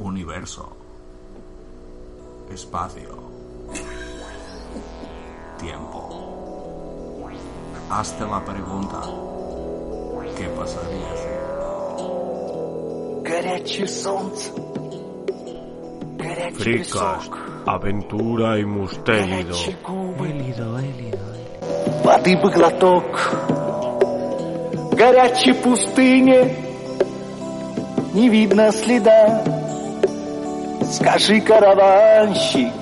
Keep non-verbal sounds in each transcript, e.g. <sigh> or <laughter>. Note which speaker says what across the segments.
Speaker 1: Universo. Espacio. Tiempo. Hazte la pregunta. ¿Qué pasaría si?
Speaker 2: Good at you, sons. Good at you,
Speaker 3: Fricas,
Speaker 2: sons.
Speaker 3: aventura y mustélido.
Speaker 2: Воды бы глоток. Горячей пустыне не видно следа. Скажи, караванщик,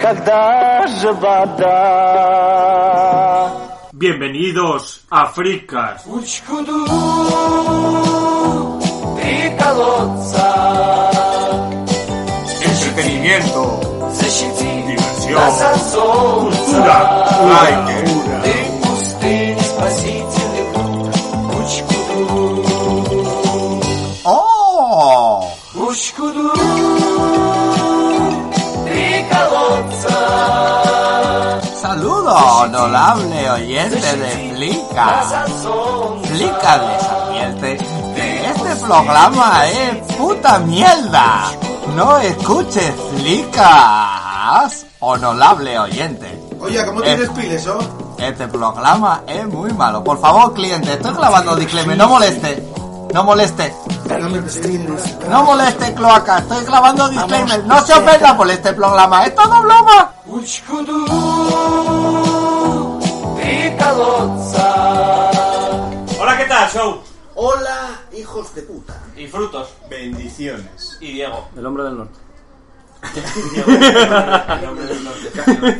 Speaker 2: когда же вода?
Speaker 4: Bienvenidos a Fricas.
Speaker 2: Учкуду три колодца
Speaker 4: Entretenimiento,
Speaker 2: защити нас
Speaker 4: diversión,
Speaker 2: от солнца.
Speaker 4: cultura, like,
Speaker 2: Ты пустынь, спасительный путь. Учкуду,
Speaker 1: ¡Oh!
Speaker 2: учкуду, три колодца.
Speaker 1: ¡Saludo, honorable oyente de
Speaker 2: Нас
Speaker 1: Flica!
Speaker 2: от солнца.
Speaker 1: Flica les advierte que este programa es puta mierda. No escuches Flicas, honorable oyente.
Speaker 5: Oye, ¿cómo tienes piles, oh?
Speaker 1: Este programa es muy malo. Por favor, cliente, estoy grabando Dicleme, no moleste. No moleste.
Speaker 5: Perdóname, presidente.
Speaker 1: No moleste, cloaca. Estoy grabando disclaimer. No se ofenda por este programa. ¡Es todo broma!
Speaker 2: Учкуду, три колодца.
Speaker 4: Hola, ¿qué tal, show?
Speaker 5: Hola, hijos de puta.
Speaker 4: Y frutos.
Speaker 5: <laughs> Bendiciones.
Speaker 4: Y Diego.
Speaker 3: El hombre del norte.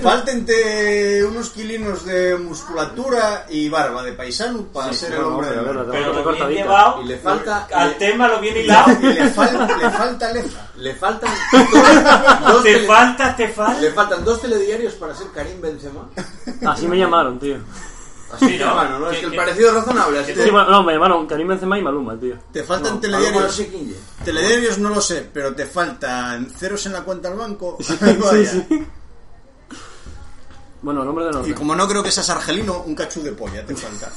Speaker 5: Fáltente unos kilinos de musculatura y barba de paisano para ser el hombre de
Speaker 3: verdad,
Speaker 5: verdad.
Speaker 3: te
Speaker 4: Pero
Speaker 3: corta
Speaker 4: lo
Speaker 3: cortadita.
Speaker 4: bien llevado.
Speaker 5: Y le falta-
Speaker 4: Al
Speaker 5: le-
Speaker 4: tema lo bien
Speaker 5: Y
Speaker 4: hilado.
Speaker 5: le, y le fal- le falta lefa. <laughs>
Speaker 6: Le faltan dos, dos
Speaker 4: Te
Speaker 6: tele-
Speaker 4: falta, te falta.
Speaker 6: le faltan dos telediarios para ser Karim Benzema.
Speaker 3: Así me llamaron, tío.
Speaker 6: Así
Speaker 4: Sí, ¿no?
Speaker 6: hermano, ¿no? Es
Speaker 4: Que-
Speaker 6: que el
Speaker 4: que-
Speaker 6: parecido es razonable. Así
Speaker 3: Sí, bueno, no, me llamaron Karim Benzema y Maluma, tío.
Speaker 5: Te faltan
Speaker 6: No, algo
Speaker 5: telediarios.
Speaker 6: así, Quille.
Speaker 5: Telediarios no lo sé, pero te faltan ceros en la cuenta al banco.
Speaker 3: Sí,
Speaker 5: Vaya.
Speaker 3: sí. Bueno, el hombre del
Speaker 5: Y
Speaker 3: norte.
Speaker 5: como no creo que seas argelino, un cachú de polla te falta.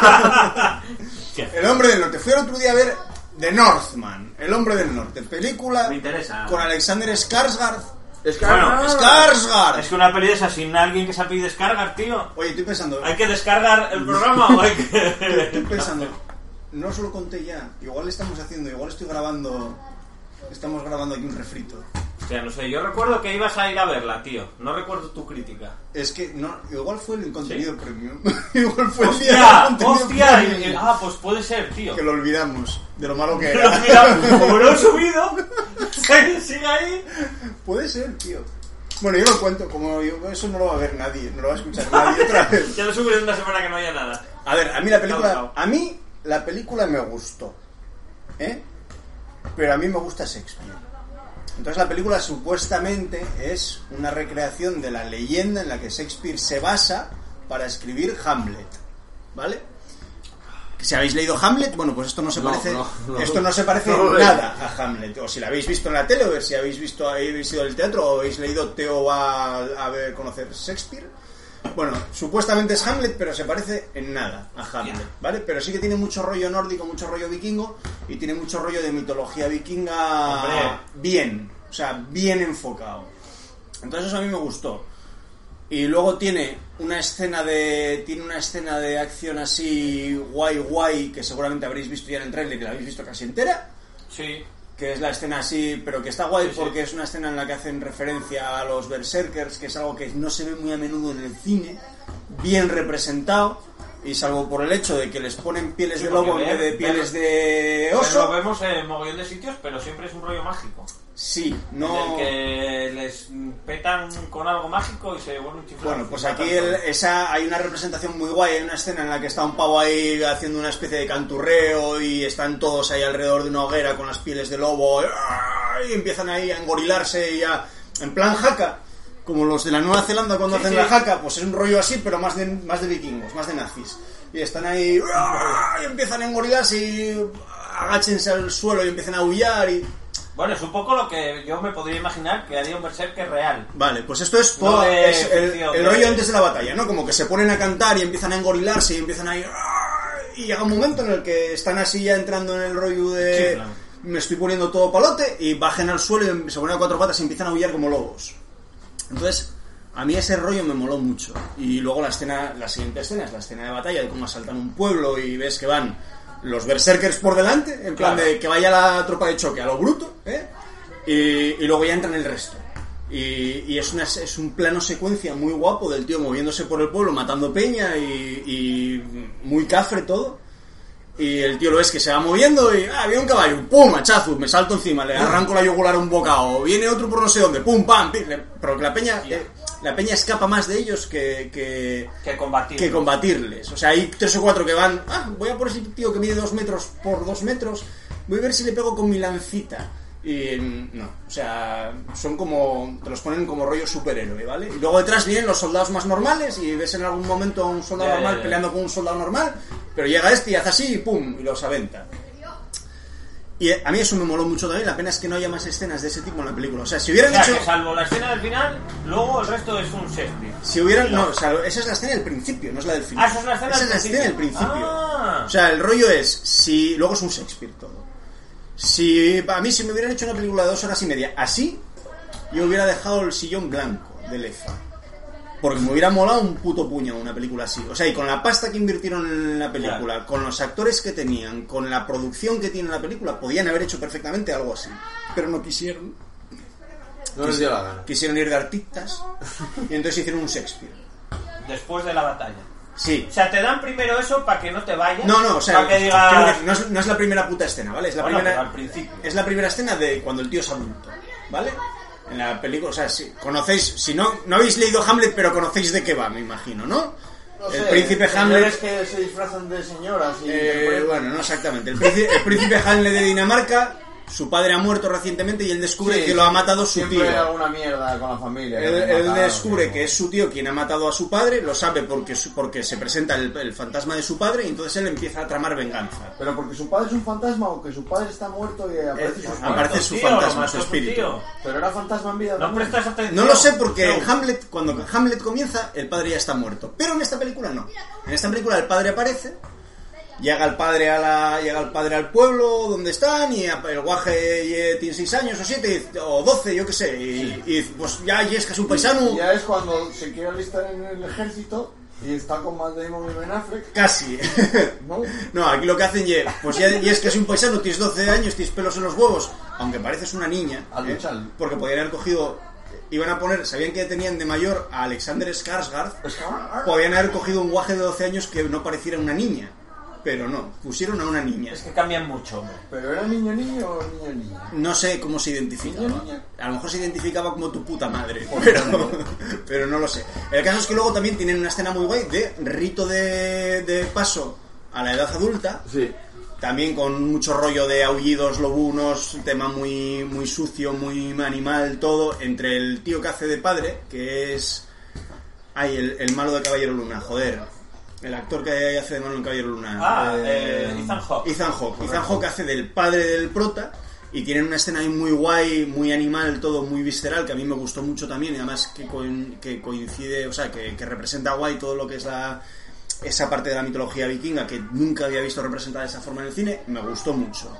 Speaker 4: <laughs>
Speaker 5: el hombre del norte. Fui el otro día a ver The Northman, El hombre del norte. Película
Speaker 4: Me interesa.
Speaker 5: con Alexander Skarsgård.
Speaker 6: Es que
Speaker 4: Bueno,
Speaker 6: ah,
Speaker 4: Es
Speaker 5: ¡Skarsgård!
Speaker 4: que una peli de esas sin alguien que se pide descargar, tío.
Speaker 5: Oye, estoy pensando.
Speaker 4: ¿Hay que descargar el programa o hay que.? <laughs>
Speaker 5: Estoy pensando. No os lo conté ya. Igual estamos haciendo, igual estoy grabando. Estamos grabando aquí un refrito.
Speaker 4: O sea, no sé, yo recuerdo que ibas a ir a verla, tío. No recuerdo tu crítica.
Speaker 5: Es que no, igual fue el contenido premium. <laughs> igual fue el día
Speaker 4: ¡Hostia!
Speaker 5: del contenido
Speaker 4: ¡Hostia!
Speaker 5: premium.
Speaker 4: Y- y- ah, pues puede ser, tío.
Speaker 5: Que lo olvidamos, de lo malo
Speaker 4: <laughs>
Speaker 5: que
Speaker 4: Pero
Speaker 5: era.
Speaker 4: mira,
Speaker 5: <laughs>
Speaker 4: como no he subido, <laughs> sigue ahí.
Speaker 5: Puede ser, tío. Bueno, yo lo cuento, como yo- eso no lo va a ver nadie, no lo va a escuchar nadie otra
Speaker 4: <laughs>
Speaker 5: vez.
Speaker 4: Ya lo subiré en una semana que no haya nada.
Speaker 5: A ver, a mí la
Speaker 4: Chao,
Speaker 5: película,
Speaker 4: chao.
Speaker 5: a mí la película me gustó, ¿eh? Pero a mí me gusta Shakespeare. Entonces la película supuestamente es una recreación de la leyenda en la que Shakespeare se basa para escribir Hamlet, ¿vale? Si habéis leído Hamlet, bueno, pues esto no se
Speaker 6: No,
Speaker 5: parece,
Speaker 6: no, no.
Speaker 5: esto no se parece
Speaker 6: No lo
Speaker 5: en
Speaker 6: veo.
Speaker 5: nada a Hamlet. O si la habéis visto en la tele, o si habéis visto, habéis ido al teatro, o habéis leído Teo va a, a ver conocer Shakespeare. Bueno, supuestamente es Hamlet, pero se parece en nada a Hamlet, ¿vale? Pero sí que tiene mucho rollo nórdico, mucho rollo vikingo, y tiene mucho rollo de mitología vikinga
Speaker 4: Hombre.
Speaker 5: bien, o sea, bien enfocado. Entonces eso a mí me gustó. Y luego tiene una escena de tiene una escena de acción así guay guay que seguramente habréis visto ya en el trailer que la habéis visto casi entera,
Speaker 4: Sí.
Speaker 5: que es la escena así, pero que está guay
Speaker 4: Sí, sí.
Speaker 5: porque es una escena en la que hacen referencia a los berserkers, que es algo que no se ve muy a menudo en el cine, bien representado y salvo por el hecho de que les ponen pieles
Speaker 4: Sí,
Speaker 5: de
Speaker 4: porque
Speaker 5: lobo en
Speaker 4: ver-
Speaker 5: vez de
Speaker 4: ver-
Speaker 5: pieles de
Speaker 4: Pero
Speaker 5: oso.
Speaker 4: Lo vemos en mogollón de sitios, pero siempre es un rollo mágico.
Speaker 5: Sí, no.
Speaker 4: Del que les petan con algo mágico y se vuelve un chiflado.
Speaker 5: Bueno, pues aquí el- esa, hay una representación muy guay, hay una escena en la que está un pavo ahí haciendo una especie de canturreo y están todos ahí alrededor de una hoguera con las pieles de lobo y empiezan ahí a engorilarse y a, en plan jaca, como los de la Nueva Zelanda cuando
Speaker 4: Sí,
Speaker 5: hacen
Speaker 4: sí.
Speaker 5: la jaca, pues es un rollo así, pero más de, más de vikingos, más de nazis. Y están ahí ¡ah! y empiezan a engorilarse y ¡ah! agáchense al suelo y empiezan a aullar y...
Speaker 4: Bueno, es un poco lo que yo me podría imaginar que haría un berserker real.
Speaker 5: Vale, pues esto es,
Speaker 4: No
Speaker 5: po-
Speaker 4: eh, de
Speaker 5: es el,
Speaker 4: ficción,
Speaker 5: el
Speaker 4: de-
Speaker 5: rollo antes de la batalla, ¿no? Como que se ponen a cantar y empiezan a engorilarse y empiezan a ir... Y llega un momento en el que están así ya entrando en el rollo de...
Speaker 4: Chiflan.
Speaker 5: Me estoy poniendo todo palote y bajen al suelo y se ponen a cuatro patas y empiezan a aullar como lobos. Entonces, a mí ese rollo me moló mucho. Y luego la escena, la siguiente escena es la escena de batalla, de cómo asaltan un pueblo y ves que van los berserkers por delante, en plan
Speaker 4: Claro.
Speaker 5: de que vaya la tropa de choque a lo bruto, ¿eh? y, y luego ya entran el resto. Y, y es, una, es un plano secuencia muy guapo del tío moviéndose por el pueblo, matando peña y, y muy cafre todo. Y el tío lo ves que se va moviendo y... Ah, viene un caballo, pum, machazo, me salto encima, le arranco la yugular a un bocado. Viene otro por no sé dónde, pum, pam, pim, le- Pero que la peña, eh, la peña escapa más de ellos que, que,
Speaker 4: Que combatir.
Speaker 5: que combatirles. O sea, hay tres o cuatro que van... Ah, voy a por ese tío que mide dos metros por dos metros, voy a ver si le pego con mi lancita. Y mm, no, o sea, son como... Te los ponen como rollo superhéroe, ¿vale? Y luego detrás vienen los soldados más normales y ves en algún momento a un soldado
Speaker 4: Ya, ya,
Speaker 5: normal
Speaker 4: ya.
Speaker 5: peleando con un soldado normal, pero llega este y hace así y pum, y los aventa. Y eh, a mí eso me moló mucho también. La pena es que no haya más escenas de ese tipo en la película. O sea, si
Speaker 4: O
Speaker 5: hubieran
Speaker 4: sea,
Speaker 5: hecho.
Speaker 4: que salvo la escena del final, luego el resto es un Shakespeare.
Speaker 5: Si hubieran. No, o sea, esa es la escena del principio, no es la del final.
Speaker 4: Ah, esa es la escena
Speaker 5: Esa
Speaker 4: del
Speaker 5: es la escena del
Speaker 4: principio.
Speaker 5: principio.
Speaker 4: Ah.
Speaker 5: O sea, el rollo es. si Luego es un Shakespeare todo. Si. A mí, si me hubieran hecho una película de dos horas y media así, yo hubiera dejado el sillón blanco de Lefa. Porque me hubiera molado un puto puño una película así. O sea, y con la pasta que invirtieron en la película, con los actores que tenían, con la producción que tiene la película, podían haber hecho perfectamente algo así. Pero no quisieron.
Speaker 6: No les dio la gana.
Speaker 5: Quisieron ir de artistas. Y entonces hicieron un Shakespeare.
Speaker 4: Después de la batalla.
Speaker 5: Sí.
Speaker 4: O sea, te dan primero eso para que no te vayas.
Speaker 5: No, no, o sea,
Speaker 4: Para que
Speaker 5: quiero
Speaker 4: digas.
Speaker 5: decir, no, es, no es la primera puta escena, ¿vale? Es la,
Speaker 4: Bueno,
Speaker 5: primera,
Speaker 4: pero al principio.
Speaker 5: es la primera escena de cuando el tío es adulto, ¿vale? En la película, o sea, si conocéis, si no, no habéis leído Hamlet, pero conocéis de qué va, me imagino, ¿no?
Speaker 6: No
Speaker 5: el
Speaker 6: sé,
Speaker 5: príncipe Hamlet.
Speaker 6: señores que se disfrazan de señoras y...
Speaker 5: Eh, bueno, no exactamente. El príncipe, el príncipe Hamlet de Dinamarca, su padre ha muerto recientemente y él descubre
Speaker 6: Sí,
Speaker 5: que lo ha matado su
Speaker 6: siempre
Speaker 5: tío.
Speaker 6: hay alguna mierda con la familia. que
Speaker 5: Él,
Speaker 6: me
Speaker 5: él
Speaker 6: mataron,
Speaker 5: descubre que es su tío quien ha matado a su padre, lo sabe porque, su- porque se presenta el, el fantasma de su padre y entonces él empieza a tramar venganza.
Speaker 6: Pero porque su padre es un fantasma o que su padre está muerto y aparece su
Speaker 5: Ah,
Speaker 6: fantasma.
Speaker 5: aparece su
Speaker 4: tío,
Speaker 5: fantasma,
Speaker 4: lo
Speaker 5: su
Speaker 4: mató
Speaker 5: espíritu.
Speaker 4: tío.
Speaker 6: Pero era fantasma en vida.
Speaker 4: No
Speaker 6: también.
Speaker 4: prestas atención.
Speaker 5: No lo sé porque en
Speaker 4: No.
Speaker 5: Hamlet, cuando Hamlet comienza, el padre ya está muerto. Pero en esta película no. En esta película el padre aparece, llega el padre a la, llega el padre al pueblo donde están y a- el guaje eh, tiene 6 años o 7 o 12, yo qué sé. Y, y pues ya y es casi un paisano.
Speaker 6: Ya es cuando se quiere alistar en el ejército y está con Matt Damon y Ben Affleck.
Speaker 5: Casi. <laughs>
Speaker 6: ¿No?
Speaker 5: No, aquí lo que hacen ya, pues ya, ya es que es un paisano, tienes 12 años, tienes pelos en los huevos, aunque pareces una niña, ¿eh?
Speaker 6: Al luchar.
Speaker 5: porque podían haber cogido, iban a poner, sabían que tenían de mayor a Alexander Skarsgård,
Speaker 6: Pues, ah,
Speaker 5: podían haber cogido un guaje de 12 años que no pareciera una niña, pero no, pusieron a una niña.
Speaker 4: Es que cambian mucho, hombre.
Speaker 6: Pero era niño niño o niño niño.
Speaker 5: No sé cómo se identificaba.
Speaker 6: Niña, niña.
Speaker 5: A lo mejor se identificaba como tu puta madre, pero, <laughs> pero no lo sé. El caso es que luego también tienen una escena muy guay de rito de, de paso a la edad adulta.
Speaker 6: Sí.
Speaker 5: También con mucho rollo de aullidos, lobunos, tema muy, muy sucio, muy animal, todo, entre el tío que hace de padre, que es... Ay, el, el malo de Caballero Luna, joder. El actor que hace de malo en Caballero Luna.
Speaker 4: Ah, eh, Ethan Hawke.
Speaker 5: Ethan Hawke. Ethan Hawke hace del padre del prota y tienen una escena ahí muy guay, muy animal, todo muy visceral, que a mí me gustó mucho también y además que, coin- que coincide, o sea, que, que representa guay todo lo que es la esa parte de la mitología vikinga que nunca había visto representada de esa forma en el cine, me gustó mucho.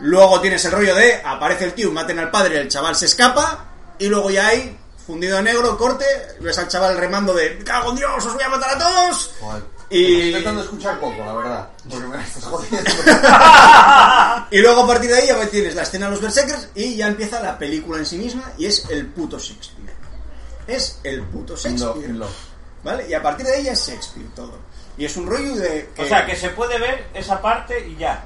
Speaker 5: Luego tienes el rollo de aparece el tío, maten al padre, el chaval se escapa y luego ya hay fundido de negro, corte, ves al chaval remando de "Me cago en Dios, os voy a matar a todos.
Speaker 6: Y...
Speaker 5: Y-
Speaker 6: Estoy intentando escuchar poco, la verdad. Porque me estás jodiendo.
Speaker 5: <laughs> Y luego a partir de ahí ya tienes la escena de los Berserkers y ya empieza la película en sí misma y es el puto Shakespeare. Es el puto
Speaker 6: No,
Speaker 5: Shakespeare.
Speaker 6: no.
Speaker 5: ¿Vale? Y a partir de ahí ya es Shakespeare todo. Y es un rollo de...
Speaker 4: O sea, que se puede ver esa parte y ya.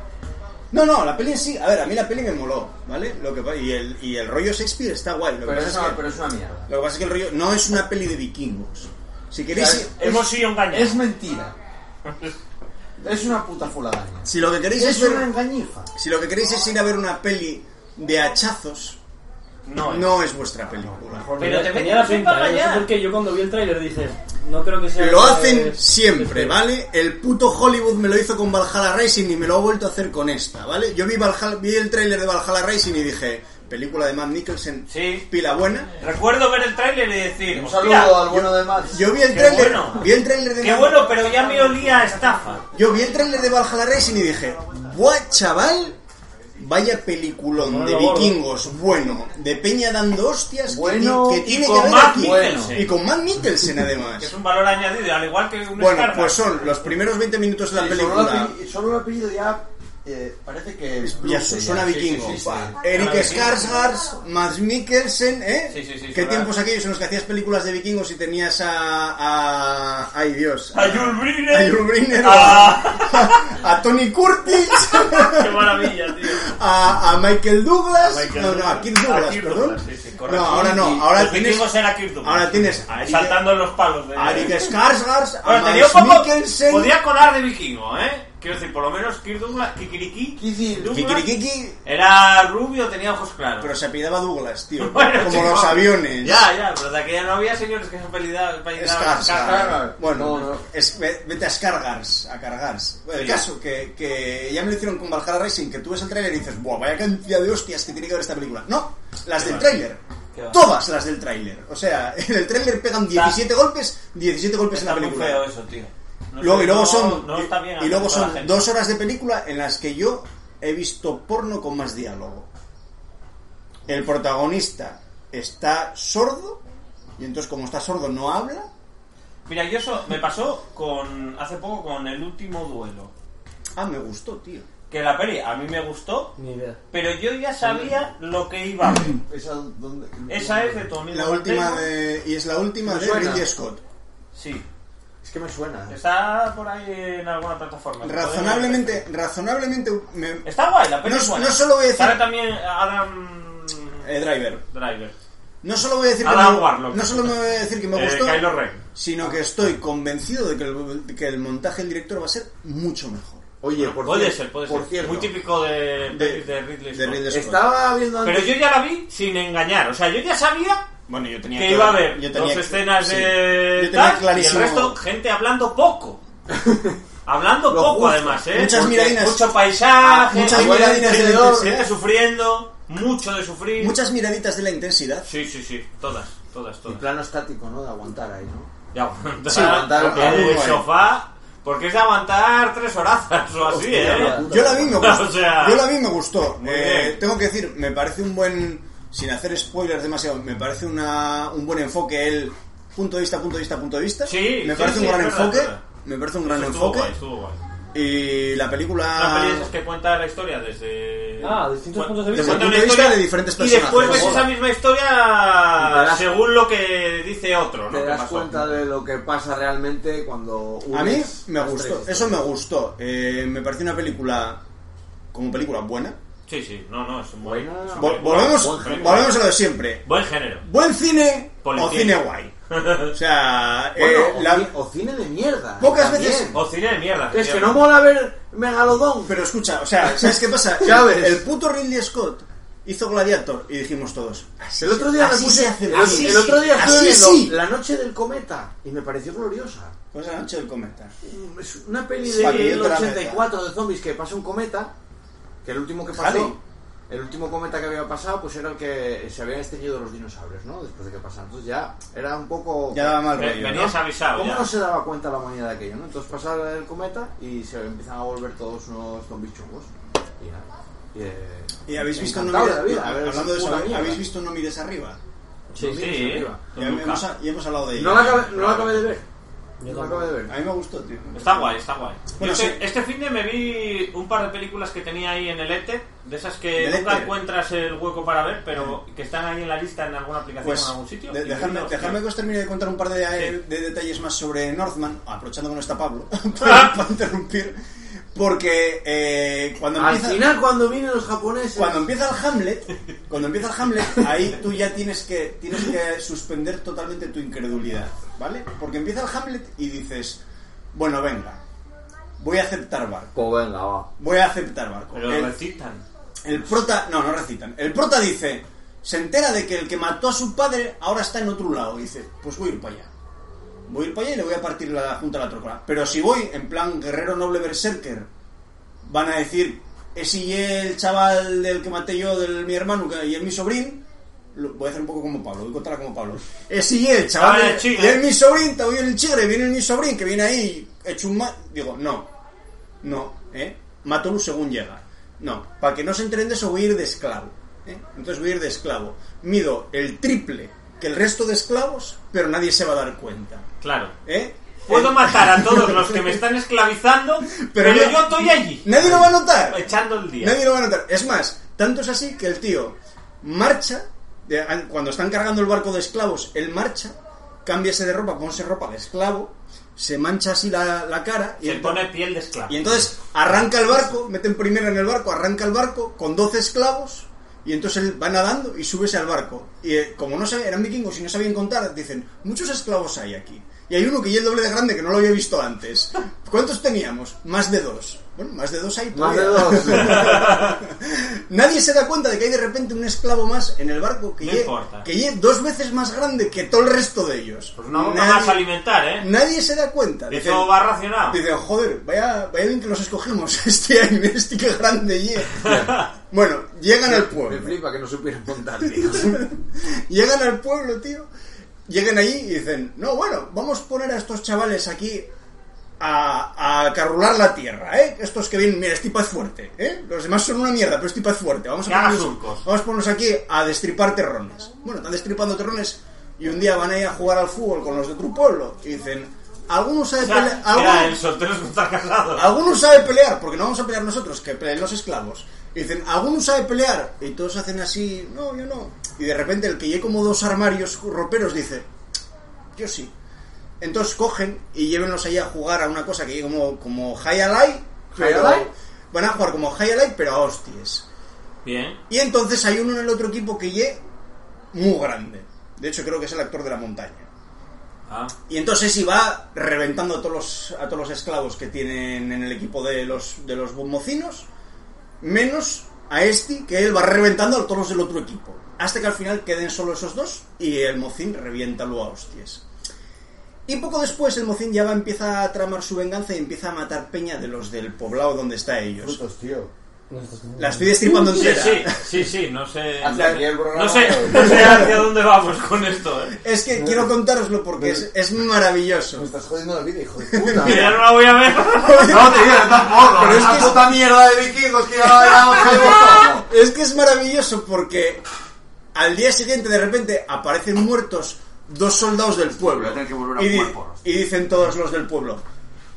Speaker 5: No, no, la peli en sí. A ver, a mí la peli me moló, ¿vale? Lo que, pa- y, el, y el rollo Shakespeare está guay. Lo que,
Speaker 6: Pero
Speaker 5: pasa
Speaker 6: es,
Speaker 5: es
Speaker 6: una, pero
Speaker 5: que,
Speaker 6: es una mierda.
Speaker 5: lo que pasa es que el rollo no es una peli de vikingos. Si queréis.
Speaker 6: O sea,
Speaker 5: si-
Speaker 4: Hemos sido engañados.
Speaker 6: Es mentira. Es una puta fuladaña.
Speaker 5: Si lo que queréis es
Speaker 6: Es
Speaker 5: ver-
Speaker 6: una engañifa.
Speaker 5: si lo que queréis es ir a ver una peli de hachazos,
Speaker 4: No, es-
Speaker 5: no es vuestra película.
Speaker 4: Pero te
Speaker 7: Tenía la
Speaker 4: metes
Speaker 7: pinta,
Speaker 4: para
Speaker 7: ¿eh? no sé
Speaker 4: allá.
Speaker 7: por qué yo cuando vi el tráiler dije, no creo que sea... este,
Speaker 5: Lo hacen
Speaker 7: es-
Speaker 5: siempre,
Speaker 7: es-
Speaker 5: ¿vale? El puto Hollywood me lo hizo con Valhalla Racing y me lo ha vuelto a hacer con esta, ¿vale? Yo vi, Valhalla, vi el tráiler de Valhalla Racing y dije, película de Matt Nicholson,
Speaker 4: Sí.
Speaker 5: pila buena.
Speaker 4: Recuerdo ver el tráiler y decir,
Speaker 6: Un
Speaker 4: hostia,
Speaker 6: saludo al bueno de Max.
Speaker 5: Yo vi el
Speaker 4: Qué
Speaker 5: tráiler,
Speaker 4: bueno.
Speaker 5: vi el tráiler de
Speaker 4: qué
Speaker 5: Matt-
Speaker 4: bueno, pero ya me olía a estafa.
Speaker 5: Yo vi el tráiler de Valhalla Racing y dije, ¡buah, chaval! Vaya peliculón de
Speaker 7: Ponelo gordo.
Speaker 5: vikingos, bueno, de peña dando hostias, que
Speaker 6: Bueno,
Speaker 5: ti- que,
Speaker 6: y
Speaker 5: tiene
Speaker 4: con
Speaker 5: que ver
Speaker 4: Matt
Speaker 5: aquí.
Speaker 4: Mikkelsen.
Speaker 5: Y con Matt Mikkelsen además.
Speaker 4: <laughs> Que es un valor añadido, al igual que un
Speaker 5: Bueno,
Speaker 4: Scarface.
Speaker 5: pues son los primeros 20 minutos de la
Speaker 6: Sí, solo, el
Speaker 5: película.
Speaker 6: apellido, solo el apellido ya eh, parece que. es
Speaker 5: Ya
Speaker 6: blues,
Speaker 5: suena
Speaker 6: ya. Sí,
Speaker 5: vikingo.
Speaker 6: sí, Eh, sí, sí.
Speaker 5: Pa.
Speaker 4: Suena
Speaker 5: Eric
Speaker 4: vikingo.
Speaker 5: Skarsgård, Mads Mikkelsen, ¿eh?
Speaker 4: Sí, sí, sí,
Speaker 5: ¿Qué
Speaker 4: suena-
Speaker 5: tiempos aquellos en los que hacías películas de vikingos y tenías a... a- ay, Dios.
Speaker 4: A Jules Briner.
Speaker 5: A Yul Brynner,
Speaker 4: Ah.
Speaker 5: a- a Tony Curtis.
Speaker 7: Qué maravilla, tío.
Speaker 5: a, a Michael Douglas.
Speaker 4: A
Speaker 5: <laughs>
Speaker 4: Michael
Speaker 5: no, no,
Speaker 4: Douglas.
Speaker 5: a Kirk Douglas,
Speaker 4: A Kirk
Speaker 5: perdón.
Speaker 4: Douglas, sí, sí, correcto.
Speaker 5: no, ahora
Speaker 4: Y-
Speaker 5: no, ahora
Speaker 4: los
Speaker 5: tienes.
Speaker 4: vikingos era Kirk Douglas.
Speaker 5: Ahora tienes a Eric,
Speaker 4: Saltando en los palos de...
Speaker 5: a Eric Skarsgård, a
Speaker 4: Bueno, tenía
Speaker 5: Mads
Speaker 4: un poco...
Speaker 5: Mikkelsen.
Speaker 4: Podía colar de vikingo, ¿eh? Quiero decir, por lo menos Kirk Douglas, Kikiriki,
Speaker 6: Kikiriki.
Speaker 4: Douglas,
Speaker 5: Kikirikiki,
Speaker 4: Era rubio, tenía ojos claros.
Speaker 5: pero se apellidaba Douglas, tío.
Speaker 4: <laughs> Bueno,
Speaker 5: como
Speaker 4: chico.
Speaker 5: los aviones.
Speaker 4: Ya, ya, pero de aquella no había señores que se apelidaban...
Speaker 5: Skarsgård. Bueno,
Speaker 6: No, no.
Speaker 5: es- ve- vete a Skarsgård, a cargarse. Bueno, el
Speaker 4: Sí.
Speaker 5: caso que, que ya me lo hicieron con Valhalla Racing, que tú ves el tráiler y dices, ¡buah, vaya cantidad de hostias que tiene que ver esta película! No, las del tráiler.
Speaker 4: Qué va.
Speaker 5: Todas las del tráiler. O sea, <laughs> en el tráiler pegan 17 golpes, 17 golpes en la
Speaker 4: Está muy
Speaker 5: película.
Speaker 4: feo eso, tío. No
Speaker 5: Luego,
Speaker 4: sé,
Speaker 5: y luego
Speaker 4: no-
Speaker 5: son,
Speaker 4: no está bien
Speaker 5: y luego
Speaker 4: aceptado
Speaker 5: son
Speaker 4: la gente.
Speaker 5: dos horas de película en las que yo he visto porno con más diálogo. El protagonista está sordo y entonces como está sordo no habla.
Speaker 4: Mira, yo eso me pasó con hace poco con el último duelo.
Speaker 5: Ah, me gustó, tío.
Speaker 4: Que la peli a mí me gustó,
Speaker 7: Ni idea.
Speaker 4: pero yo ya sabía lo que iba a ver.
Speaker 6: Esa, ¿dónde-
Speaker 4: Esa es de tu amigo
Speaker 5: La última
Speaker 4: Ortega.
Speaker 5: de y es la última
Speaker 6: Me
Speaker 5: de
Speaker 6: suena.
Speaker 5: Ridley Scott.
Speaker 4: Sí,
Speaker 6: Es que me suena. eh.
Speaker 4: está por ahí en alguna plataforma.
Speaker 5: Razonablemente, razonablemente me-
Speaker 4: Está guay, la peli
Speaker 5: No-
Speaker 4: es buena.
Speaker 5: no solo voy a decir-
Speaker 4: Sale también Adam
Speaker 5: eh, Driver.
Speaker 4: Driver.
Speaker 5: No solo voy a decir que
Speaker 4: Adam
Speaker 5: me-
Speaker 4: Warlock.
Speaker 5: no solo me voy a decir que me
Speaker 4: Eh,
Speaker 5: gustó,
Speaker 4: Kylo Ren.
Speaker 5: sino que estoy convencido de que el, que el montaje del director va a ser mucho mejor.
Speaker 6: Oye, por
Speaker 4: puede
Speaker 6: cierto-
Speaker 4: ser, puede
Speaker 6: por
Speaker 4: ser.
Speaker 6: Cierto,
Speaker 4: Muy típico de, de,
Speaker 5: de
Speaker 4: Ridley Scott.
Speaker 5: Ridley Scott.
Speaker 6: Estaba viendo antes.
Speaker 4: Pero yo ya la vi sin engañar. O sea, yo ya sabía
Speaker 5: Bueno, yo tenía
Speaker 4: que iba a haber
Speaker 5: yo tenía-
Speaker 4: dos escenas
Speaker 5: sí.
Speaker 4: de
Speaker 5: Yo tenía
Speaker 4: tal,
Speaker 5: clarísimo.
Speaker 4: y el resto gente
Speaker 5: <laughs>
Speaker 4: hablando poco. hablando
Speaker 6: Lo
Speaker 4: poco
Speaker 6: justo.
Speaker 4: además, ¿eh?
Speaker 5: Muchas
Speaker 4: Porque
Speaker 5: miradinas.
Speaker 4: mucho paisaje,
Speaker 5: Muchas
Speaker 4: gente
Speaker 5: miradinas de
Speaker 4: alrededor,
Speaker 5: intensidad.
Speaker 4: gente sufriendo, mucho de sufrir.
Speaker 5: Muchas miraditas de la intensidad.
Speaker 4: Sí, sí, sí, todas, todas,
Speaker 6: El
Speaker 4: todas.
Speaker 6: plano estático, ¿no? De aguantar ahí, ¿no?
Speaker 5: <laughs>
Speaker 4: De aguantar,
Speaker 6: Sí, aguantar,
Speaker 4: en el
Speaker 6: aguantar, guay.
Speaker 4: sofá, porque es de aguantar tres horazas o así,
Speaker 6: Hostia,
Speaker 4: ¿eh?
Speaker 6: la puta.
Speaker 5: Yo la
Speaker 4: <laughs>
Speaker 5: vi me gustó.
Speaker 4: O sea-
Speaker 5: yo la vi me gustó.
Speaker 4: Muy
Speaker 5: Eh,
Speaker 4: bien.
Speaker 5: tengo que decir, me parece un buen sin hacer spoilers demasiado, me parece una, un buen enfoque el punto de vista, punto de vista, punto de vista.
Speaker 4: Sí,
Speaker 5: me
Speaker 4: sí,
Speaker 5: parece
Speaker 4: sí,
Speaker 5: un gran
Speaker 4: es verdad,
Speaker 5: enfoque.
Speaker 4: es verdad.
Speaker 5: Me parece un gran
Speaker 4: Estuvo
Speaker 5: enfoque.
Speaker 4: guay, estuvo guay.
Speaker 5: Y la película
Speaker 4: Una peli de esas que cuenta la historia desde.
Speaker 7: Ah, distintos
Speaker 4: Cu-
Speaker 7: puntos de
Speaker 4: te
Speaker 5: Desde el
Speaker 4: cuenta
Speaker 7: vista.
Speaker 5: punto
Speaker 4: una
Speaker 5: de vista
Speaker 4: historia
Speaker 5: de diferentes
Speaker 4: Y después
Speaker 5: personajes.
Speaker 4: ves
Speaker 5: Mola.
Speaker 4: esa misma historia
Speaker 6: das-
Speaker 4: según lo que dice otro. ¿no?
Speaker 6: Te
Speaker 4: ¿Qué
Speaker 6: das
Speaker 4: pasó?
Speaker 6: cuenta de lo que pasa realmente cuando.
Speaker 5: a mí
Speaker 6: unes
Speaker 5: me
Speaker 6: las
Speaker 5: gustó,
Speaker 6: tres
Speaker 5: eso me
Speaker 6: historias.
Speaker 5: gustó. Eh, me pareció una película como película buena.
Speaker 4: Sí, sí, no, no, es un buen,
Speaker 6: Buena-
Speaker 4: es un
Speaker 5: Vol-
Speaker 4: buen-
Speaker 5: volvemos,
Speaker 6: buen género.
Speaker 5: volvemos a lo de siempre.
Speaker 4: buen género.
Speaker 5: Buen cine o
Speaker 4: Policía.
Speaker 5: cine guay.
Speaker 4: <laughs>
Speaker 5: O sea, eh,
Speaker 6: Bueno, o,
Speaker 5: la-
Speaker 6: ci- o cine de mierda.
Speaker 5: Pocas
Speaker 6: también.
Speaker 5: veces-
Speaker 4: O cine de mierda.
Speaker 6: Es que no
Speaker 4: efectivamente.
Speaker 6: mola ver Megalodón.
Speaker 5: Pero escucha, o
Speaker 6: <laughs>
Speaker 5: sea, ¿sabes qué pasa?
Speaker 6: Ya ves.
Speaker 5: El puto Ridley Scott hizo Gladiator y dijimos todos.
Speaker 6: El otro día
Speaker 5: así
Speaker 6: me puse-
Speaker 5: se hace el
Speaker 6: el-
Speaker 5: así
Speaker 6: el
Speaker 5: sí,
Speaker 6: otro día estuve
Speaker 5: así
Speaker 6: viendo
Speaker 5: sí.
Speaker 6: La noche del cometa y me pareció gloriosa.
Speaker 5: Pues la noche del cometa.
Speaker 6: Mm, Es una peli
Speaker 5: Sí, para que yo
Speaker 6: del
Speaker 5: te la
Speaker 6: 84 de zombies que pasa un cometa, que el último que pasó,
Speaker 5: Jali.
Speaker 6: el último cometa que había pasado, pues era el que se habían extinguido los dinosaurios, ¿no? Después de que pasaron. Entonces ya era un poco...
Speaker 5: Ya daba mal
Speaker 4: Ve-
Speaker 5: rollo.
Speaker 4: venías avisado
Speaker 6: ¿Cómo
Speaker 4: ya.
Speaker 6: no se daba cuenta la humanidad de aquello, no? Entonces pasaba el cometa y se empiezan a volver todos unos zombies chungos. Y nada. Y, eh,
Speaker 5: ¿Y habéis visto no
Speaker 6: encantado de
Speaker 5: mires,
Speaker 6: la vida.
Speaker 5: no,
Speaker 6: a ver,
Speaker 5: hablando de
Speaker 6: es
Speaker 5: eso,
Speaker 6: una mierda.
Speaker 5: habéis visto no mires arriba?
Speaker 4: Sí,
Speaker 6: Lo
Speaker 4: sí,
Speaker 6: miras
Speaker 4: eh.
Speaker 6: arriba.
Speaker 4: Don
Speaker 5: Ya
Speaker 4: Luca.
Speaker 5: hemos, ya hemos hablado de ello.
Speaker 6: No la acabé, no la acabé de ver. No la acabé de ver.
Speaker 5: A mí me gustó, tío.
Speaker 4: Está guay, está guay. Yo
Speaker 5: Bueno,
Speaker 4: este,
Speaker 5: sí.
Speaker 4: este fin de me vi un par de películas que tenía ahí en el ETE, de esas que
Speaker 5: ¿En el
Speaker 4: nunca
Speaker 5: Éter?
Speaker 4: encuentras el hueco para ver, pero que están ahí en la lista en alguna aplicación o
Speaker 5: Pues
Speaker 4: en algún sitio.
Speaker 5: de-
Speaker 4: y me
Speaker 5: dejadme,
Speaker 4: dije,
Speaker 5: dejadme que os termine de contar un par de, eh,
Speaker 4: Sí.
Speaker 5: de detalles más sobre <laughs>
Speaker 6: <laughs>
Speaker 5: Northman, aprovechando que no está Pablo, para, para interrumpir, porque eh, Cuando
Speaker 8: Al
Speaker 5: empieza-
Speaker 8: final, cuando vienen los japoneses.
Speaker 5: Cuando empieza el Hamlet, cuando empieza el Hamlet, ahí tú ya tienes que, tienes que suspender totalmente tu incredulidad, ¿vale? Porque empieza el Hamlet y dices, bueno, venga, voy a aceptar barco,
Speaker 8: Pues venga, va.
Speaker 5: voy a aceptar barco.
Speaker 4: Pero
Speaker 5: El-
Speaker 4: recitan.
Speaker 5: el prota, no, no recitan. El prota dice, se entera de que el que mató a su padre ahora está en otro lado. Y dice, pues voy a ir para allá. Voy a ir para allá y le voy a partir la junta a la trócola. Pero si voy, en plan guerrero noble berserker, van a decir, es y el chaval del que maté yo, del mi hermano que- y el mi sobrín. Lo- Voy a hacer un poco como Pablo, voy a contarla como Pablo. Es y el chaval
Speaker 4: Ahora el
Speaker 5: del-
Speaker 4: chicle.
Speaker 5: y el mi sobrín, te voy en el chigre, viene el mi sobrín que viene ahí hecho un ma... Digo, no, no, ¿eh? Matolu según llega. No, para que no se enteren de eso voy a ir de esclavo. ¿eh? Entonces voy a ir de esclavo. Mido el triple que el resto de esclavos, pero nadie se va a dar cuenta.
Speaker 4: Claro.
Speaker 5: ¿eh?
Speaker 4: Puedo
Speaker 5: Eh,
Speaker 4: matar a todos
Speaker 5: <laughs>
Speaker 4: los que me están esclavizando, pero,
Speaker 5: no-
Speaker 4: yo estoy allí,
Speaker 5: Nadie lo va a notar.
Speaker 4: echando el día.
Speaker 5: Nadie lo va a notar. Es más, tanto es así que el tío marcha, de- cuando están cargando el barco de esclavos, él marcha, cámbiase de ropa, ponse ropa de esclavo, se mancha así la, la cara y
Speaker 4: Se
Speaker 5: ento-
Speaker 4: pone piel de esclavo.
Speaker 5: Y entonces arranca el barco, meten primero en el barco, arranca el barco con 12 esclavos y entonces él va nadando y súbese al barco. Y eh, como no sabían, eran vikingos y no sabían contar, dicen, muchos esclavos hay aquí. Y hay uno que ya es el doble de grande que no lo había visto antes. ¿Cuántos teníamos? Más de dos. Bueno, más de dos hay.
Speaker 8: Más
Speaker 5: todavía.
Speaker 8: de
Speaker 6: <laughs>
Speaker 8: dos.
Speaker 5: <laughs> Nadie se da cuenta de que hay de repente un esclavo más en el barco que
Speaker 4: No
Speaker 5: lle-
Speaker 4: importa.
Speaker 5: que lle- dos veces más grande que todo el resto de ellos.
Speaker 4: Pues una boca
Speaker 5: Nadie-
Speaker 4: más alimentar, ¿eh?
Speaker 5: Nadie se da cuenta.
Speaker 4: De
Speaker 5: Dicen,
Speaker 4: todo va racionado.
Speaker 5: Ah, Dice, joder, vaya, vaya bien que los escogimos. <laughs> Este año, este que grande ye. Bueno, llegan al
Speaker 8: Me
Speaker 5: pueblo.
Speaker 8: flipa que no supieran montar, tío.
Speaker 5: Llegan al pueblo, tío. Llegan allí y dicen, no, bueno, vamos a poner a estos chavales aquí a, a carrular la tierra, ¿eh? Estos que vienen, mira, este tipo es fuerte, ¿eh? Los demás son una mierda, pero este tipo es fuerte. Vamos a,
Speaker 4: Que haga
Speaker 5: ponernos-
Speaker 4: surcos.
Speaker 5: vamos a ponernos aquí a destripar terrones. Bueno, están destripando terrones y un día van a ir a jugar al fútbol con los de otro pueblo y dicen, ¿alguno sabe
Speaker 4: O sea,
Speaker 5: pele- alguno-
Speaker 4: mira, el soltero es un estar casado.
Speaker 5: Algunos sabe pelear, porque no vamos a pelear nosotros, que peleen los esclavos. Y dicen, algunos sabe pelear. Y todos hacen así, no, yo no. Y de repente el que lleve como dos armarios roperos dice, yo sí. Entonces cogen y llévenlos allá a jugar a una cosa que lleve como, como High Alive. pero-
Speaker 8: Alive?
Speaker 5: Van a jugar como High Alive, pero a hostias.
Speaker 4: Bien.
Speaker 5: Y entonces hay uno en el otro equipo que lleve muy grande. De hecho, creo que es el actor de la montaña.
Speaker 4: Ah,
Speaker 5: Y entonces iba reventando a todos los, a todos los esclavos que tienen en el equipo de los, de los bombocinos, menos a este, que él va reventando a todos los del otro equipo. Hasta que al final queden solo esos dos y el mocín revienta luego a hostias. Y poco después el mocín ya va, empieza a tramar su venganza y empieza a matar peña de los del poblado donde está ellos.
Speaker 6: Frutos, tío.
Speaker 5: La estoy destripando
Speaker 4: Sí,
Speaker 5: entera.
Speaker 4: sí, sí, sí, no sé. No
Speaker 8: Hacia aquí
Speaker 4: sé,
Speaker 8: el programa.
Speaker 4: no sé, no sé hacia dónde vamos con esto,
Speaker 5: <laughs>
Speaker 4: ¿eh?
Speaker 5: Es que quiero contároslo porque es, es maravilloso.
Speaker 6: Me estás jodiendo la vida, hijo de
Speaker 8: <laughs>
Speaker 6: puta.
Speaker 4: Que ya no la voy a ver. <laughs>
Speaker 8: No, tío, yo tampoco.
Speaker 5: Pero es
Speaker 8: Una
Speaker 5: que es-
Speaker 8: puta mierda de vikingos que ya la habíamos todo.
Speaker 5: Es que es maravilloso porque al día siguiente de repente aparecen muertos dos soldados del pueblo.
Speaker 8: Voy a tener que volver a
Speaker 5: y, di-
Speaker 8: jugar porros.
Speaker 5: y dicen todos los del pueblo,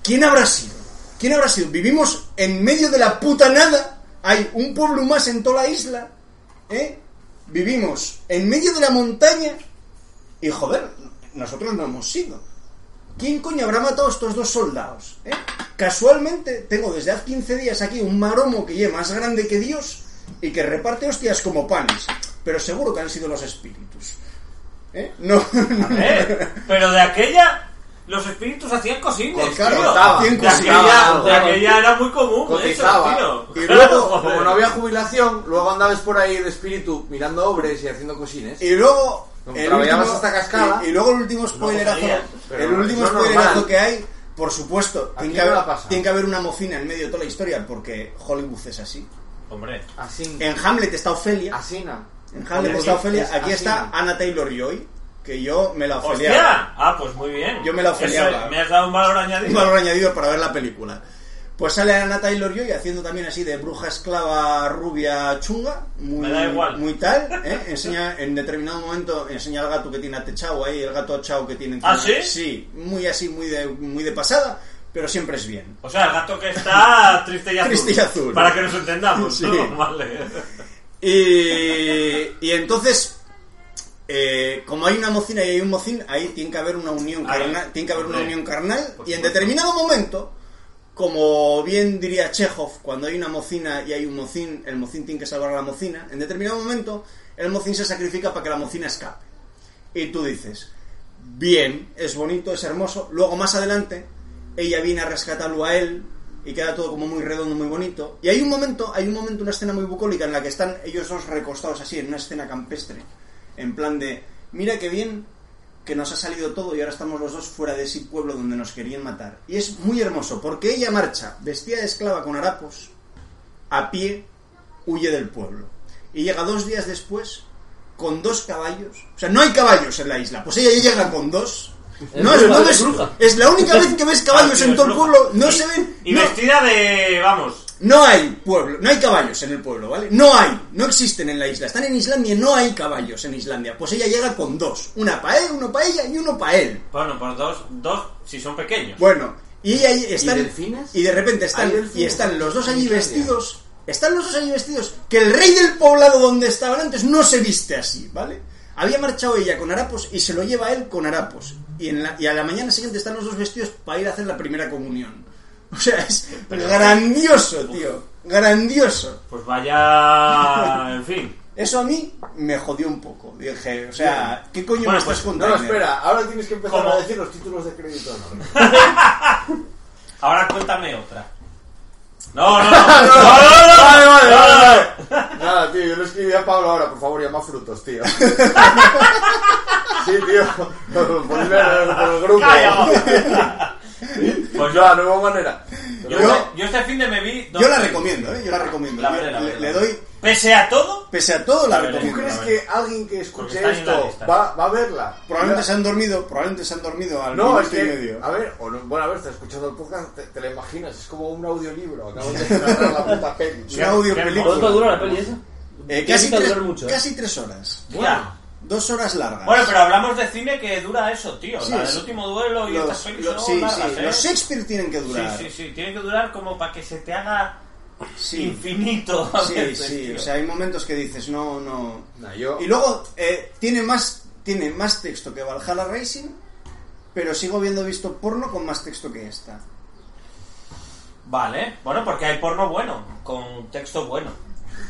Speaker 5: ¿quién habrá sido? ¿Quién habrá sido? Vivimos en medio de la puta nada. Hay un pueblo más en toda la isla. ¿eh? Vivimos en medio de la montaña. Y joder, nosotros no hemos sido. ¿Quién coño habrá matado a estos dos soldados? eh? Casualmente tengo desde hace 15 días aquí un maromo que lleva más grande que Dios y que reparte hostias como panes. Pero seguro que han sido los espíritus. ¿Eh? No, no.
Speaker 4: ¿Eh? Pero de aquella, los espíritus hacían cosines.
Speaker 5: Claro,
Speaker 4: tío.
Speaker 5: costaban,
Speaker 4: de,
Speaker 8: costaban
Speaker 4: aquella,
Speaker 8: algo.
Speaker 4: de aquella era muy común
Speaker 8: Cotizaba.
Speaker 4: eso, tío.
Speaker 5: Y
Speaker 4: Claro,
Speaker 5: luego,
Speaker 4: joder.
Speaker 8: Como no había jubilación, luego andabas por ahí de espíritu mirando obres y haciendo cosines.
Speaker 5: Y luego.
Speaker 8: Como trabajabas hasta cascada.
Speaker 5: y, y luego el último spoilerazo.
Speaker 4: sabía,
Speaker 8: pero
Speaker 5: el último
Speaker 8: es lo
Speaker 5: spoilerazo
Speaker 8: normal.
Speaker 5: que hay, por supuesto,
Speaker 8: Aquí
Speaker 5: tiene que,
Speaker 8: no la
Speaker 5: haber,
Speaker 8: pasa.
Speaker 5: tiene que haber una mocina en medio de toda la historia porque Hollywood es así.
Speaker 4: Hombre,
Speaker 8: Así.
Speaker 5: En Hamlet está Ofelia.
Speaker 8: Asina.
Speaker 5: En Hamlet
Speaker 4: Hombre,
Speaker 5: está Ofelia.
Speaker 8: es así.
Speaker 5: Aquí está Anna Taylor Joy, que yo me la
Speaker 4: ¡hostia!
Speaker 5: ofeliaba.
Speaker 4: Ah, pues muy bien.
Speaker 5: Yo me la
Speaker 4: Eso,
Speaker 5: ofeliaba.
Speaker 4: Me has dado un valor
Speaker 5: Un
Speaker 4: añadido.
Speaker 5: valor añadido para ver la película. Pues sale Anna Taylor Joy haciendo también así de bruja esclava rubia chunga, muy,
Speaker 4: Me da igual.
Speaker 5: muy tal. ¿eh? Enseña, en determinado momento enseña al gato que tiene atechado ahí, el gato chao que tiene encima.
Speaker 4: ¿Ah, sí?
Speaker 5: Sí, muy así, muy de, muy de pasada, pero siempre es bien.
Speaker 4: O sea, el gato que está triste y azul.
Speaker 5: Triste y azul.
Speaker 4: Para que nos entendamos,
Speaker 5: Sí.
Speaker 4: ¿no? Vale.
Speaker 5: Y, y entonces, eh, como hay una mocina y hay un mocín, ahí tiene que haber una unión
Speaker 4: Ahí.
Speaker 5: carnal, tiene que haber una
Speaker 4: Hombre.
Speaker 5: unión carnal
Speaker 4: Por
Speaker 5: y en
Speaker 4: supuesto.
Speaker 5: determinado momento como bien diría Chekhov, cuando hay una mocina y hay un mocín, el mocín tiene que salvar a la mocina, en determinado momento el mocín se sacrifica para que la mocina escape. Y tú dices, bien, es bonito, es hermoso. Luego más adelante, ella viene a rescatarlo a él y queda todo como muy redondo, muy bonito. Y hay un momento, hay un momento, una escena muy bucólica en la que están ellos dos recostados así, en una escena campestre, en plan de, mira qué bien que nos ha salido todo y ahora estamos los dos fuera de ese pueblo donde nos querían matar. Y es muy hermoso, porque ella marcha, vestida de esclava con harapos, a pie, huye del pueblo. Y llega dos días después con dos caballos. O sea, no hay caballos en la isla. Pues ella ya llega con dos.
Speaker 3: Es
Speaker 5: no,
Speaker 3: bruja,
Speaker 5: no
Speaker 3: es
Speaker 5: ves-
Speaker 3: bruja.
Speaker 5: es la única vez que ves caballos
Speaker 4: <laughs> Ah,
Speaker 5: en
Speaker 4: tío,
Speaker 5: todo el
Speaker 4: es bruja.
Speaker 5: pueblo. No
Speaker 4: Y-
Speaker 5: se ven.
Speaker 4: Y
Speaker 5: no-
Speaker 4: vestida de. Vamos.
Speaker 5: no hay pueblo, no hay caballos en el pueblo, ¿vale? No hay, no existen en la isla. Están en Islandia, no hay caballos en Islandia. Pues ella llega con dos, una para él, uno para ella y uno para él.
Speaker 4: Bueno, pues dos, dos si son pequeños.
Speaker 5: Bueno, y ella ahí están
Speaker 8: ¿Y delfines?
Speaker 5: y de repente están
Speaker 8: ¿Hay delfines?
Speaker 5: y están los dos allí
Speaker 8: Islandia.
Speaker 5: vestidos, están los dos allí vestidos que el rey del poblado donde estaban antes no se viste así, ¿vale? Había marchado ella con harapos y se lo lleva él con harapos. Y, en la- y a la mañana siguiente están los dos vestidos para ir a hacer la primera comunión. <laughs> O sea, es grandioso, tío. Grandioso.
Speaker 4: Pues vaya. En fin.
Speaker 5: Eso a mí me jodió un poco. Dije, o sea, ¿qué coño me
Speaker 4: Bueno,
Speaker 5: estás
Speaker 4: pues,
Speaker 5: contando?
Speaker 6: No, espera, ahora tienes que empezar
Speaker 4: ¿Cómo?
Speaker 6: a decir los títulos de crédito. ¿no?
Speaker 4: Ahora cuéntame otra. No, no, no, no, no, no.
Speaker 6: Vale, vale, vale, vale. Nada, tío, yo le escribí a Pablo ahora, por favor, llama frutos, tío. Sí, tío. Ponle en el grupo.
Speaker 4: Calla. Pues
Speaker 6: Pues
Speaker 4: yo,
Speaker 6: ya, no hubo manera.
Speaker 4: yo,
Speaker 5: Yo-
Speaker 4: yo este fin de me vi. dos
Speaker 5: Yo la
Speaker 4: películas.
Speaker 5: recomiendo, ¿eh? Yo la recomiendo.
Speaker 4: La
Speaker 5: Yo
Speaker 4: veré, la
Speaker 5: le,
Speaker 4: veré,
Speaker 5: le
Speaker 4: la veré.
Speaker 5: doy,
Speaker 4: Pese a todo,
Speaker 5: pese a todo, la
Speaker 4: La veré.
Speaker 6: ¿Tú
Speaker 5: recomiendo.
Speaker 6: crees
Speaker 5: la
Speaker 6: que
Speaker 5: veré.
Speaker 6: alguien que
Speaker 4: Porque
Speaker 6: escuche
Speaker 4: está en la
Speaker 6: esto
Speaker 4: lista.
Speaker 6: va, va a verla?
Speaker 5: Probablemente
Speaker 6: Mira,
Speaker 5: se han dormido, probablemente se han dormido al
Speaker 6: No,
Speaker 5: minuto
Speaker 6: es que,
Speaker 5: y medio.
Speaker 6: a ver, o no- bueno, a ver, estás escuchando el podcast, te, te lo imaginas, es como un audiolibro, acabas de narrar la puta peli.
Speaker 5: Es una audio
Speaker 3: ¿Cuánto
Speaker 5: película. Eh,
Speaker 3: dura la peli esa?
Speaker 5: casi,
Speaker 3: Tiene que
Speaker 5: tres,
Speaker 3: durar mucho, ¿eh?
Speaker 5: casi tres horas.
Speaker 4: ya.
Speaker 5: Dos horas largas.
Speaker 4: Bueno, pero hablamos de cine que dura eso, tío.
Speaker 5: Sí,
Speaker 4: la
Speaker 5: sí.
Speaker 4: del último duelo y estas
Speaker 5: los,
Speaker 4: pelis
Speaker 5: los-
Speaker 4: son
Speaker 5: sí,
Speaker 4: largas,
Speaker 5: sí,
Speaker 4: ¿eh?
Speaker 5: los Shakespeare tienen que durar.
Speaker 4: Sí, sí, sí. Tiene que durar como para que se te haga
Speaker 5: Sí,
Speaker 4: infinito. <laughs> a
Speaker 5: sí,
Speaker 4: veces,
Speaker 5: sí,
Speaker 4: tío.
Speaker 5: O sea, hay momentos que dices, no, no.
Speaker 6: Nah, yo-
Speaker 5: Y luego eh, tiene más tiene más texto que Valhalla Racing, pero sigo viendo visto porno con más texto que esta.
Speaker 4: Vale, bueno, porque hay porno bueno, con texto bueno.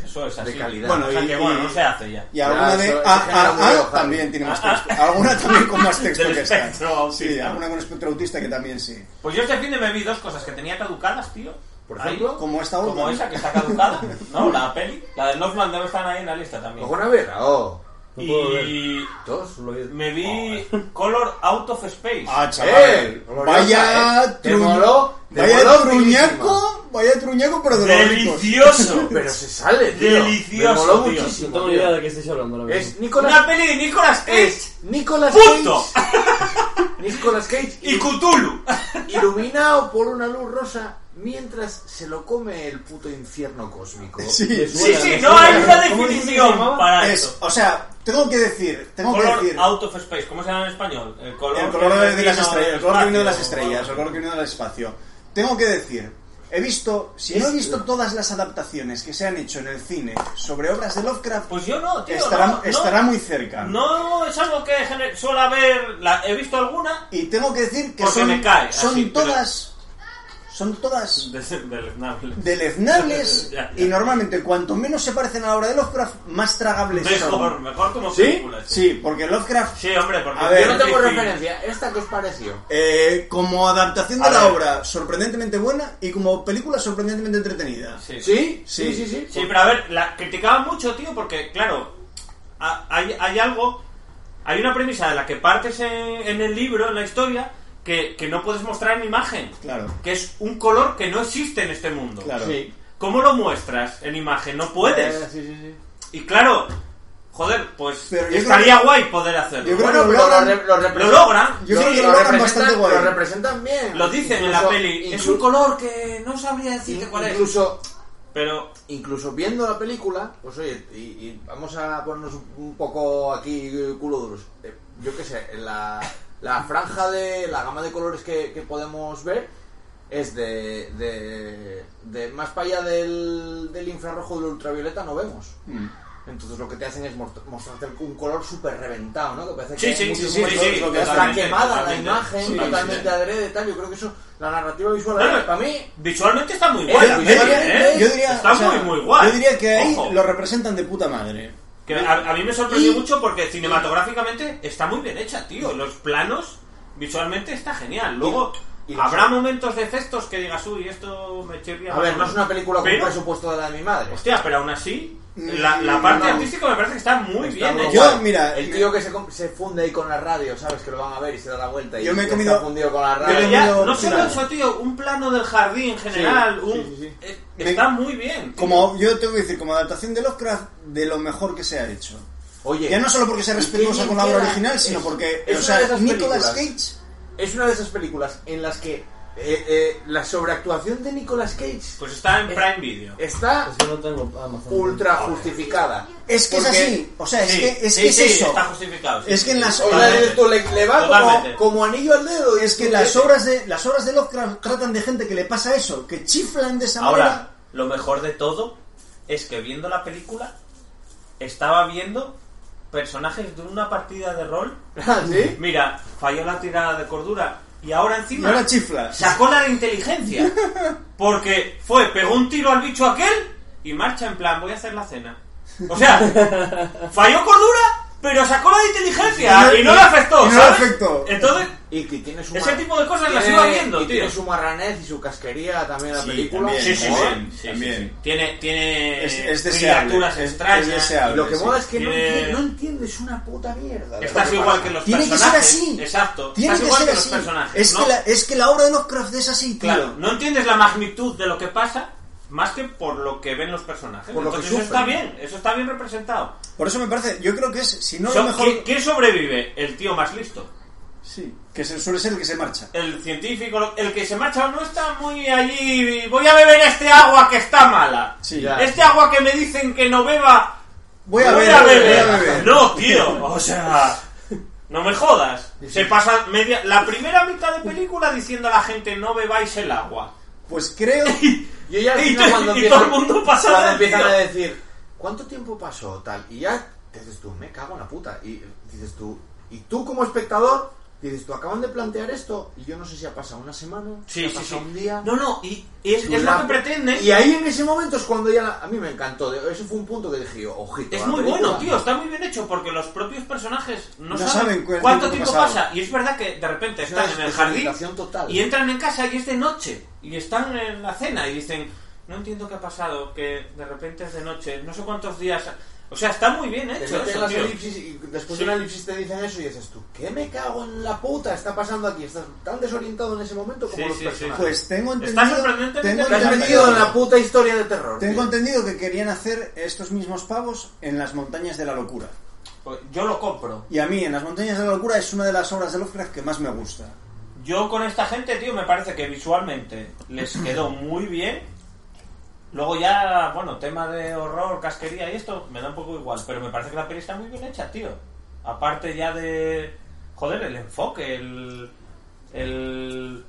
Speaker 4: Eso es así.
Speaker 8: De calidad.
Speaker 4: Bueno, o sea
Speaker 5: y-
Speaker 4: que
Speaker 5: y-
Speaker 4: bueno, no se hace ya.
Speaker 5: Y alguna
Speaker 6: eso-
Speaker 5: de
Speaker 6: eso
Speaker 5: A,
Speaker 6: genera
Speaker 5: A,
Speaker 6: muy
Speaker 5: A
Speaker 6: ojal.
Speaker 5: también tiene más texto. Alguna también con más texto
Speaker 4: Del
Speaker 5: que esta.
Speaker 4: espectro autista.
Speaker 5: Sí, alguna con espectro autista que también sí.
Speaker 4: Pues yo este fin de me vi dos cosas que tenía caducadas, tío.
Speaker 6: Por
Speaker 4: Ahí.
Speaker 6: ejemplo,
Speaker 5: Como esta
Speaker 4: como
Speaker 5: última.
Speaker 4: esa que está caducada, ¿no? La peli. La de Northman debe estar ahí en la lista también.
Speaker 6: Ojo, una verla, oh.
Speaker 3: No puedo ver.
Speaker 4: Y
Speaker 6: Dos, lo Oh, he-
Speaker 4: me vi Color Out of Space.
Speaker 5: Ah,
Speaker 6: ¡Eh!
Speaker 5: chaval.
Speaker 6: gloriosa,
Speaker 5: vaya
Speaker 6: eh. Te
Speaker 5: truñ-
Speaker 6: moló, te
Speaker 5: Vaya
Speaker 6: moló
Speaker 5: truñaco. Vaya truñaco, pero de los ricos.
Speaker 4: Delicioso.
Speaker 6: Pero se sale, tío.
Speaker 4: Delicioso,
Speaker 6: Me
Speaker 4: tío.
Speaker 6: moló
Speaker 3: No
Speaker 6: muchísimo.
Speaker 3: tengo ni
Speaker 6: tío.
Speaker 3: idea de qué estáis hablando, la verdad.
Speaker 6: Es
Speaker 4: Una
Speaker 6: Nicolas,
Speaker 4: peli de Nicolas Cage
Speaker 6: es Nicolas
Speaker 4: Punto.
Speaker 6: Cage. <laughs> Nicolas Cage
Speaker 4: y
Speaker 6: ilu-
Speaker 4: Cthulhu.
Speaker 6: iluminado por una luz rosa mientras se lo come el puto infierno cósmico.
Speaker 5: Sí,
Speaker 4: Sí, sí, no hay una definición para
Speaker 5: Es,
Speaker 4: eso.
Speaker 5: o sea, tengo que decir, tengo que
Speaker 4: Color
Speaker 5: decir
Speaker 4: Out of Space, ¿cómo se llama en español? El color,
Speaker 5: el color de, las estrellas, el color que viene de las
Speaker 4: espacio,
Speaker 5: estrellas, el color que viene del espacio. Tengo que decir, he visto, si no he visto todas las adaptaciones que se han hecho en el cine sobre obras de Lovecraft,
Speaker 4: Pues yo no, tío.
Speaker 5: estará,
Speaker 4: no, no,
Speaker 5: estará muy cerca.
Speaker 4: No, es algo que gener- suele haber. la- he visto alguna.
Speaker 5: Y tengo que decir que
Speaker 4: Porque
Speaker 5: son,
Speaker 4: me cae,
Speaker 5: son
Speaker 4: así, pero-
Speaker 5: todas, son todas
Speaker 4: Deleznable.
Speaker 5: deleznables
Speaker 4: Ya, ya.
Speaker 5: y normalmente cuanto menos se parecen a la obra de Lovecraft, más tragables
Speaker 4: Mejor,
Speaker 5: son.
Speaker 4: mejor como
Speaker 6: ¿Sí?
Speaker 4: película.
Speaker 5: Sí, porque Lovecraft
Speaker 4: Sí, hombre, porque.
Speaker 5: A ver,
Speaker 4: yo
Speaker 6: No tengo
Speaker 4: sí, sí.
Speaker 6: referencia. ¿Esta qué os pareció?
Speaker 5: Eh, como adaptación de
Speaker 4: A
Speaker 5: la
Speaker 4: ver.
Speaker 5: obra sorprendentemente buena y como película sorprendentemente entretenida.
Speaker 4: Sí.
Speaker 6: ¿Sí?
Speaker 5: Sí.
Speaker 6: Sí, sí, sí.
Speaker 4: Sí, pero a ver, la criticaban mucho, tío, porque, claro, a- hay, hay algo, hay una premisa de la que partes en, en el libro, en la historia, que, que no puedes mostrar en imagen.
Speaker 5: Claro.
Speaker 4: Que es un color que no existe en este mundo.
Speaker 5: Claro.
Speaker 6: Sí.
Speaker 4: ¿Cómo lo muestras en imagen? No puedes.
Speaker 6: Eh, sí, sí, sí.
Speaker 4: Y claro, joder, pues
Speaker 5: Pero yo
Speaker 4: estaría
Speaker 5: creo-
Speaker 4: guay poder hacerlo.
Speaker 5: yo creo
Speaker 6: Bueno,
Speaker 5: que
Speaker 6: pero
Speaker 5: logran-
Speaker 6: lo, re- lo representan-
Speaker 4: Lo logran.
Speaker 5: Yo
Speaker 6: lo-
Speaker 5: creo que
Speaker 6: lo
Speaker 5: lo logran
Speaker 6: representan-
Speaker 5: bastante guay.
Speaker 6: Lo representan bien.
Speaker 4: Lo dicen en la
Speaker 6: Incluso-
Speaker 4: peli. Es
Speaker 6: inclu-
Speaker 4: un color que no sabría decirte cuál es.
Speaker 6: Incluso,
Speaker 4: Pero
Speaker 6: incluso viendo la película, pues oye, y, y vamos a ponernos un- un poco aquí eh, culo duros. Eh, Yo qué sé, en la, la franja de la gama de colores que, que podemos ver es de,
Speaker 4: Mm.
Speaker 6: de, de más para allá del, del infrarrojo del ultravioleta no vemos. Entonces lo que te hacen es mort- mostrarte el- un color súper reventado, ¿no? Que parece que
Speaker 4: Sí,
Speaker 6: hay
Speaker 4: sí,
Speaker 6: mucho
Speaker 4: sí, sí,
Speaker 6: humor,
Speaker 4: sí,
Speaker 6: lo que está
Speaker 4: totalmente,
Speaker 6: quemada la
Speaker 4: totalmente,
Speaker 6: imagen,
Speaker 4: sí,
Speaker 6: totalmente
Speaker 4: totalmente.
Speaker 6: adrede tal. Yo creo que eso, la narrativa visual,
Speaker 4: Claro.
Speaker 6: para mí,
Speaker 4: Visualmente está muy
Speaker 6: Eh,
Speaker 4: guay.
Speaker 6: yo
Speaker 4: la
Speaker 6: diría-
Speaker 4: serie, ¿eh?
Speaker 5: yo diría,
Speaker 4: está
Speaker 5: o sea,
Speaker 4: muy, muy guay.
Speaker 5: Yo diría que ahí
Speaker 4: Ojo,
Speaker 5: lo representan de puta madre.
Speaker 4: que a, a mí me sorprendió
Speaker 5: Y-
Speaker 4: mucho porque cinematográficamente está muy bien hecha, tío. Los planos visualmente está genial. Luego,
Speaker 6: Y- y los-
Speaker 4: habrá momentos de cestos que digas, uy, esto me chirría.
Speaker 6: a
Speaker 4: más
Speaker 6: ver,
Speaker 4: o
Speaker 6: no es
Speaker 4: menos".
Speaker 6: una película con un
Speaker 4: Pero-
Speaker 6: presupuesto de la de mi madre.
Speaker 4: Hostia, pero aún así,
Speaker 5: Mm,
Speaker 4: la, la parte
Speaker 6: no.
Speaker 4: artística me parece que está muy
Speaker 6: Está
Speaker 4: bien
Speaker 6: muy
Speaker 4: hecha.
Speaker 5: Yo,
Speaker 6: guay.
Speaker 5: mira,
Speaker 6: el
Speaker 5: me-
Speaker 6: tío que se, com- se funde ahí con la radio, ¿sabes? Que lo van a ver y se da la vuelta. Y
Speaker 5: Yo me he
Speaker 6: y
Speaker 5: comido-
Speaker 6: Está fundido con la radio.
Speaker 4: Pero
Speaker 5: Yo
Speaker 4: ya,
Speaker 5: veo
Speaker 4: no solo
Speaker 5: claro.
Speaker 4: eso, tío, un plano del jardín en general, un-
Speaker 5: sí, sí.
Speaker 4: eh,
Speaker 5: Me-
Speaker 4: está muy bien. tío.
Speaker 5: Como yo tengo que decir, como adaptación de Lovecraft, de lo mejor que se ha hecho.
Speaker 6: Oye,
Speaker 5: Ya no solo porque sea
Speaker 6: ¿y
Speaker 5: respetuosa
Speaker 6: qué
Speaker 5: con la obra
Speaker 6: queda?
Speaker 5: original,
Speaker 6: Es-
Speaker 5: sino porque,
Speaker 6: es
Speaker 5: o
Speaker 6: una de
Speaker 5: sea,
Speaker 6: esas
Speaker 5: Nicolas
Speaker 6: películas.
Speaker 5: Cage.
Speaker 6: es una de esas películas en las que eh, eh, la sobreactuación de Nicolas Cage
Speaker 4: Pues está en
Speaker 6: Eh,
Speaker 4: Prime Video.
Speaker 6: está
Speaker 3: Es que no tengo Amazon.
Speaker 6: ultra justificada.
Speaker 5: Es que es
Speaker 6: Porque-
Speaker 5: así, o sea, es
Speaker 4: Sí,
Speaker 5: que es,
Speaker 4: sí,
Speaker 5: que es
Speaker 4: sí,
Speaker 5: eso.
Speaker 4: está justificado. sí,
Speaker 5: Es que en
Speaker 4: sí.
Speaker 5: las-
Speaker 6: O sea,
Speaker 5: Totalmente.
Speaker 6: esto le, le va como,
Speaker 4: Totalmente.
Speaker 6: como anillo al dedo.
Speaker 5: Es que las obras de las obras de Lovecraft tratan de gente que le pasa eso, que chiflan de esa
Speaker 4: Ahora,
Speaker 5: manera.
Speaker 4: lo mejor de todo es que viendo la película estaba viendo personajes de una partida de rol.
Speaker 6: <laughs> Ah, ¿Sí?
Speaker 4: Mira, falló la tirada de cordura y ahora
Speaker 5: Y
Speaker 4: encima
Speaker 5: ahora chiflas.
Speaker 4: sacó la de
Speaker 5: <laughs>
Speaker 4: inteligencia. Porque fue, pegó un tiro al bicho aquel y marcha en plan, voy a hacer la cena.
Speaker 5: <laughs>
Speaker 4: O sea, falló cordura, pero sacó la de inteligencia
Speaker 5: Y-
Speaker 4: y no la afectó.
Speaker 5: y no la
Speaker 4: ¿sabes?
Speaker 5: afectó.
Speaker 4: Entonces,
Speaker 6: Y que tiene su
Speaker 4: Ese
Speaker 6: mar-
Speaker 4: tipo de cosas las
Speaker 6: tiene-
Speaker 4: iba viendo,
Speaker 6: y
Speaker 4: tío.
Speaker 6: Tiene su marranez y su casquería también la
Speaker 5: Sí,
Speaker 6: película.
Speaker 5: también,
Speaker 4: sí, sí,
Speaker 6: Mola.
Speaker 5: también.
Speaker 4: sí, sí, sí, sí. Tiene, tiene
Speaker 5: Es- es deseable,
Speaker 4: criaturas
Speaker 5: es- es
Speaker 4: extrañas.
Speaker 5: deseable.
Speaker 6: Y Lo que
Speaker 5: Sí.
Speaker 6: mola es que no,
Speaker 4: Tiene-
Speaker 6: entiendes, no entiendes una puta mierda. de lo
Speaker 4: Estás igual
Speaker 6: pasa.
Speaker 4: que los
Speaker 5: Tiene que ser
Speaker 4: personajes.
Speaker 5: así.
Speaker 4: Exacto.
Speaker 5: Tiene
Speaker 4: Estás
Speaker 5: que
Speaker 4: igual
Speaker 5: ser
Speaker 4: que los
Speaker 5: así.
Speaker 4: personajes.
Speaker 5: Es
Speaker 4: ¿no?
Speaker 5: que la es que la obra de Lovecraft es así, tío.
Speaker 4: Claro, no entiendes la magnitud de lo que pasa más que por lo que ven los personajes.
Speaker 6: Por lo que
Speaker 4: Entonces eso
Speaker 6: sufren.
Speaker 4: está bien, eso está bien representado.
Speaker 5: Por eso me parece, yo creo que es si no
Speaker 4: So-
Speaker 5: lo mejor
Speaker 4: ¿quién, quién sobrevive? El tío más listo.
Speaker 5: sí, que se- suele ser el que se marcha.
Speaker 4: El científico, lo- el que se marcha no está muy allí. Voy a beber este agua que está mala.
Speaker 5: Sí.
Speaker 6: Ya.
Speaker 4: Este agua que me dicen que no beba.
Speaker 5: Voy a
Speaker 4: voy
Speaker 5: beber,
Speaker 4: a
Speaker 5: voy a beber.
Speaker 4: No, tío. O sea, no me jodas. Se pasa media, la primera mitad de película diciendo a la gente no bebáis el agua.
Speaker 5: Pues
Speaker 6: <laughs>
Speaker 5: creo
Speaker 6: Yo ya al
Speaker 4: Y
Speaker 6: final
Speaker 4: te-
Speaker 6: cuando
Speaker 4: y
Speaker 6: empiezan-
Speaker 4: todo el mundo pasa
Speaker 6: cuando
Speaker 4: del
Speaker 6: empiezan
Speaker 4: tío.
Speaker 6: a decir ¿cuánto tiempo pasó? tal y ya te dices tú, me cago en la puta y dices tú, y tú como espectador dices tú, acaban de plantear esto y yo no sé si ha pasado una semana si
Speaker 4: Sí,
Speaker 6: ha
Speaker 4: sí,
Speaker 6: pasado
Speaker 4: sí.
Speaker 6: un día
Speaker 4: No, no, y y es,
Speaker 6: tu
Speaker 4: es lo que
Speaker 6: lap-
Speaker 4: pretenden.
Speaker 6: y ahí en ese momento es cuando ya la- a mí me encantó de- eso fue un punto que dije yo, ojito
Speaker 4: Es
Speaker 6: la
Speaker 4: muy
Speaker 6: película.
Speaker 4: bueno, tío, está muy bien hecho porque los propios personajes no,
Speaker 5: No saben
Speaker 4: saben,
Speaker 5: cuál es el
Speaker 4: cuánto
Speaker 5: tiempo
Speaker 4: tiempo
Speaker 5: pasado.
Speaker 4: pasa. Y es verdad que de repente
Speaker 6: Es
Speaker 4: están
Speaker 6: una
Speaker 4: en el jardín
Speaker 6: desorientación total.
Speaker 4: y entran en casa y es de noche y están en la cena y dicen, no entiendo qué ha pasado, que de repente es de noche, no sé cuántos días. ha-". O sea, está muy bien
Speaker 6: Te
Speaker 4: hecho
Speaker 6: meten
Speaker 4: eso,
Speaker 6: las
Speaker 4: tío.
Speaker 6: elipsis y después
Speaker 4: Sí.
Speaker 6: de una elipsis te dicen eso y dices tú, ¿qué me cago en la puta está pasando aquí? Estás tan desorientado en ese momento como
Speaker 4: Sí,
Speaker 6: los
Speaker 4: sí, sí.
Speaker 6: personajes.
Speaker 5: pues tengo
Speaker 4: Está
Speaker 5: entendido
Speaker 4: sorprendentemente
Speaker 5: tengo
Speaker 6: Te has
Speaker 5: entendido-
Speaker 6: metido en la puta historia de terror.
Speaker 5: Tengo
Speaker 6: tío.
Speaker 5: entendido que querían hacer estos mismos pavos en las montañas de la locura.
Speaker 4: Pues Yo lo compro.
Speaker 5: Y a mí, en las montañas de la locura es una de las obras de Lovecraft que más me
Speaker 4: <laughs>
Speaker 5: gusta.
Speaker 4: Yo con esta gente, tío, me parece que visualmente les quedó muy bien. Luego ya, bueno, tema de horror, casquería y esto, me da un poco igual. Pero me parece que la peli está muy bien hecha, tío. Aparte ya de... Joder, el enfoque, el... El...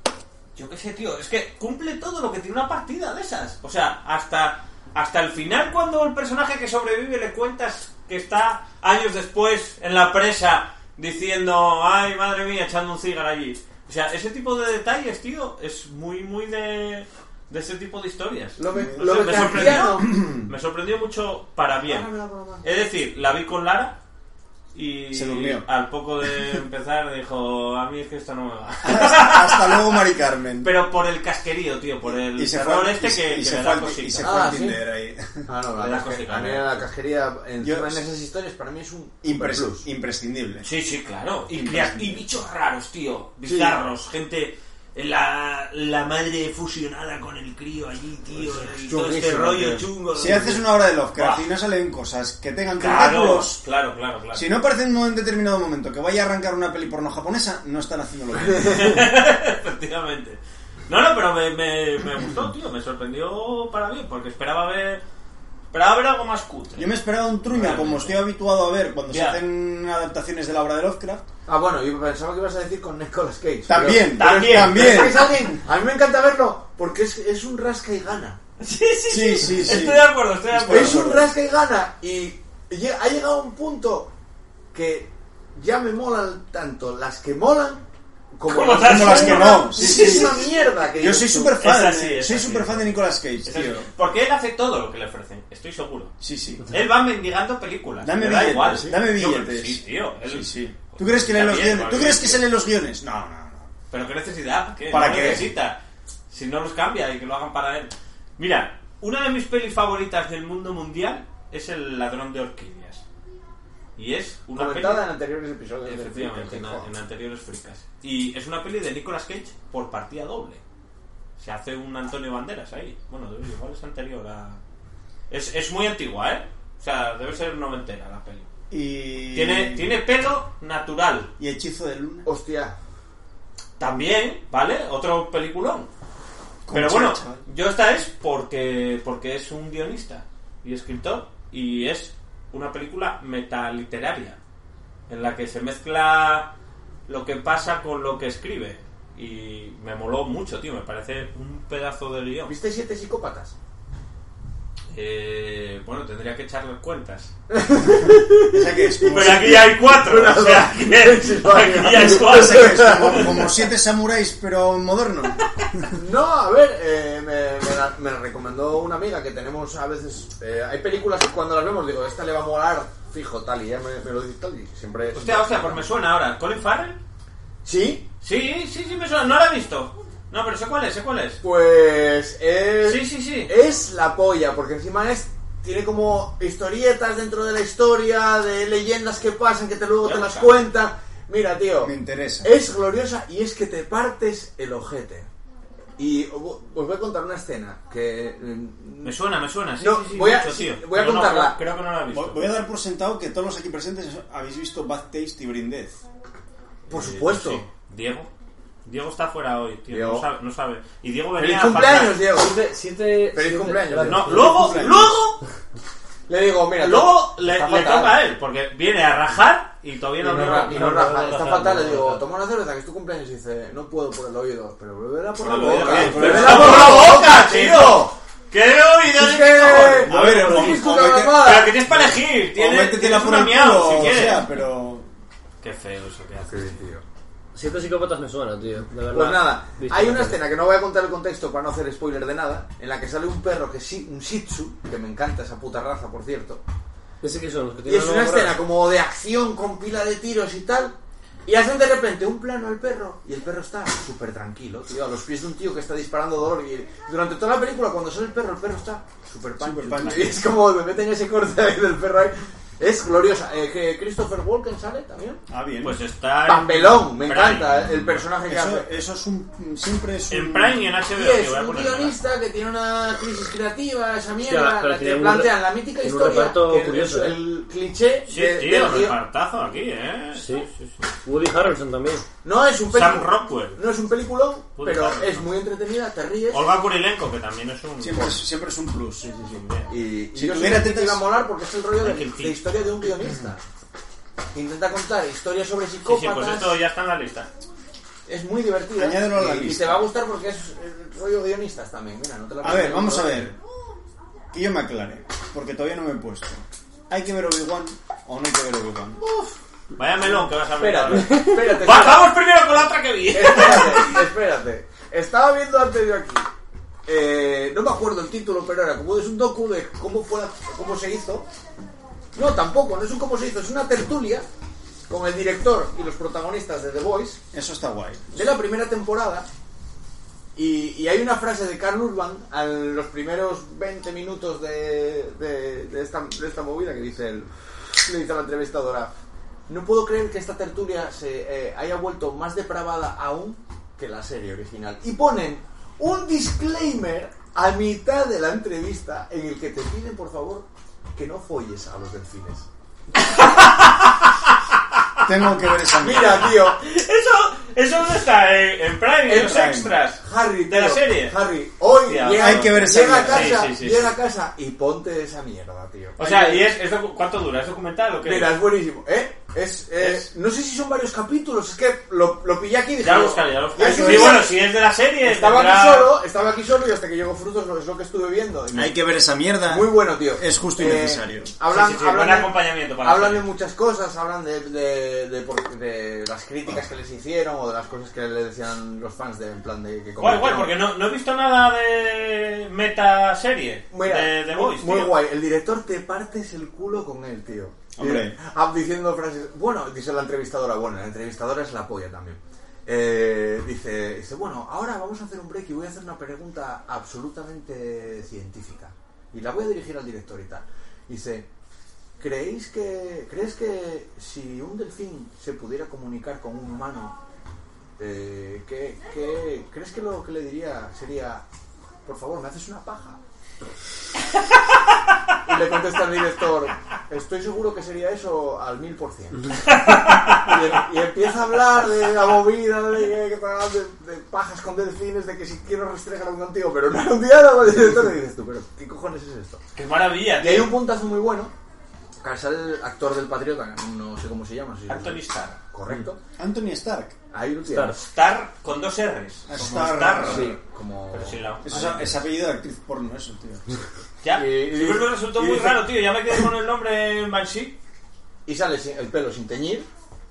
Speaker 4: Yo qué sé, tío. Es que cumple todo lo que tiene una partida de esas. O sea, hasta... Hasta el final cuando el personaje que sobrevive le cuentas que está años después en la presa diciendo, ay, madre mía, echando un cigarro allí. O sea, ese tipo de detalles, tío, es muy, muy de... De ese tipo de historias.
Speaker 6: Lo me-
Speaker 4: No
Speaker 6: lo
Speaker 4: sé,
Speaker 6: me
Speaker 4: <clears throat>
Speaker 6: cambiaron.
Speaker 4: me sorprendió mucho para bien.
Speaker 6: Ahora me la broma.
Speaker 4: Es decir, la vi con Lara y
Speaker 5: Se durmió.
Speaker 4: al poco de empezar dijo, a mí es que esto no me va.
Speaker 5: Hasta, hasta luego, Mari Carmen.
Speaker 4: Pero por el casquerío, tío, por el
Speaker 5: y se
Speaker 4: terror
Speaker 5: fue,
Speaker 4: este
Speaker 5: y, se-
Speaker 4: que,
Speaker 5: y
Speaker 4: que
Speaker 5: se fue,
Speaker 4: le da
Speaker 5: al- y se
Speaker 4: cosita.
Speaker 5: fue al
Speaker 6: Ah, ¿sí?
Speaker 5: Tinder ahí.
Speaker 6: Ah, no,
Speaker 4: Le
Speaker 6: la,
Speaker 4: das
Speaker 6: casquería,
Speaker 4: cosita,
Speaker 6: a mí
Speaker 4: ¿no?
Speaker 6: la casquería en,
Speaker 5: Yo-
Speaker 6: en esas historias para mí es un
Speaker 5: Impres-
Speaker 6: plus.
Speaker 5: imprescindible.
Speaker 4: Sí, sí, claro. Y, crea-
Speaker 5: Imprescindible.
Speaker 4: y bichos raros, tío. Bizarros, gente... La, la madre fusionada con el crío allí, tío.
Speaker 5: Pues,
Speaker 4: y todo este
Speaker 6: chunguísimo,
Speaker 4: rollo
Speaker 6: tío.
Speaker 4: chungo.
Speaker 5: Si haces una obra de Lovecraft
Speaker 4: Buah.
Speaker 5: y no salen cosas que tengan
Speaker 4: Claro,
Speaker 5: tentáculos,
Speaker 4: claro, claro, claro.
Speaker 5: si no aparece en un determinado momento que vaya a arrancar una peli porno japonesa, no están haciendo lo
Speaker 4: <laughs>
Speaker 5: mismo.
Speaker 4: <laughs> Efectivamente. No, no, pero me, me, me gustó, tío. Me sorprendió para bien, porque esperaba ver. Esperaba ver algo más cutre.
Speaker 5: Yo me esperaba un truño,
Speaker 4: Realmente.
Speaker 5: como estoy habituado a ver cuando
Speaker 4: Ya.
Speaker 5: se hacen adaptaciones de la obra de Lovecraft.
Speaker 6: Ah, bueno, yo pensaba que ibas a decir con Nicolas Cage.
Speaker 5: También,
Speaker 6: pero-
Speaker 4: también,
Speaker 6: pero es que es
Speaker 5: también.
Speaker 6: alguien- a mí me encanta verlo porque es, es un rasca y gana.
Speaker 4: Sí, sí,
Speaker 5: Sí, sí, sí.
Speaker 4: Estoy de acuerdo, estoy de acuerdo.
Speaker 6: Es un rasca y gana y Y llega- Ha llegado un punto que ya me molan tanto las que molan como,
Speaker 4: Como
Speaker 6: las,
Speaker 4: las
Speaker 5: Como las que no. Sí, sí,
Speaker 6: Es
Speaker 5: sí.
Speaker 6: una mierda que
Speaker 5: Yo soy súper fan.
Speaker 4: Es así,
Speaker 5: eh.
Speaker 4: es
Speaker 5: soy
Speaker 4: así.
Speaker 5: súper fan de Nicolas Cage, tío.
Speaker 4: Porque él hace todo lo que le ofrecen, estoy seguro.
Speaker 5: Sí, sí.
Speaker 4: Él va mendigando películas.
Speaker 5: Dame
Speaker 4: le da
Speaker 5: billetes,
Speaker 4: igual.
Speaker 5: sí. dame
Speaker 4: Yo-
Speaker 5: billetes.
Speaker 4: sí, tío. él-
Speaker 5: Sí, sí. ¿Tú crees que leen los
Speaker 4: También,
Speaker 5: guiones? ¿Tú
Speaker 4: vale,
Speaker 5: crees que
Speaker 4: tío.
Speaker 5: se leen los guiones? No, no, no.
Speaker 4: Pero qué necesidad, ¿Qué?
Speaker 5: ¿Para
Speaker 4: no
Speaker 5: qué?
Speaker 4: necesita. Si no los cambia y que lo hagan para él. Mira, una de mis pelis favoritas del mundo mundial es El ladrón de orquídeas. Y es una
Speaker 6: comentada en
Speaker 4: peli
Speaker 6: anteriores episodios. del
Speaker 4: efectivamente en,
Speaker 6: Freak Out.
Speaker 4: en anteriores fricas. Y es una peli de Nicolas Cage por partida doble. Se hace un Antonio Banderas ahí. Bueno, igual es anterior a es, es muy antigua, ¿eh? O sea, debe ser noventera la peli.
Speaker 5: Y.
Speaker 4: Tiene, tiene pelo natural
Speaker 5: Y Hechizo de Luna.
Speaker 6: Hostia,
Speaker 4: también, ¿vale? Otro peliculón.
Speaker 5: Concha,
Speaker 4: Pero bueno,
Speaker 5: chaval.
Speaker 4: yo esta es porque, porque es un guionista y escritor y es una película metaliteraria en la que se mezcla lo que pasa con lo que escribe. Y me moló mucho, tío, me parece un pedazo de guión.
Speaker 6: ¿viste siete psicópatas?
Speaker 4: Eh, bueno, tendría que echarle cuentas.
Speaker 5: Esa que es. Como,
Speaker 4: Pero aquí hay cuatro, o sea, aquí, aquí hay
Speaker 5: esa que es
Speaker 4: cuatro.
Speaker 5: como, como siete samuráis, pero moderno.
Speaker 6: No, a ver, eh, me, me la- me la recomendó una amiga que tenemos a veces. eh, hay películas que cuando las vemos digo, esta le va a molar fijo, tal, y ya me, me lo dice tal, y siempre.
Speaker 4: <laughs> Hostia, hostia, pues me suena ahora. ¿Colin Farrell?
Speaker 6: Sí,
Speaker 4: Sí, sí, sí, me suena. No la he visto. No, pero sé cuál es, sé cuál es.
Speaker 6: pues es.
Speaker 4: Sí, sí, sí.
Speaker 6: Es la polla, porque encima es. Tiene como historietas dentro de la historia, de leyendas que pasan, que te luego
Speaker 4: Ya
Speaker 6: te las
Speaker 4: está.
Speaker 6: cuentan. Mira, tío.
Speaker 5: Me interesa.
Speaker 6: Es gloriosa y es que te partes el ojete. Y os vo- os voy a contar una escena que. mm,
Speaker 4: Me suena, me suena. Sí,
Speaker 6: No,
Speaker 4: sí, sí,
Speaker 6: voy a-
Speaker 4: mucho,
Speaker 6: sí,
Speaker 4: tío.
Speaker 6: voy a
Speaker 4: Pero no,
Speaker 6: contarla.
Speaker 4: creo, creo que no la he visto.
Speaker 5: Voy voy a dar por sentado que todos los aquí presentes habéis visto Bad Taste y Brindez.
Speaker 6: Por
Speaker 4: Eh,
Speaker 6: supuesto.
Speaker 4: sí. Diego. Diego está fuera hoy, tío.
Speaker 6: Diego.
Speaker 4: No, sabe, no sabe. Y Diego venía
Speaker 6: ¡Feliz
Speaker 4: a
Speaker 6: cumpleaños,
Speaker 4: faltar.
Speaker 6: Diego!
Speaker 7: Siete, siete,
Speaker 6: Feliz
Speaker 7: siete-
Speaker 6: cumpleaños.
Speaker 7: vale.
Speaker 4: No, luego,
Speaker 5: cumpleaños.
Speaker 4: luego,
Speaker 6: Le digo, mira,
Speaker 4: luego
Speaker 6: tú-
Speaker 4: le,
Speaker 6: está
Speaker 4: le
Speaker 6: fatal.
Speaker 4: toca a él, porque viene a rajar y todavía
Speaker 6: Y
Speaker 4: no,
Speaker 6: no,
Speaker 4: no-
Speaker 6: ra- y no
Speaker 4: no-
Speaker 6: raja,
Speaker 4: no-
Speaker 6: está
Speaker 4: no-
Speaker 6: fatal.
Speaker 4: no-
Speaker 6: Le digo, toma una cerveza, que es tu cumpleaños. Y dice, no puedo por el oído. Pero bebela por la
Speaker 4: Por el oído,
Speaker 6: boca.
Speaker 4: bien,
Speaker 6: Bebela
Speaker 4: bébela
Speaker 6: por la boca, tío.
Speaker 4: ¡Qué oído!
Speaker 6: Es que-
Speaker 4: A ver,
Speaker 5: o-
Speaker 6: es
Speaker 5: o
Speaker 6: una
Speaker 5: vete-
Speaker 6: mamada.
Speaker 4: pero que tienes para elegir.
Speaker 5: o
Speaker 4: Tienes,
Speaker 5: métetela
Speaker 4: tienes
Speaker 5: por
Speaker 4: una
Speaker 5: el
Speaker 4: miau,
Speaker 5: culo,
Speaker 4: si
Speaker 5: o
Speaker 4: quieres.
Speaker 5: sea, pero...
Speaker 4: Qué feo eso que hace.
Speaker 7: Siete psicópatas me suena, tío. De verdad.
Speaker 6: Pues nada,
Speaker 7: Visto
Speaker 6: hay
Speaker 7: la
Speaker 6: una
Speaker 7: tele.
Speaker 6: escena que no voy a contar el contexto para no hacer spoiler de nada, en la que sale un perro que sí, un Shih Tzu, que me encanta esa puta raza, por cierto.
Speaker 7: Ese que son los que
Speaker 6: Y
Speaker 7: tienen
Speaker 6: es
Speaker 7: la
Speaker 6: una
Speaker 7: boca
Speaker 6: escena como de acción con pila de tiros y tal. Y hacen de repente un plano al perro y el perro está súper tranquilo, tío, a los pies de un tío que está disparando dolor. Y durante toda la película, cuando sale el perro, el perro está súper pancho.
Speaker 5: Súper pancho.
Speaker 6: tío. Y es como me meten ese corte ahí del perro ahí. Es gloriosa. Eh, que Christopher Walken sale también.
Speaker 5: Ah, bien.
Speaker 4: Pues está. en-
Speaker 6: Papelón, me
Speaker 4: Prime.
Speaker 6: encanta eh, el personaje que
Speaker 5: eso,
Speaker 6: hace.
Speaker 5: eso es un... Siempre es un...
Speaker 4: En Prime y en HBO.
Speaker 6: Y
Speaker 4: tío,
Speaker 6: es
Speaker 4: voy a
Speaker 6: un
Speaker 4: ponerla.
Speaker 6: guionista que tiene una crisis creativa, esa
Speaker 7: Hostia,
Speaker 6: mierda,
Speaker 7: pero
Speaker 6: la- te
Speaker 7: tiene un
Speaker 6: plantean
Speaker 7: re-
Speaker 6: la mítica
Speaker 7: tiene un
Speaker 6: historia,
Speaker 7: reparto
Speaker 6: que es
Speaker 7: curioso, ¿eh?
Speaker 6: el cliché
Speaker 4: Sí,
Speaker 6: de-
Speaker 4: tío,
Speaker 6: del guion.
Speaker 4: repartazo aquí, ¿eh?
Speaker 7: Sí. Woody Harrelson también.
Speaker 6: no es un
Speaker 4: Sam
Speaker 6: peliculón,
Speaker 4: Rockwell.
Speaker 6: no es un peliculón,
Speaker 4: Puta
Speaker 6: pero
Speaker 4: madre,
Speaker 6: es
Speaker 4: no.
Speaker 6: muy entretenida, te ríes.
Speaker 4: Olga Kurilenko, que también es un.
Speaker 5: Siempre es, siempre es un plus. Sí, sí, sí.
Speaker 6: pues, Y, y
Speaker 5: Si
Speaker 6: yo
Speaker 5: tuviera
Speaker 6: sé que te
Speaker 5: tetas-
Speaker 6: iba a molar porque es el rollo de,
Speaker 4: Tranquil,
Speaker 6: de
Speaker 4: sí.
Speaker 6: historia de un guionista. que Intenta contar historias sobre
Speaker 4: Sí, sí, pues
Speaker 6: psicópatas.
Speaker 4: esto ya está en la lista.
Speaker 6: Es muy divertida.
Speaker 5: Añádelo a la
Speaker 6: y, y
Speaker 5: lista.
Speaker 6: te va a gustar porque es el rollo guionistas también. Mira, no te la
Speaker 5: A ver, vamos a ver. Que yo me aclare, porque todavía no me he puesto. ¿Hay que ver Obi-Wan o no hay que ver Obi-Wan?
Speaker 4: Vaya melón que vas a ver.
Speaker 6: Espérate, espérate.
Speaker 4: <laughs> Va, vamos primero con la otra que vi.
Speaker 6: Eh. Espérate, espérate. Estaba viendo antes yo aquí. eh, no me acuerdo el título, pero era como es un docu de cómo, fue, la- cómo se hizo. No, tampoco, no es un cómo se hizo, es una tertulia con el director y los protagonistas de The Voice
Speaker 5: Eso está guay.
Speaker 6: de la primera temporada. Y, y hay una frase de Carl Urban a los primeros 20 minutos de, de- de esta, de esta movida que dice él, le dice a la entrevistadora, no puedo creer que esta tertulia se eh, haya vuelto más depravada aún que la serie original. Y ponen un disclaimer a mitad de la entrevista en el que te piden, por favor, que no folles a los delfines.
Speaker 5: Tengo que ver esa mierda.
Speaker 6: Mira, tío,
Speaker 4: Eso Eso no está en, en Prime, en los
Speaker 6: Prime.
Speaker 4: extras.
Speaker 6: Harry,
Speaker 4: de la
Speaker 6: tío,
Speaker 4: serie.
Speaker 6: Harry, hoy
Speaker 4: Hostia,
Speaker 6: llega,
Speaker 5: hay que ver esa
Speaker 6: llega a
Speaker 5: mierda.
Speaker 6: casa,
Speaker 4: Sí, sí, sí.
Speaker 6: llega a casa y ponte esa mierda, tío.
Speaker 4: O sea, ¿y es, es docu- cuánto dura? ¿Es documental o qué?
Speaker 6: Mira, es buenísimo, ¿eh? Es, eh,
Speaker 4: Es-
Speaker 6: No sé si son varios capítulos, es que lo, lo pillé aquí y dije...
Speaker 4: ya lo buscaré, ya lo buscaré.
Speaker 6: Hay que
Speaker 4: Sí,
Speaker 6: ver-
Speaker 4: bueno, si es de la serie,
Speaker 6: Estaba
Speaker 4: tendrá-
Speaker 6: aquí solo, estaba aquí solo y hasta que llegó Frutos lo- es lo que estuve viendo. Y me-
Speaker 5: Hay que ver esa mierda.
Speaker 6: Muy bueno, tío.
Speaker 5: Es justo y
Speaker 6: Eh,
Speaker 5: necesario.
Speaker 6: Hablan,
Speaker 4: Sí, sí, sí,
Speaker 6: hablan
Speaker 4: buen
Speaker 6: de-
Speaker 4: acompañamiento para
Speaker 6: hablan
Speaker 4: la
Speaker 6: de
Speaker 4: serie.
Speaker 6: muchas cosas, hablan de, de- de por- de las críticas que les hicieron o de las cosas que le decían los fans de, en plan de que
Speaker 4: Guay, guay,
Speaker 6: comentaron.
Speaker 4: porque no, no he visto nada de meta serie
Speaker 6: Mira,
Speaker 4: de The
Speaker 6: muy-
Speaker 4: Voice.
Speaker 6: Muy
Speaker 4: tío.
Speaker 6: guay. El director te partes el culo con él, tío.
Speaker 5: Hombre.
Speaker 6: Ah, Diciendo frases. Bueno, dice la entrevistadora. Bueno, la entrevistadora es la polla también. Eh, dice, dice, bueno, ahora vamos a hacer un break y voy a hacer una pregunta absolutamente científica. Y la voy a dirigir al director y tal. Dice, ¿creéis que, ¿crees que si un delfín se pudiera comunicar con un humano, eh, ¿qué, qué- crees que lo que le diría sería, por favor, me haces una paja? Y le contesta el director, estoy seguro que sería eso al mil por cien. Y- Y empieza a hablar de la movida, de, que- que tal, de- de pajas con delfines, de que si quiero restregarlo contigo, pero no era un diálogo. Y entonces dices tú, pero ¿qué cojones es esto?
Speaker 4: Qué maravilla,
Speaker 6: Y hay
Speaker 4: tío.
Speaker 6: un puntazo muy bueno, que al ser el actor del Patriota, no sé cómo se llama. si-
Speaker 4: Anthony Starr.
Speaker 6: Correcto.
Speaker 5: Anthony Stark.
Speaker 6: Ahí lo tienes.
Speaker 4: Starr con dos R's. Como
Speaker 5: Starr.
Speaker 6: Sí, como...
Speaker 4: Pero sin la-
Speaker 5: Eso es, es apellido de actriz porno, eso, tío.
Speaker 4: Ya,
Speaker 6: Y- y-
Speaker 4: sí, pero me resultó
Speaker 6: y
Speaker 4: muy
Speaker 6: dice-
Speaker 4: raro, tío. Ya me quedé con el nombre en Banshee.
Speaker 6: Y sale sin- el pelo sin teñir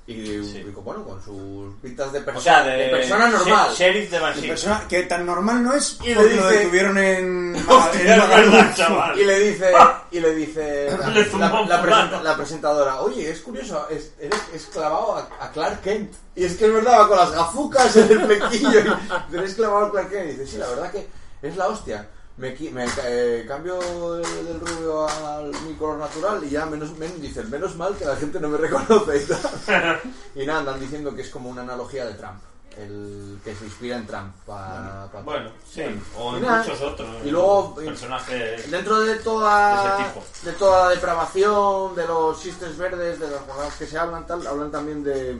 Speaker 6: y,
Speaker 4: Sí.
Speaker 6: y, bueno, con sus pintas de, perso-
Speaker 4: O sea, de,
Speaker 6: de persona normal.
Speaker 4: She- Sheriff de
Speaker 5: De
Speaker 4: Banshee. <laughs>
Speaker 5: persona que tan normal no es
Speaker 6: Y le
Speaker 5: porque lo
Speaker 6: dice-
Speaker 5: detuvieron en, en
Speaker 4: Hostia, es verdad,
Speaker 5: Magaluf.
Speaker 4: chaval. Ah.
Speaker 6: Y le
Speaker 4: <laughs>
Speaker 6: dice, y le dice la,
Speaker 4: Le zumbó
Speaker 6: la-
Speaker 4: un
Speaker 6: la presenta-
Speaker 4: fulano.
Speaker 6: la presentadora, oye, es curioso, es, eres esclavado a, a Clark Kent. Y es que es verdad, va con las gafucas en el flequillo. y- <laughs> Eres esclavado a Clark Kent. Y dice, sí, la verdad que es la hostia. Me, qui- me ca- eh, cambio del, del rubio al mi color natural y ya menos, men- dice, menos mal que la gente no me reconoce. Y,
Speaker 4: <laughs>
Speaker 6: tal. Y nada, andan diciendo que es como una analogía de Trump. El que se inspira en Trump. pa- pa-
Speaker 4: Bueno, sí. O
Speaker 6: Y
Speaker 4: en
Speaker 6: nada.
Speaker 4: muchos otros.
Speaker 6: Y luego-
Speaker 4: Personajes.
Speaker 6: Dentro de
Speaker 4: De
Speaker 6: toda
Speaker 4: ese tipo.
Speaker 6: de toda la depravación, de los chistes verdes, de las jornadas que se hablan, tal, hablan también de,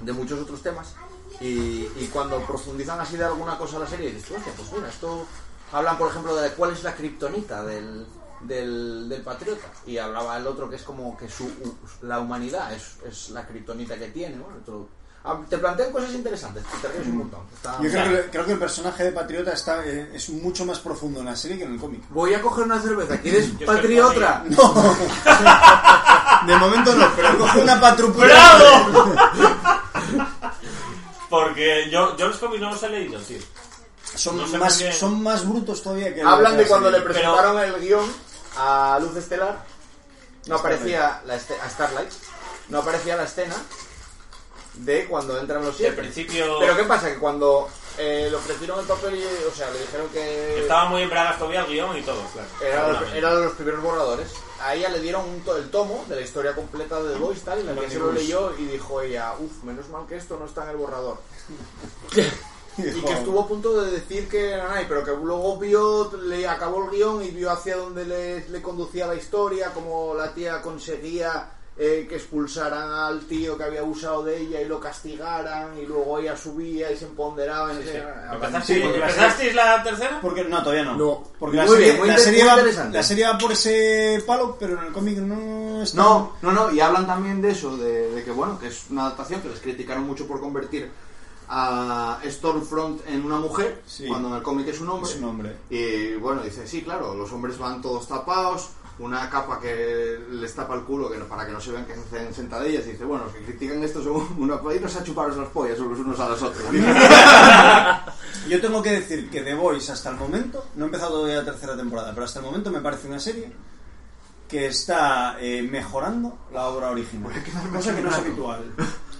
Speaker 6: de muchos otros temas. Y, y cuando profundizan así de alguna cosa la serie, dices, "Hostia, pues mira, esto hablan por ejemplo de cuál es la kriptonita del, del, del patriota. Y hablaba el otro que es como que su, la humanidad es, es la kriptonita que tiene. Bueno, todo- ah, te plantean cosas interesantes, te ríes un montón. Está-
Speaker 5: Yo creo que, el- creo que el personaje de Patriota está, eh, es mucho más profundo en la serie que en el cómic. <laughs>
Speaker 6: Voy a coger una cerveza, ¿quieres
Speaker 4: estoy
Speaker 6: patriota?
Speaker 5: De momento no, pero coge una patrupura.
Speaker 6: <laughs>
Speaker 4: ¡Bravo! Porque yo, yo los cómics no los he leído, tío.
Speaker 5: Son,
Speaker 4: No sé
Speaker 5: más,
Speaker 4: por qué.
Speaker 5: son más brutos todavía que...
Speaker 6: Hablan
Speaker 5: que
Speaker 6: de
Speaker 5: la
Speaker 6: cuando le
Speaker 5: serie.
Speaker 6: presentaron el guión a Luz Estelar. No aparecía la este- a Starlight. No aparecía la escena de cuando entran los
Speaker 4: Al
Speaker 6: siete.
Speaker 4: principio
Speaker 6: Pero ¿qué pasa? Que cuando eh, le ofrecieron el papel, y, o sea, le dijeron que
Speaker 4: estaba muy en bragas todavía el guión y todo, claro.
Speaker 6: era,
Speaker 4: Seguramente.
Speaker 6: era de los primeros borradores, a ella le dieron un to- el tomo de la historia completa de The Voice, tal, y la que se lo leyó y dijo ella, uff, menos mal que esto no está en el borrador. Y que estuvo a punto de decir que era Nanai, pero que luego vio, le acabó el guión y vio hacia dónde le, le conducía la historia, cómo la tía conseguía eh, que expulsaran al tío que había abusado de ella y lo castigaran, y luego ella subía y se empoderaba. y
Speaker 4: Sí, sí.
Speaker 6: se-
Speaker 4: ¿Empezaste-
Speaker 5: Sí, porque la
Speaker 4: ¿Empezasteis la tercera?
Speaker 5: Porque, no, todavía no.
Speaker 6: No.
Speaker 5: Porque
Speaker 6: Muy
Speaker 5: la, serie,
Speaker 6: bien, muy
Speaker 5: la,
Speaker 6: inter-
Speaker 5: serie
Speaker 6: muy
Speaker 5: va,
Speaker 6: interesante.
Speaker 5: la serie va por ese palo, pero en el cómic no está...
Speaker 8: No, no, no, y hablan también de eso, de, de que bueno, que es una adaptación que les criticaron mucho por convertir a Stormfront en una mujer,
Speaker 5: Sí.
Speaker 8: cuando en el cómic es un hombre.
Speaker 5: Es un hombre.
Speaker 8: Y bueno, dice, sí, claro, los hombres van todos tapados, una capa que les tapa el culo que no- para que no se vean que se hacen sentadillas, y dice, bueno, los que critican esto son <laughs> una irnos a chuparos las pollas los unos a los
Speaker 5: <laughs>
Speaker 8: otros.
Speaker 5: Yo tengo que decir que The Voice hasta el momento, no he empezado todavía la tercera temporada, pero hasta el momento me parece una serie que está eh, mejorando la obra original. Cosa que no es habitual.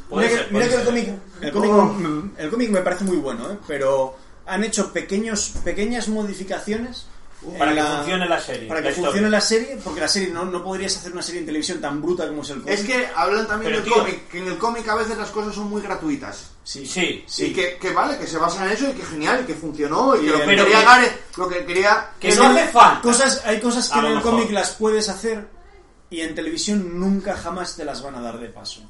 Speaker 4: Puede
Speaker 5: Mira que,
Speaker 4: ser,
Speaker 5: mira
Speaker 4: puede
Speaker 5: que el
Speaker 4: ser,
Speaker 5: cómic,
Speaker 4: ¿eh?
Speaker 5: el cómic, me- el cómic me parece muy bueno, ¿eh? pero han hecho pequeños, pequeñas modificaciones en
Speaker 4: Para que funcione la serie,
Speaker 5: Para que
Speaker 4: la
Speaker 5: funcione
Speaker 4: historia.
Speaker 5: la serie, porque la serie no, no podrías hacer una serie en televisión tan bruta como es el cómic.
Speaker 8: es que hablan también
Speaker 4: Pero,
Speaker 8: del
Speaker 4: tío.
Speaker 8: cómic, que en el cómic a veces las cosas son muy gratuitas.
Speaker 5: sí,
Speaker 4: Sí. eh,
Speaker 8: Y que, que vale, que se basa en eso y que genial, y que funcionó, y que lo que
Speaker 4: pero
Speaker 8: quería
Speaker 4: que-
Speaker 8: Gareth, lo que quería...
Speaker 4: Que no hace falta.
Speaker 5: Cosas, hay cosas que
Speaker 4: A
Speaker 5: en
Speaker 4: lo
Speaker 5: el
Speaker 4: mejor.
Speaker 5: cómic las puedes hacer y en televisión nunca jamás te las van a dar de paso.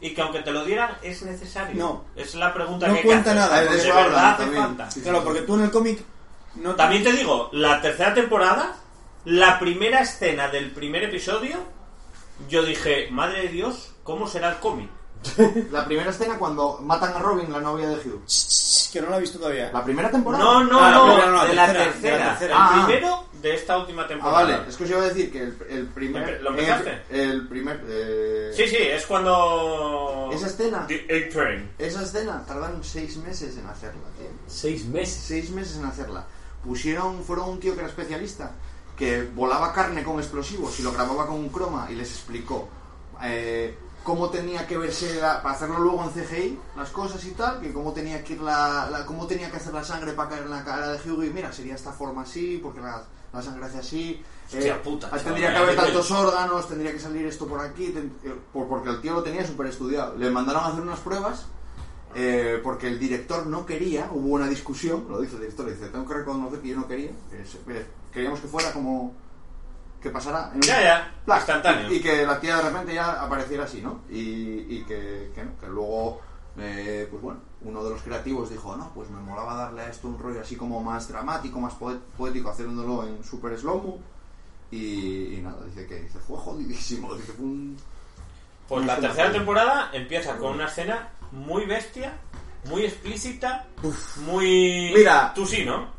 Speaker 4: Y que aunque te lo dieran, es necesario.
Speaker 5: No.
Speaker 4: Es la pregunta
Speaker 5: No
Speaker 4: que hay
Speaker 5: cuenta
Speaker 4: que hacer.
Speaker 5: nada,
Speaker 4: De
Speaker 8: de eso
Speaker 4: verdad
Speaker 8: hablan
Speaker 4: hace
Speaker 8: también.
Speaker 4: falta.
Speaker 8: Sí, sí,
Speaker 5: Claro,
Speaker 8: sí.
Speaker 5: porque tú en el cómic no
Speaker 4: También te digo, la tercera temporada, la primera escena del primer episodio, yo dije, madre de Dios, ¿cómo será el cómic?
Speaker 8: La primera escena cuando matan a Robin, la novia de Hugh.
Speaker 5: que no lo he visto todavía.
Speaker 8: La primera temporada.
Speaker 4: No, no,
Speaker 5: Ah, la
Speaker 4: no,
Speaker 5: primera no, la
Speaker 4: de la
Speaker 5: tercera,
Speaker 4: tercera.
Speaker 5: de la tercera.
Speaker 4: El
Speaker 8: Ah.
Speaker 4: primero de esta última
Speaker 8: Ah,
Speaker 4: temporada.
Speaker 8: vale. Es que os iba a decir que el, el primer.
Speaker 4: ¿Lo empezaste?
Speaker 8: El, el primer. eh,
Speaker 4: Sí, sí, es cuando...
Speaker 8: Esa escena.
Speaker 4: The Eight Train.
Speaker 8: Esa escena tardaron seis meses en hacerla, tío.
Speaker 7: Seis meses.
Speaker 8: Seis meses en hacerla. Pusieron. Fueron un tío que era especialista. Que volaba carne con explosivos y lo grababa con un croma y les explicó. eh, cómo tenía que verse la- para hacerlo luego en CGI las cosas y tal que cómo tenía que ir la, la- cómo tenía que hacer la sangre para caer en la cara de Hugo y mira sería esta forma así porque la, la sangre hace así eh,
Speaker 4: Hostia puta, chaval,
Speaker 8: tendría que
Speaker 4: vaya
Speaker 8: haber
Speaker 4: nivel.
Speaker 8: tantos órganos tendría que salir esto por aquí ten- eh, por- porque el tío lo tenía súper estudiado le mandaron a hacer unas pruebas eh, porque el director no quería, hubo una discusión, lo dice el director, dice, tengo que reconocer que yo no quería, que se- que queríamos que fuera como que pasara en un
Speaker 4: Ya, ya,
Speaker 8: Plac.
Speaker 4: instantáneo.
Speaker 8: Y, y que la tía de repente ya apareciera así, ¿no? Y, y que, que no, que luego, eh, pues bueno, uno de los creativos dijo, no, pues me molaba darle a esto un rollo así como más dramático, más poe- poético, haciéndolo en super slow y, y nada, dice que dice, fue jodidísimo, dice, fue un...
Speaker 4: Pues
Speaker 8: No
Speaker 4: la
Speaker 8: sé más
Speaker 4: tercera
Speaker 8: qué.
Speaker 4: temporada empieza con una escena muy bestia, muy explícita, muy...
Speaker 6: Mira.
Speaker 4: Tú sí, ¿no?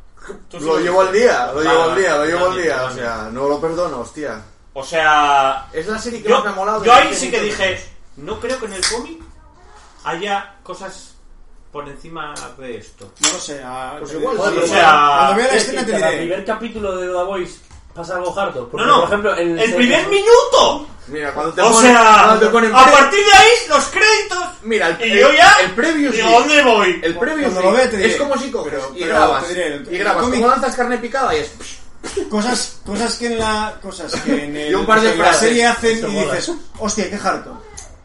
Speaker 4: Tú sí
Speaker 6: Lo llevo al día, lo
Speaker 4: Vale,
Speaker 6: llevo al
Speaker 4: vale,
Speaker 6: día, lo llevo al
Speaker 4: también,
Speaker 6: día. O
Speaker 4: también.
Speaker 6: sea, no lo perdono, hostia.
Speaker 4: O sea,
Speaker 6: Es la serie que
Speaker 4: yo,
Speaker 6: más me ha molado. de
Speaker 4: yo ahí
Speaker 6: las
Speaker 4: sí que
Speaker 6: he visto.
Speaker 4: dije, no creo que en el cómic haya cosas por encima de esto.
Speaker 5: No lo sé. ah,
Speaker 6: Pues
Speaker 5: te
Speaker 6: igual,
Speaker 5: diré.
Speaker 6: sí,
Speaker 5: Cuando-
Speaker 4: o sea,
Speaker 5: cuando vea la
Speaker 7: Es que
Speaker 5: escena te
Speaker 7: cada
Speaker 5: diré.
Speaker 7: primer capítulo de The Voice pasa algo harto.
Speaker 4: no,
Speaker 7: Porque,
Speaker 4: no,
Speaker 7: por ejemplo, en
Speaker 4: el, primer minuto.
Speaker 6: Mira, cuando te
Speaker 4: O
Speaker 6: ponen-
Speaker 4: sea,
Speaker 6: cuando te ponen
Speaker 4: a
Speaker 6: pre-
Speaker 4: partir de ahí, los créditos.
Speaker 6: Mira, el,
Speaker 4: y yo
Speaker 6: el-
Speaker 4: ya.
Speaker 6: el preview
Speaker 4: digo,
Speaker 6: sí.
Speaker 4: ¿dónde voy?
Speaker 6: El previo
Speaker 5: Cuando lo vea te diré.
Speaker 6: es como si coges
Speaker 5: Pero-
Speaker 6: y
Speaker 5: pero
Speaker 6: grabas.
Speaker 5: te diré, el-
Speaker 6: y grabas.
Speaker 5: el cómic-
Speaker 6: Como lanzas carne picada y es.
Speaker 5: Cosas, cosas que en la, cosas que en, el-
Speaker 6: Y un par de
Speaker 5: en la
Speaker 6: frases.
Speaker 5: serie hacen
Speaker 7: Esto
Speaker 5: y
Speaker 7: mola.
Speaker 5: dices, hostia, qué harto.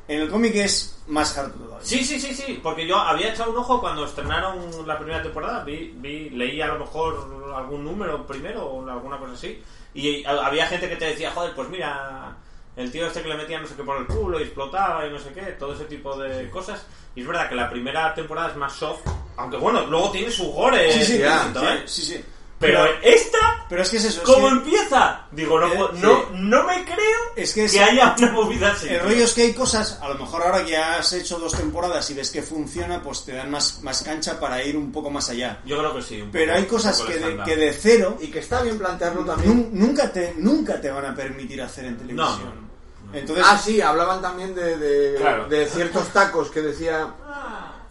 Speaker 5: En el cómic es más harto todavía.
Speaker 4: Sí, sí, sí, sí, porque yo había echado un ojo cuando estrenaron la primera temporada, vi, vi, leí a lo mejor algún número primero o alguna cosa así, y ha- había gente que te decía, joder, pues mira, el tío este que le metía no sé qué por el culo y explotaba y no sé qué, todo ese tipo de cosas, y es verdad que la primera temporada es más soft, aunque bueno, luego tiene su gore,
Speaker 5: Sí, sí,
Speaker 4: y
Speaker 6: ya,
Speaker 4: todo, ¿eh?
Speaker 5: sí, sí.
Speaker 4: pero esta,
Speaker 5: Pero es que es eso. es
Speaker 4: ¿cómo em-
Speaker 5: que-
Speaker 4: empieza? Digo, no,
Speaker 5: Eh,
Speaker 4: puedo-
Speaker 5: sí.
Speaker 4: no, no me creo
Speaker 5: Es que es-
Speaker 4: haya una movida así.
Speaker 5: El rollo es que hay cosas, a lo mejor ahora que ya has hecho dos temporadas y ves que funciona, pues te dan más, más cancha para ir un poco más allá.
Speaker 4: Yo creo que sí. un
Speaker 5: Pero
Speaker 4: poco-
Speaker 5: hay cosas
Speaker 4: un poco
Speaker 5: que de,
Speaker 4: estándar.
Speaker 5: que de cero
Speaker 6: Y que está bien plantearlo también.
Speaker 5: nun- nunca, te, nunca te van a permitir hacer en
Speaker 4: No,
Speaker 5: televisión.
Speaker 4: no.
Speaker 5: Entonces,
Speaker 6: Ah, sí, hablaban también de, de,
Speaker 4: Claro.
Speaker 6: de ciertos tacos que decía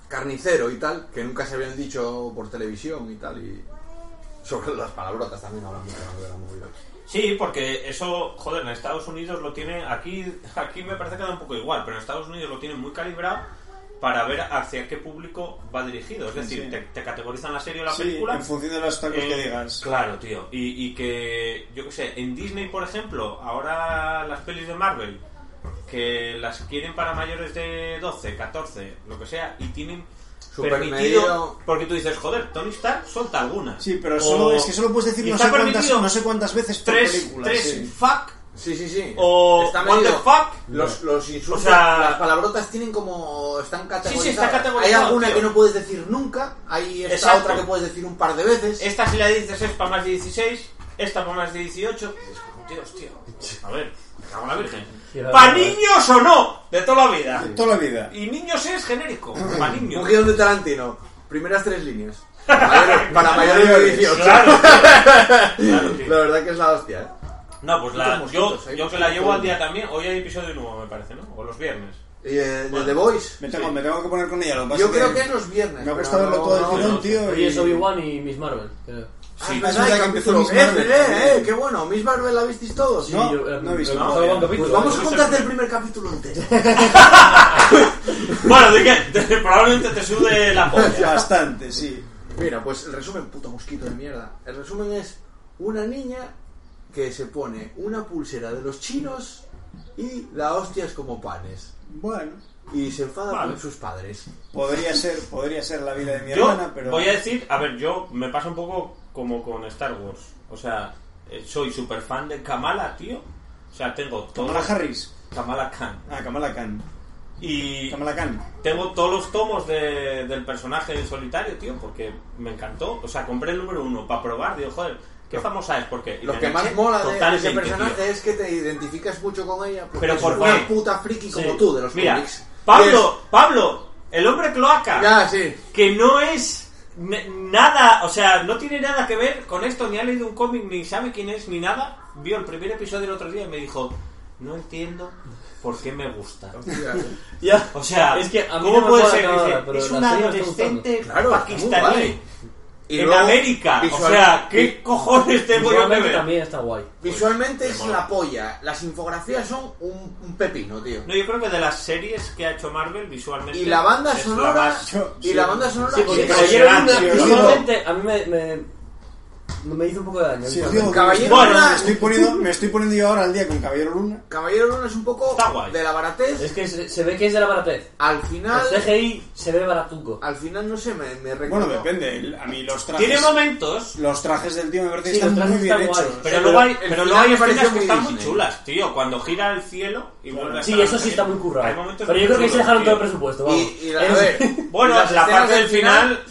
Speaker 6: carnicero y tal, que nunca se habían dicho por televisión y tal. Y sobre las palabrotas también hablan mucho de la movida.
Speaker 4: Sí, porque eso, joder, en Estados Unidos lo tienen, aquí, aquí me parece que da un poco igual, pero en Estados Unidos lo tienen muy calibrado para ver hacia qué público va dirigido. Es decir,
Speaker 5: sí.
Speaker 4: te, te categorizan la serie o la
Speaker 5: sí,
Speaker 4: película.
Speaker 5: en función de los tacos
Speaker 4: eh,
Speaker 5: que digas.
Speaker 4: Claro, tío. Y, y que, yo qué sé, en Disney, por ejemplo, ahora las pelis de Marvel, que las quieren para mayores de 12, 14, lo que sea, y tienen
Speaker 6: Supermedido.
Speaker 4: permitido... Porque tú dices, joder, Tony Stark suelta algunas.
Speaker 5: Sí, pero
Speaker 4: O-
Speaker 5: solo, es que solo puedes decir
Speaker 4: y
Speaker 5: no
Speaker 4: está
Speaker 5: sé, cuántas,
Speaker 4: permitido
Speaker 5: no sé cuántas veces por
Speaker 4: tres,
Speaker 5: película.
Speaker 4: tres
Speaker 5: sí.
Speaker 4: fuck
Speaker 6: Sí, sí, sí.
Speaker 4: O, what
Speaker 6: medido.
Speaker 4: the fuck?
Speaker 6: Los, los insultos,
Speaker 4: O sea-
Speaker 6: las palabrotas tienen como. Están categorizadas.
Speaker 4: Sí, sí, está
Speaker 6: Hay
Speaker 4: categorizado,
Speaker 6: alguna
Speaker 4: tío.
Speaker 6: que no puedes decir nunca, hay esta
Speaker 4: Exacto.
Speaker 6: otra que puedes decir un par de veces.
Speaker 4: Esta si la dices es para más de 16, esta para más de 18. Dices, como, Dios, tío. A ver, me cago en la virgen.
Speaker 7: Ya.
Speaker 4: ¿Para niños o no? De toda la vida.
Speaker 5: Toda la vida.
Speaker 4: Y niños es genérico.
Speaker 6: <clears throat>
Speaker 4: Para niños.
Speaker 6: Un guión de Tarantino. Primeras tres
Speaker 4: <laughs>
Speaker 6: líneas. Para mayores- Para mayores de 18.
Speaker 4: Claro,
Speaker 6: <laughs>
Speaker 4: tío. Claro, tío.
Speaker 6: La verdad que es la hostia, ¿eh?
Speaker 4: No, pues la,
Speaker 6: Muchos
Speaker 4: yo,
Speaker 6: mosquitos,
Speaker 4: yo
Speaker 6: hay
Speaker 4: que
Speaker 6: mosquitos
Speaker 4: la llevo
Speaker 6: todo
Speaker 4: al
Speaker 6: el
Speaker 4: día también. Hoy hay episodio nuevo, me parece, ¿no? O los viernes.
Speaker 6: Y, eh, de The Voice.
Speaker 5: Me tengo, me tengo que poner con ella. Lo pasa
Speaker 6: Yo creo que es los viernes.
Speaker 5: Me gusta
Speaker 6: pero
Speaker 5: verlo
Speaker 6: no-
Speaker 5: todo de
Speaker 6: no-
Speaker 5: tirón,
Speaker 4: no,
Speaker 5: tío.
Speaker 7: Hoy es
Speaker 5: y-
Speaker 7: Obi-Wan y Miss Marvel, creo.
Speaker 6: Ah,
Speaker 4: Sí.
Speaker 6: es verdad,
Speaker 5: Es verdad
Speaker 6: hay
Speaker 5: que empezó
Speaker 6: capítulo-
Speaker 5: Miss Marvel
Speaker 6: Eh, eh,
Speaker 5: también.
Speaker 6: qué bueno. Miss Marvel la visteis todos.
Speaker 5: No,
Speaker 7: Sí, yo, eh,
Speaker 5: no he visto.
Speaker 7: me
Speaker 5: No,
Speaker 7: faltaba
Speaker 5: no.
Speaker 7: un capítulo.
Speaker 6: Pues vamos a
Speaker 4: Yo
Speaker 6: contarte
Speaker 4: sé-
Speaker 6: el primer capítulo entero.
Speaker 4: Bueno, de que de- probablemente te sude
Speaker 6: <laughs>
Speaker 5: <laughs>
Speaker 4: la polla.
Speaker 5: Bastante, sí.
Speaker 6: Mira, pues el resumen, puto mosquito de mierda. El resumen es una niña que se pone una pulsera de los chinos y da hostias como panes.
Speaker 5: Bueno,
Speaker 6: Y se enfada
Speaker 4: Vale.
Speaker 6: con sus padres.
Speaker 5: podría ser, podría ser la vida de mi
Speaker 4: Yo
Speaker 5: hermana, pero.
Speaker 4: voy a decir, a ver, yo me pasa un poco como con Star Wars. O sea, eh, soy súper fan de Kamala, tío. O sea, tengo todo.
Speaker 5: Kamala Harris.
Speaker 4: Kamala Khan.
Speaker 5: Ah, Kamala Khan.
Speaker 4: Y
Speaker 5: Toma la calma.
Speaker 4: tengo todos los tomos de- del personaje en solitario, tío, porque me encantó. O sea, compré el número uno para probar. Digo, joder, qué famosa es, porque... y
Speaker 6: Lo
Speaker 4: me
Speaker 6: que más
Speaker 4: enganché
Speaker 6: mola de- de, ese
Speaker 4: totalmente,
Speaker 6: personaje
Speaker 4: tío.
Speaker 6: es que te identificas mucho con ella porque
Speaker 4: Pero
Speaker 6: es
Speaker 4: ¿por
Speaker 6: una
Speaker 4: qué?
Speaker 6: puta friki como
Speaker 4: Sí.
Speaker 6: tú de los
Speaker 4: Mira,
Speaker 6: cómics.
Speaker 4: Pablo, Pablo, el hombre cloaca.
Speaker 6: Ya, sí.
Speaker 4: Que no es n- nada, o sea, no tiene nada que ver con esto, ni ha leído un cómic, ni sabe quién es, ni nada. Vio el primer episodio el otro día y me dijo, no entiendo por qué me gusta.
Speaker 7: Ya.
Speaker 4: O sea,
Speaker 7: Es que a mí
Speaker 4: ¿cómo
Speaker 7: no me
Speaker 4: puede
Speaker 7: mola
Speaker 4: ser?
Speaker 7: nada,
Speaker 4: Dice,
Speaker 7: pero
Speaker 4: es
Speaker 7: la
Speaker 4: una
Speaker 7: serie me está
Speaker 4: adolescente
Speaker 6: Claro, está muy guay.
Speaker 4: pakistaní
Speaker 6: Y
Speaker 4: en
Speaker 6: luego,
Speaker 4: América. O
Speaker 6: visual-
Speaker 4: sea, ¿qué
Speaker 6: vi-
Speaker 4: cojones tengo yo que
Speaker 7: Visualmente
Speaker 4: ver?
Speaker 7: también está guay.
Speaker 6: Visualmente
Speaker 4: Pues Me
Speaker 6: es
Speaker 4: mola.
Speaker 6: la polla. Las infografías son un, un pepino, tío.
Speaker 4: No, yo creo que de las series que ha hecho Marvel visualmente
Speaker 6: Y la banda
Speaker 4: es la
Speaker 6: sonora.
Speaker 4: más-
Speaker 6: Y la banda sonora.
Speaker 7: Sí, porque
Speaker 6: es
Speaker 7: Caballero
Speaker 6: impresionante,
Speaker 7: Luna
Speaker 6: tío.
Speaker 7: visualmente a mí me, me, me hizo un poco de daño.
Speaker 5: Sí, os
Speaker 7: Entonces,
Speaker 5: digo que
Speaker 6: Caballero
Speaker 5: me, estoy,
Speaker 4: Luna.
Speaker 5: me estoy poniendo, me estoy poniendo yo ahora al día con Caballero Luna.
Speaker 6: Caballero Luna es un poco
Speaker 4: Está guay.
Speaker 6: de la baratez.
Speaker 7: es que se, se ve que es de la baratez.
Speaker 6: Al
Speaker 7: El
Speaker 6: final.
Speaker 7: CGI se ve baratuco.
Speaker 6: Al final, no sé, me, me
Speaker 5: Bueno,
Speaker 6: recordó-
Speaker 5: depende. el- A mí los trajes,
Speaker 4: Tiene momentos
Speaker 5: los trajes del tío me parece que
Speaker 7: Sí, los
Speaker 5: están muy
Speaker 7: trajes
Speaker 5: bien
Speaker 7: están guays.
Speaker 5: hechos.
Speaker 4: Pero
Speaker 6: Sí,
Speaker 4: luego hay,
Speaker 6: pero el
Speaker 4: pero luego
Speaker 6: final
Speaker 4: hay
Speaker 6: me pareció
Speaker 4: escenas que
Speaker 6: muy
Speaker 4: están muy
Speaker 6: Disney.
Speaker 4: chulas, tío. Cuando gira el cielo y vuelve a
Speaker 7: eh. Sí,
Speaker 4: estar
Speaker 7: eso
Speaker 4: la
Speaker 7: sí está muy
Speaker 4: Hay
Speaker 7: currado.
Speaker 4: momentos
Speaker 7: Pero yo
Speaker 4: muy
Speaker 7: creo que ahí se
Speaker 4: chulos,
Speaker 7: dejaron
Speaker 4: tío.
Speaker 7: todo el presupuesto, vamos.
Speaker 6: Y, y la, a
Speaker 7: Es-
Speaker 6: ver,
Speaker 4: <laughs> Bueno,
Speaker 6: las
Speaker 4: la
Speaker 6: escenas
Speaker 4: parte del
Speaker 6: del
Speaker 4: final.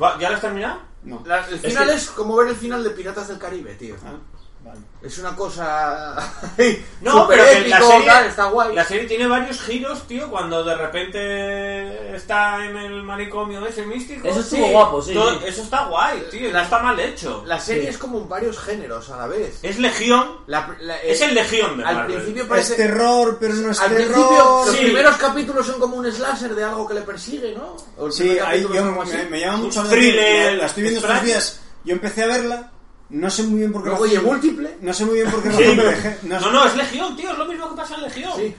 Speaker 4: ¿va- ¿Ya la has terminado?
Speaker 5: No.
Speaker 6: la- el final es, como ver el final de Piratas del Caribe, tío.
Speaker 4: Ah,
Speaker 5: Vale.
Speaker 6: Es una cosa. <laughs>
Speaker 4: No,
Speaker 6: super
Speaker 4: pero que
Speaker 6: épico,
Speaker 4: la serie,
Speaker 6: tal, está guay.
Speaker 4: la serie tiene varios giros, tío. Cuando de repente está en el manicomio ese místico.
Speaker 7: Eso estuvo guapo, sí,
Speaker 4: Todo-
Speaker 7: sí.
Speaker 4: Eso está guay, tío. No está mal hecho.
Speaker 6: La serie
Speaker 7: Sí.
Speaker 6: es como en varios géneros a la vez.
Speaker 4: Es Legión.
Speaker 6: La- la-
Speaker 7: Eh,
Speaker 4: Es el Legión de
Speaker 6: Al
Speaker 4: Marvel.
Speaker 6: principio
Speaker 5: Es
Speaker 6: parece.
Speaker 5: terror, pero no es
Speaker 6: al principio,
Speaker 5: terror.
Speaker 6: los
Speaker 4: Sí.
Speaker 6: primeros capítulos son como un slasher de algo que le persigue, ¿no? O el
Speaker 5: Sí,
Speaker 6: primer
Speaker 5: ahí
Speaker 6: capítulo
Speaker 5: yo
Speaker 6: es como
Speaker 5: me,
Speaker 6: así.
Speaker 5: me- me llama
Speaker 4: Un
Speaker 5: mucho la
Speaker 4: thriller
Speaker 5: atención. La, la estoy viendo estos
Speaker 4: extraño.
Speaker 5: días. Yo empecé a verla, no sé muy bien por qué
Speaker 6: Luego,
Speaker 5: razón-
Speaker 6: oye, múltiple.
Speaker 5: No sé muy bien por qué
Speaker 4: Sí.
Speaker 7: <laughs>
Speaker 5: razón me dejé. <laughs> no sé-
Speaker 4: No, no, es Legión, tío. Es lo mismo que pasa en Legión.
Speaker 6: Sí.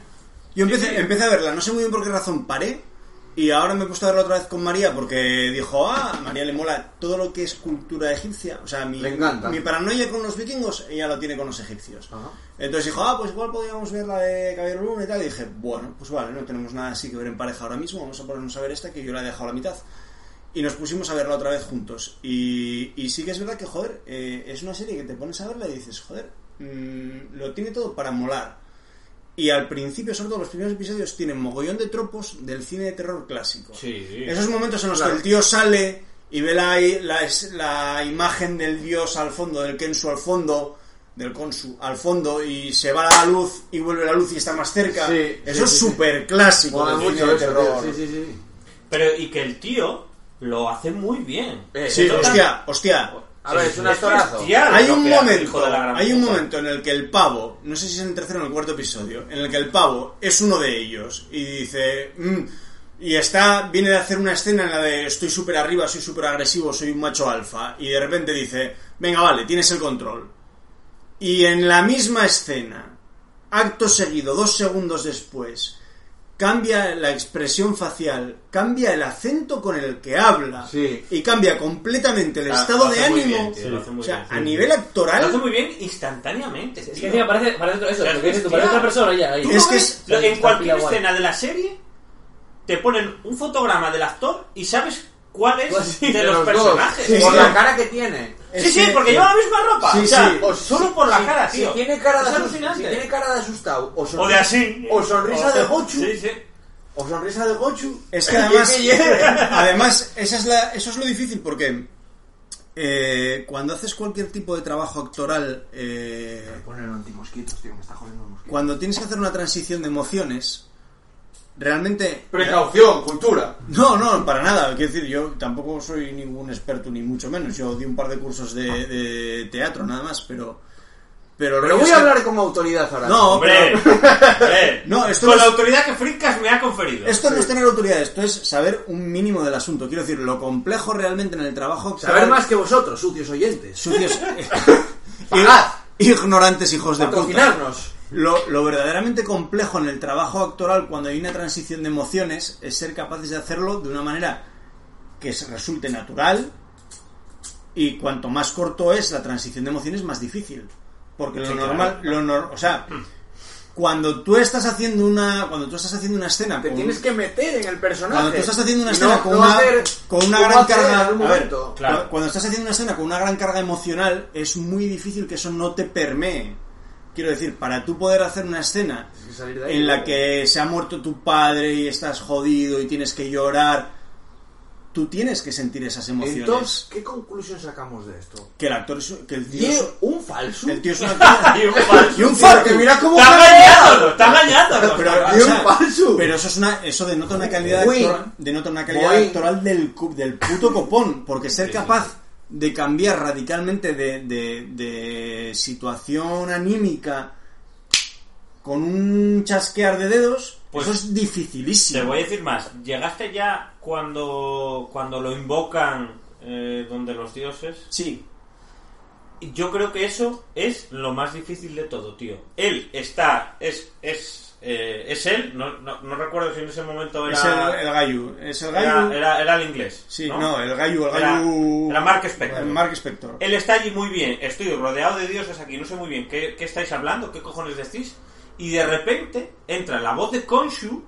Speaker 5: Yo empecé,
Speaker 4: sí.
Speaker 5: empecé a verla, no sé muy bien por qué razón paré. Y ahora me he puesto a verla otra vez con María porque dijo, ah, a María le mola todo lo que es cultura egipcia. O sea, mi,
Speaker 6: Le encanta.
Speaker 5: mi paranoia con los vikingos, ella lo tiene con los egipcios.
Speaker 6: Ajá.
Speaker 5: Entonces dijo, ah, pues igual podríamos ver la de Caballero Luna y tal. Y dije, bueno, pues vale, no tenemos nada así que ver en pareja ahora mismo, vamos a ponernos a ver esta que yo la he dejado a la mitad. Y nos pusimos a verla otra vez juntos. Y, y sí que es verdad que, joder, eh, es una serie que te pones a verla y dices, joder, mm, lo tiene todo para molar. Y al principio, sobre todo los primeros episodios, tienen mogollón de tropos del cine de terror clásico.
Speaker 4: Sí, sí.
Speaker 5: Esos momentos en los
Speaker 6: Claro.
Speaker 5: que el tío sale y ve la, la, la imagen del dios al fondo, del Kensu al fondo, del Konsu al fondo, y se va la luz y vuelve la luz y está más cerca.
Speaker 6: Sí,
Speaker 5: eso
Speaker 6: sí,
Speaker 5: es
Speaker 6: sí,
Speaker 5: súper clásico
Speaker 6: Mola
Speaker 5: del cine
Speaker 6: mucho
Speaker 5: de
Speaker 6: eso,
Speaker 5: terror.
Speaker 6: tío. Sí, sí, sí.
Speaker 4: Pero y que el tío lo hace muy bien.
Speaker 6: Eh,
Speaker 5: Sí,
Speaker 4: Se nota-
Speaker 5: hostia, hostia.
Speaker 6: A ver, es un actorazo.
Speaker 4: bestial
Speaker 5: Hay
Speaker 4: lo
Speaker 5: un
Speaker 4: que hace, hijo
Speaker 5: momento,
Speaker 4: de la gran
Speaker 5: hay un
Speaker 4: puta.
Speaker 5: momento en el que el pavo, no sé si es en el tercero o en el cuarto episodio, en el que el pavo es uno de ellos y dice, "Mm", y está, viene de hacer una escena en la de estoy súper arriba, soy súper agresivo, soy un macho alfa, y de repente dice, venga, vale, tienes el control. Y en la misma escena, acto seguido, dos segundos después, cambia la expresión facial, cambia el acento con el que habla
Speaker 6: Sí.
Speaker 5: y cambia completamente el
Speaker 4: Ah,
Speaker 5: estado
Speaker 4: lo hace
Speaker 5: de
Speaker 4: muy
Speaker 5: ánimo.
Speaker 4: bien, tío, lo hace muy
Speaker 5: o sea,
Speaker 4: bien, sí,
Speaker 5: a
Speaker 4: sí.
Speaker 5: nivel
Speaker 4: Lo hace
Speaker 5: actoral,
Speaker 4: muy bien instantáneamente.
Speaker 7: Es que
Speaker 4: tío.
Speaker 7: encima parece, parece otro, eso,
Speaker 4: Las
Speaker 7: lo que dices tú, parece
Speaker 4: bestias.
Speaker 7: otra persona ya. ahí.
Speaker 4: Tú
Speaker 5: Es
Speaker 4: no
Speaker 5: que
Speaker 4: ves-
Speaker 5: es-
Speaker 4: lo- en
Speaker 7: Está
Speaker 4: cualquier
Speaker 7: pila guay.
Speaker 4: escena de la serie te ponen un fotograma del actor y sabes cuál es
Speaker 7: Pues sí,
Speaker 4: de,
Speaker 6: De
Speaker 4: los,
Speaker 6: los
Speaker 4: personajes.
Speaker 6: dos.
Speaker 4: Sí,
Speaker 6: Por
Speaker 5: sí.
Speaker 6: la cara que tiene.
Speaker 5: Es
Speaker 4: sí,
Speaker 5: que-
Speaker 4: porque lleva la misma ropa.
Speaker 5: Sí,
Speaker 4: o sea,
Speaker 5: sí.
Speaker 4: o solo por la
Speaker 6: Si-
Speaker 4: cara, tío.
Speaker 6: Si tiene cara de
Speaker 4: es
Speaker 6: asustado,
Speaker 4: alucinante.
Speaker 6: si tiene cara de asustado o, sonrisa,
Speaker 4: O de así.
Speaker 6: o sonrisa
Speaker 4: O-
Speaker 6: de Gochu,
Speaker 4: Sí, sí.
Speaker 6: o sonrisa de Gochu.
Speaker 5: Es
Speaker 4: <laughs>
Speaker 6: <laughs>
Speaker 5: que además,
Speaker 6: Ye, ye, ye.
Speaker 5: además esa es la- eso es lo difícil porque eh, cuando haces cualquier tipo de trabajo actoral, eh,
Speaker 6: Ponen antimosquitos, tío, me está jodiendo el mosquito.
Speaker 5: cuando tienes que hacer una transición de emociones, realmente
Speaker 6: Precaución, cultura.
Speaker 5: No, no, para nada. Quiero decir, yo tampoco soy ningún experto, ni mucho menos. Yo di un par de cursos de, de teatro, nada más, pero. Pero,
Speaker 6: Pero
Speaker 5: rollo
Speaker 6: voy
Speaker 5: es
Speaker 6: a
Speaker 5: que-
Speaker 6: hablar como autoridad ahora.
Speaker 5: No,
Speaker 4: Hombre.
Speaker 5: pero-
Speaker 4: hombre.
Speaker 5: No, esto
Speaker 4: Con
Speaker 5: no
Speaker 4: la
Speaker 5: es-
Speaker 4: autoridad que Fritkas me ha conferido.
Speaker 5: Esto no es tener autoridad, esto es saber un mínimo del asunto. Quiero decir, lo complejo realmente en el trabajo.
Speaker 6: Saber más que vosotros, sucios oyentes. <laughs>
Speaker 5: Sucios.
Speaker 6: Pagad.
Speaker 5: Ignorantes hijos de puta.
Speaker 6: Patrocinarnos.
Speaker 5: Lo, lo verdaderamente complejo en el trabajo actoral cuando hay una transición de emociones es ser capaces de hacerlo de una manera que se resulte natural y cuanto más corto es la transición de emociones más difícil porque lo
Speaker 4: Sí,
Speaker 5: normal lo nor- o sea cuando tú estás haciendo una cuando tú estás haciendo una escena
Speaker 6: Te
Speaker 5: con-
Speaker 6: tienes que meter en el personaje.
Speaker 5: cuando tú estás haciendo una
Speaker 6: Y
Speaker 5: escena
Speaker 6: no-
Speaker 5: con,
Speaker 6: no
Speaker 5: una,
Speaker 6: hacer-
Speaker 5: con una
Speaker 6: no
Speaker 5: gran
Speaker 6: hacer en
Speaker 5: carga
Speaker 6: algún
Speaker 5: a ver,
Speaker 6: momento.
Speaker 4: Claro.
Speaker 5: cu- cuando estás haciendo una escena con una gran carga emocional es muy difícil que eso no te permee Quiero decir, para tú poder hacer una escena
Speaker 6: Tienes que salir de ahí,
Speaker 5: en la
Speaker 6: ¿no?
Speaker 5: que se ha muerto tu padre y estás jodido y tienes que llorar, tú tienes que sentir esas emociones.
Speaker 6: Entonces, ¿qué conclusión sacamos de esto?
Speaker 5: que el actor es que el tío es,
Speaker 6: ¿Tiene un falso?
Speaker 5: el
Speaker 6: <laughs>
Speaker 5: tío es un actor.
Speaker 4: Y un falso.
Speaker 5: y un falso, que mira cómo
Speaker 4: Está
Speaker 5: cambia.
Speaker 4: engañándolo, está engañándolo.
Speaker 5: pero,
Speaker 4: cabrón.
Speaker 5: o
Speaker 6: un
Speaker 5: sea,
Speaker 6: falso.
Speaker 5: pero eso es una eso denota una calidad
Speaker 6: Uy.
Speaker 5: actor- denota una calidad
Speaker 6: Voy.
Speaker 5: actoral del cu- del puto copón porque ser capaz de cambiar radicalmente de, de- de situación anímica con un chasquear de dedos
Speaker 4: Pues,
Speaker 5: eso es
Speaker 4: Te
Speaker 5: dificilísimo
Speaker 4: voy a decir más. ¿Llegaste ya cuando, cuando lo invocan eh, donde los dioses?
Speaker 5: sí
Speaker 4: Y Yo creo que eso es lo más difícil de todo, tío. Él está... Es, es, eh, es él. No, no, no recuerdo si en ese momento era...
Speaker 5: es el, el gallo es el gallo
Speaker 4: era, era- era el inglés.
Speaker 5: sí no, el gallo el
Speaker 4: Era-
Speaker 5: gallo
Speaker 4: era Mark Spector.
Speaker 5: Mark Spector.
Speaker 4: Él está allí muy bien, estoy rodeado de dioses aquí, no sé muy bien qué, qué estáis hablando, qué cojones decís, y de repente entra la voz de Konshu,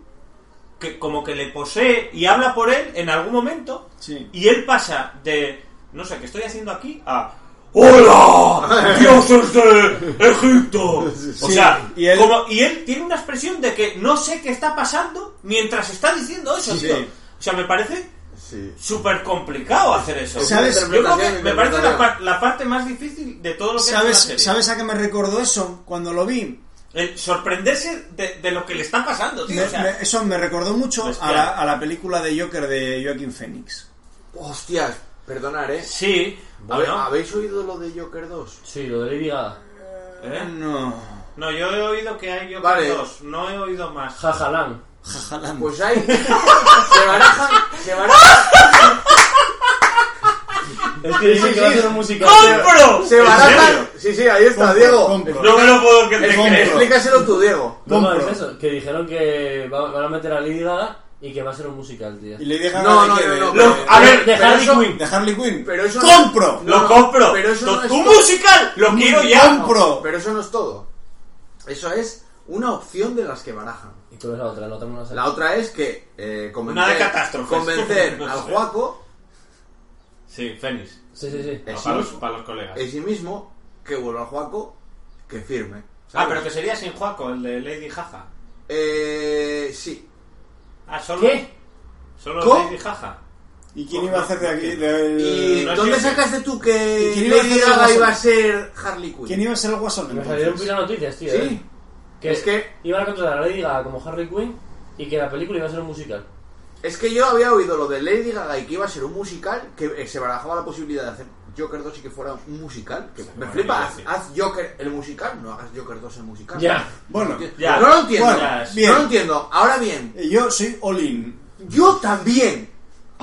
Speaker 4: que como que le posee y habla por él en algún momento,
Speaker 5: Sí.
Speaker 4: y él pasa de, no sé, qué estoy haciendo aquí, a... ¡Hola! ¡Dioses de Egipto! O
Speaker 5: Sí,
Speaker 4: sea,
Speaker 5: y él-
Speaker 4: como- y él tiene una expresión de que no sé qué está pasando mientras está diciendo eso,
Speaker 5: Sí.
Speaker 4: tío. O sea, me parece
Speaker 6: Sí.
Speaker 4: súper complicado hacer eso.
Speaker 5: ¿Sabes?
Speaker 4: Yo creo que me parece la,
Speaker 6: Interpretación.
Speaker 4: par- la parte más difícil de todo lo que
Speaker 5: ¿Sabes,
Speaker 4: es una serie.
Speaker 5: ¿Sabes a qué me recordó eso cuando lo vi?
Speaker 4: El sorprenderse de, de lo que le está pasando, tío.
Speaker 5: Me-
Speaker 4: o sea, pues
Speaker 5: me- eso me recordó mucho a
Speaker 4: Bestial.
Speaker 5: la, a la película de Joker de Joaquín Phoenix.
Speaker 6: Hostias, perdonar, ¿eh?
Speaker 4: Sí, Ah,
Speaker 6: Habe-
Speaker 4: bueno.
Speaker 6: ¿Habéis oído lo de Joker 2?
Speaker 7: Sí, lo de Lady Gaga.
Speaker 4: ¿eh?
Speaker 5: No.
Speaker 4: No, yo he oído que hay Joker
Speaker 6: Vale.
Speaker 4: 2, no he oído más.
Speaker 7: Jajalán.
Speaker 5: <laughs>
Speaker 6: Pues hay... se barajan... Se barajan...
Speaker 7: Es que dicen
Speaker 6: Sí,
Speaker 7: que va a
Speaker 6: sí.
Speaker 7: hacer un musical.
Speaker 4: ¡Compro!
Speaker 6: Se
Speaker 4: ¿En
Speaker 6: barajan...
Speaker 4: serio?
Speaker 6: Sí, sí, ahí está, Diego.
Speaker 5: Compro.
Speaker 4: No me lo puedo que te
Speaker 5: Es un
Speaker 4: crees.
Speaker 5: pro.
Speaker 6: Explícaselo tú, Diego.
Speaker 7: No, no,
Speaker 5: Compro.
Speaker 7: es eso. Que dijeron que va- van a meter a Lady Gaga y que va a ser un musical, tío.
Speaker 5: Y le dije a
Speaker 6: No,
Speaker 5: Harley
Speaker 6: no,
Speaker 5: que
Speaker 6: no,
Speaker 5: de-
Speaker 6: no,
Speaker 4: Lo-
Speaker 6: pero-
Speaker 4: a ver,
Speaker 7: de
Speaker 6: pero
Speaker 7: Harley
Speaker 6: eso-
Speaker 7: Quinn.
Speaker 5: de Harley Quinn.
Speaker 6: Pero eso no-
Speaker 5: ¡Compro!
Speaker 6: No,
Speaker 4: Lo compro.
Speaker 6: pero eso
Speaker 4: Lo-
Speaker 6: no es
Speaker 4: ¡Un
Speaker 6: todo.
Speaker 4: musical! ¡Lo quiero ya!
Speaker 5: compro.
Speaker 6: Pero eso no es todo. Eso es una opción de las que barajan.
Speaker 7: ¿Y cuál es la otra? La otra no la sé.
Speaker 6: La otra es que eh,
Speaker 4: Una de
Speaker 6: convencer,
Speaker 4: catástrofes. <laughs>
Speaker 6: convencer
Speaker 4: No
Speaker 6: al
Speaker 4: sé.
Speaker 6: Juaco
Speaker 4: Sí, Fénix.
Speaker 7: Sí, sí, sí.
Speaker 6: en sí,
Speaker 4: Para los,
Speaker 6: mismo,
Speaker 4: para los colegas.
Speaker 6: en sí mismo que vuelva al Juaco que firme.
Speaker 4: Ah,
Speaker 6: ¿sabes?
Speaker 4: pero que sería sin Juaco, el de Lady Jaja.
Speaker 6: Eh, sí.
Speaker 4: Ah, solo.
Speaker 7: ¿Qué?
Speaker 4: Solo
Speaker 6: ¿Cómo?
Speaker 4: Lady Jaja.
Speaker 5: ¿Y quién iba a hacer de aquí? de-
Speaker 6: ¿Y
Speaker 4: Eh, no es
Speaker 6: dónde
Speaker 4: cierto.
Speaker 6: sacaste tú que
Speaker 5: ¿Y quién iba a
Speaker 6: Lady
Speaker 5: hacer
Speaker 6: Gaga
Speaker 5: eso?
Speaker 6: iba a ser Harley Quinn?
Speaker 5: ¿Quién iba a ser el guasón?
Speaker 7: Me
Speaker 5: entonces?
Speaker 7: salieron pilas noticias, tío.
Speaker 6: Sí.
Speaker 7: ¿eh? Que
Speaker 6: Es que-
Speaker 7: Iban a contratar a Lady Gaga como Harley Quinn y que la película iba a ser un musical.
Speaker 6: Es que yo había oído lo de Lady Gaga y que iba a ser un musical, que eh, se barajaba la posibilidad de hacer Joker 2 y que fuera un musical. Que me
Speaker 4: bueno,
Speaker 6: flipa, haz,
Speaker 4: sí.
Speaker 6: haz Joker el musical, no hagas Joker 2 el musical.
Speaker 7: Ya.
Speaker 5: Bueno,
Speaker 4: Ya.
Speaker 6: No lo entiendo.
Speaker 5: Bueno,
Speaker 4: ya,
Speaker 5: bien.
Speaker 6: No lo entiendo. Ahora bien,
Speaker 5: eh, yo soy Olin.
Speaker 6: yo también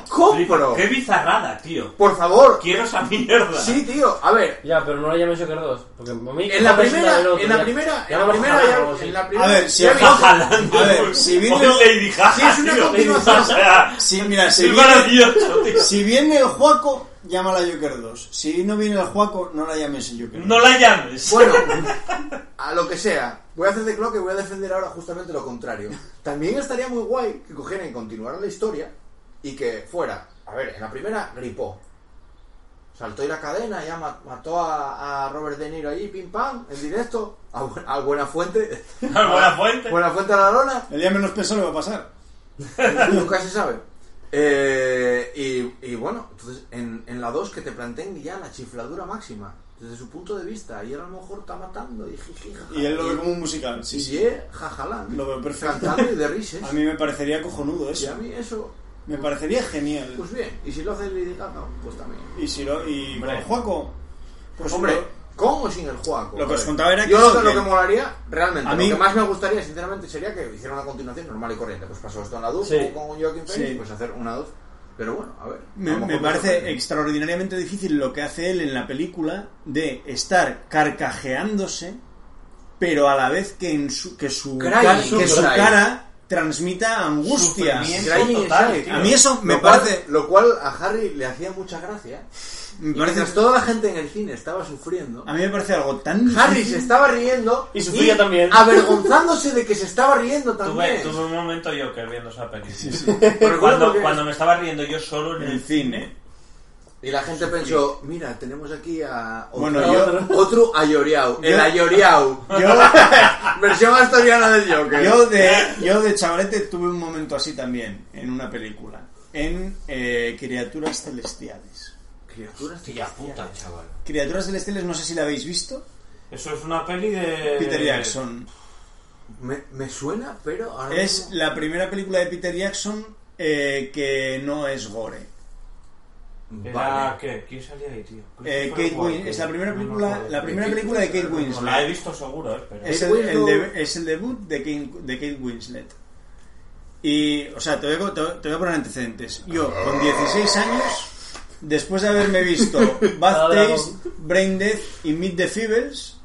Speaker 6: compro.
Speaker 4: ¡Qué bizarrada, tío!
Speaker 6: Por favor.
Speaker 4: Quiero esa mierda.
Speaker 6: Sí, tío. A ver.
Speaker 7: Ya, pero no la llames Joker 2. Porque a mí
Speaker 6: En la
Speaker 7: Joker es
Speaker 6: primera,
Speaker 7: del otro,
Speaker 6: en la
Speaker 7: ya.
Speaker 6: primera, en la
Speaker 7: Llámalo
Speaker 6: primera,
Speaker 7: Jajalán
Speaker 6: ya-
Speaker 7: o algo así.
Speaker 6: en la primera.
Speaker 5: A ver, si
Speaker 6: ya
Speaker 5: el
Speaker 6: vi-
Speaker 4: Jajalando.
Speaker 5: A ver, si viene-
Speaker 4: O Lady Jaja,
Speaker 6: Sí, es una
Speaker 4: tío.
Speaker 6: continuación.
Speaker 4: <laughs> O sea,
Speaker 5: Si, mira, si
Speaker 4: es
Speaker 5: viene,
Speaker 4: maravilloso, tío.
Speaker 5: si viene el Juaco, llámala Joker 2. Si no viene el Juaco, no la llames el Joker 2.
Speaker 4: No la llames. <laughs>
Speaker 6: Bueno, a lo que sea. Voy a hacer de clock y voy a defender ahora justamente lo contrario. También estaría muy guay que cogieran y continuaran la historia y que fuera. A ver, en la primera gripó. Saltó y la cadena, ya ma- mató a, a Robert De Niro ahí, pim pam, en directo, a, Bu- a Buena Fuente.
Speaker 4: Buena fuente.
Speaker 6: Buena Fuente a la lona.
Speaker 5: El día menos pensado le va a pasar.
Speaker 6: <laughs> Nunca se sabe. Eh, y, y bueno, entonces en, en la 2 que te planteen ya la chifladura máxima, desde su punto de vista, y él a lo mejor está matando y jiji, jaja,
Speaker 5: Y él lo
Speaker 6: y-
Speaker 5: ve como un musical. Sí,
Speaker 6: y
Speaker 5: sí.
Speaker 6: él, jajalán,
Speaker 5: Lo veo perfecto.
Speaker 6: cantando y de
Speaker 5: <laughs>
Speaker 6: rises.
Speaker 5: A mí me parecería cojonudo
Speaker 6: y a
Speaker 5: eso.
Speaker 6: mí eso,
Speaker 5: Me parecería genial.
Speaker 6: pues bien. Y si lo hace Lady Gaga, pues también.
Speaker 5: Y si lo, y
Speaker 4: Hombre.
Speaker 5: con Juaco, pues
Speaker 6: Hombre,
Speaker 5: lo-
Speaker 6: ¿con o sin el Juaco?
Speaker 5: Lo que
Speaker 6: A
Speaker 5: os
Speaker 6: ver,
Speaker 5: contaba era que
Speaker 6: Yo lo
Speaker 5: eso,
Speaker 6: que, lo
Speaker 5: que-
Speaker 6: que molaría, realmente,
Speaker 5: A
Speaker 6: lo
Speaker 5: mí-
Speaker 6: que más me gustaría, sinceramente, sería que hiciera una continuación normal y corriente. Pues pasó esto en la 2,
Speaker 7: Sí.
Speaker 6: como con Joaquin Phoenix,
Speaker 5: Sí.
Speaker 6: pues hacer una 2. Pero bueno, a ver. a
Speaker 5: me,
Speaker 6: lo
Speaker 5: me
Speaker 6: mejor
Speaker 5: parece
Speaker 6: sorprende.
Speaker 5: extraordinariamente difícil lo que hace él en la película de estar carcajeándose, pero a la vez que, en su, que, su,
Speaker 6: Crying,
Speaker 5: cara- que su
Speaker 6: crying.
Speaker 5: cara transmita angustia.
Speaker 4: Sufrimiento.
Speaker 6: Crying
Speaker 4: Pues Total,
Speaker 6: inside,
Speaker 4: tío.
Speaker 5: A mí eso me
Speaker 6: Lo cual-
Speaker 5: parece,
Speaker 6: Lo cual a Harry le hacía mucha gracia.
Speaker 5: me
Speaker 6: Y
Speaker 5: parece
Speaker 6: mientras toda la gente en el cine estaba sufriendo,
Speaker 5: a mí me parece algo tan
Speaker 6: Harry se
Speaker 5: difícil.
Speaker 6: estaba riendo
Speaker 7: Y sufría también.
Speaker 6: avergonzándose de que se estaba riendo
Speaker 4: Tuve,
Speaker 6: también.
Speaker 4: tuve un momento Joker viendo esa película.
Speaker 6: Pero bueno,
Speaker 4: Cuando,
Speaker 6: porque-
Speaker 4: cuando me estaba riendo yo solo en
Speaker 5: en
Speaker 4: el
Speaker 5: el cine.
Speaker 6: Y la gente pensó, mira, tenemos aquí a otro,
Speaker 5: Bueno, yo-
Speaker 6: otro Ayoriao, el
Speaker 5: Yo-
Speaker 6: Ayoriao,
Speaker 5: <laughs> Yo,
Speaker 6: <laughs> versión asturiana del Joker.
Speaker 5: yo, de, yo de chavalete tuve un momento así también, en una película. En eh, Criaturas Celestiales.
Speaker 6: Criaturas
Speaker 4: Hostia puta, chaval.
Speaker 5: Criaturas Celestiales, no sé si la habéis visto.
Speaker 4: Eso es una peli de.
Speaker 5: Peter Jackson.
Speaker 6: Me, me suena, pero ahora
Speaker 5: Es
Speaker 6: mismo-
Speaker 5: la primera película de Peter Jackson eh, que no es gore.
Speaker 4: Era
Speaker 6: Vale.
Speaker 4: que- ¿Quién salía ahí, tío?
Speaker 5: Eh,
Speaker 4: Christopher
Speaker 5: Kate
Speaker 4: Walken.
Speaker 5: Win- es la primera
Speaker 4: No me
Speaker 5: película,
Speaker 4: acuerdo.
Speaker 5: la primera película de Kate
Speaker 4: No, la he
Speaker 5: Winslet.
Speaker 4: visto seguro, eh, pero-
Speaker 5: Es el, el de- es el debut de Kate, de Kate Winslet. Y, o sea, te voy, a, co- te voy- te voy a poner antecedentes. Yo,
Speaker 6: Ah.
Speaker 5: con 16 años, después de haberme
Speaker 6: <laughs>
Speaker 5: visto Bad Taste, Brain Death y Meet the Feebles,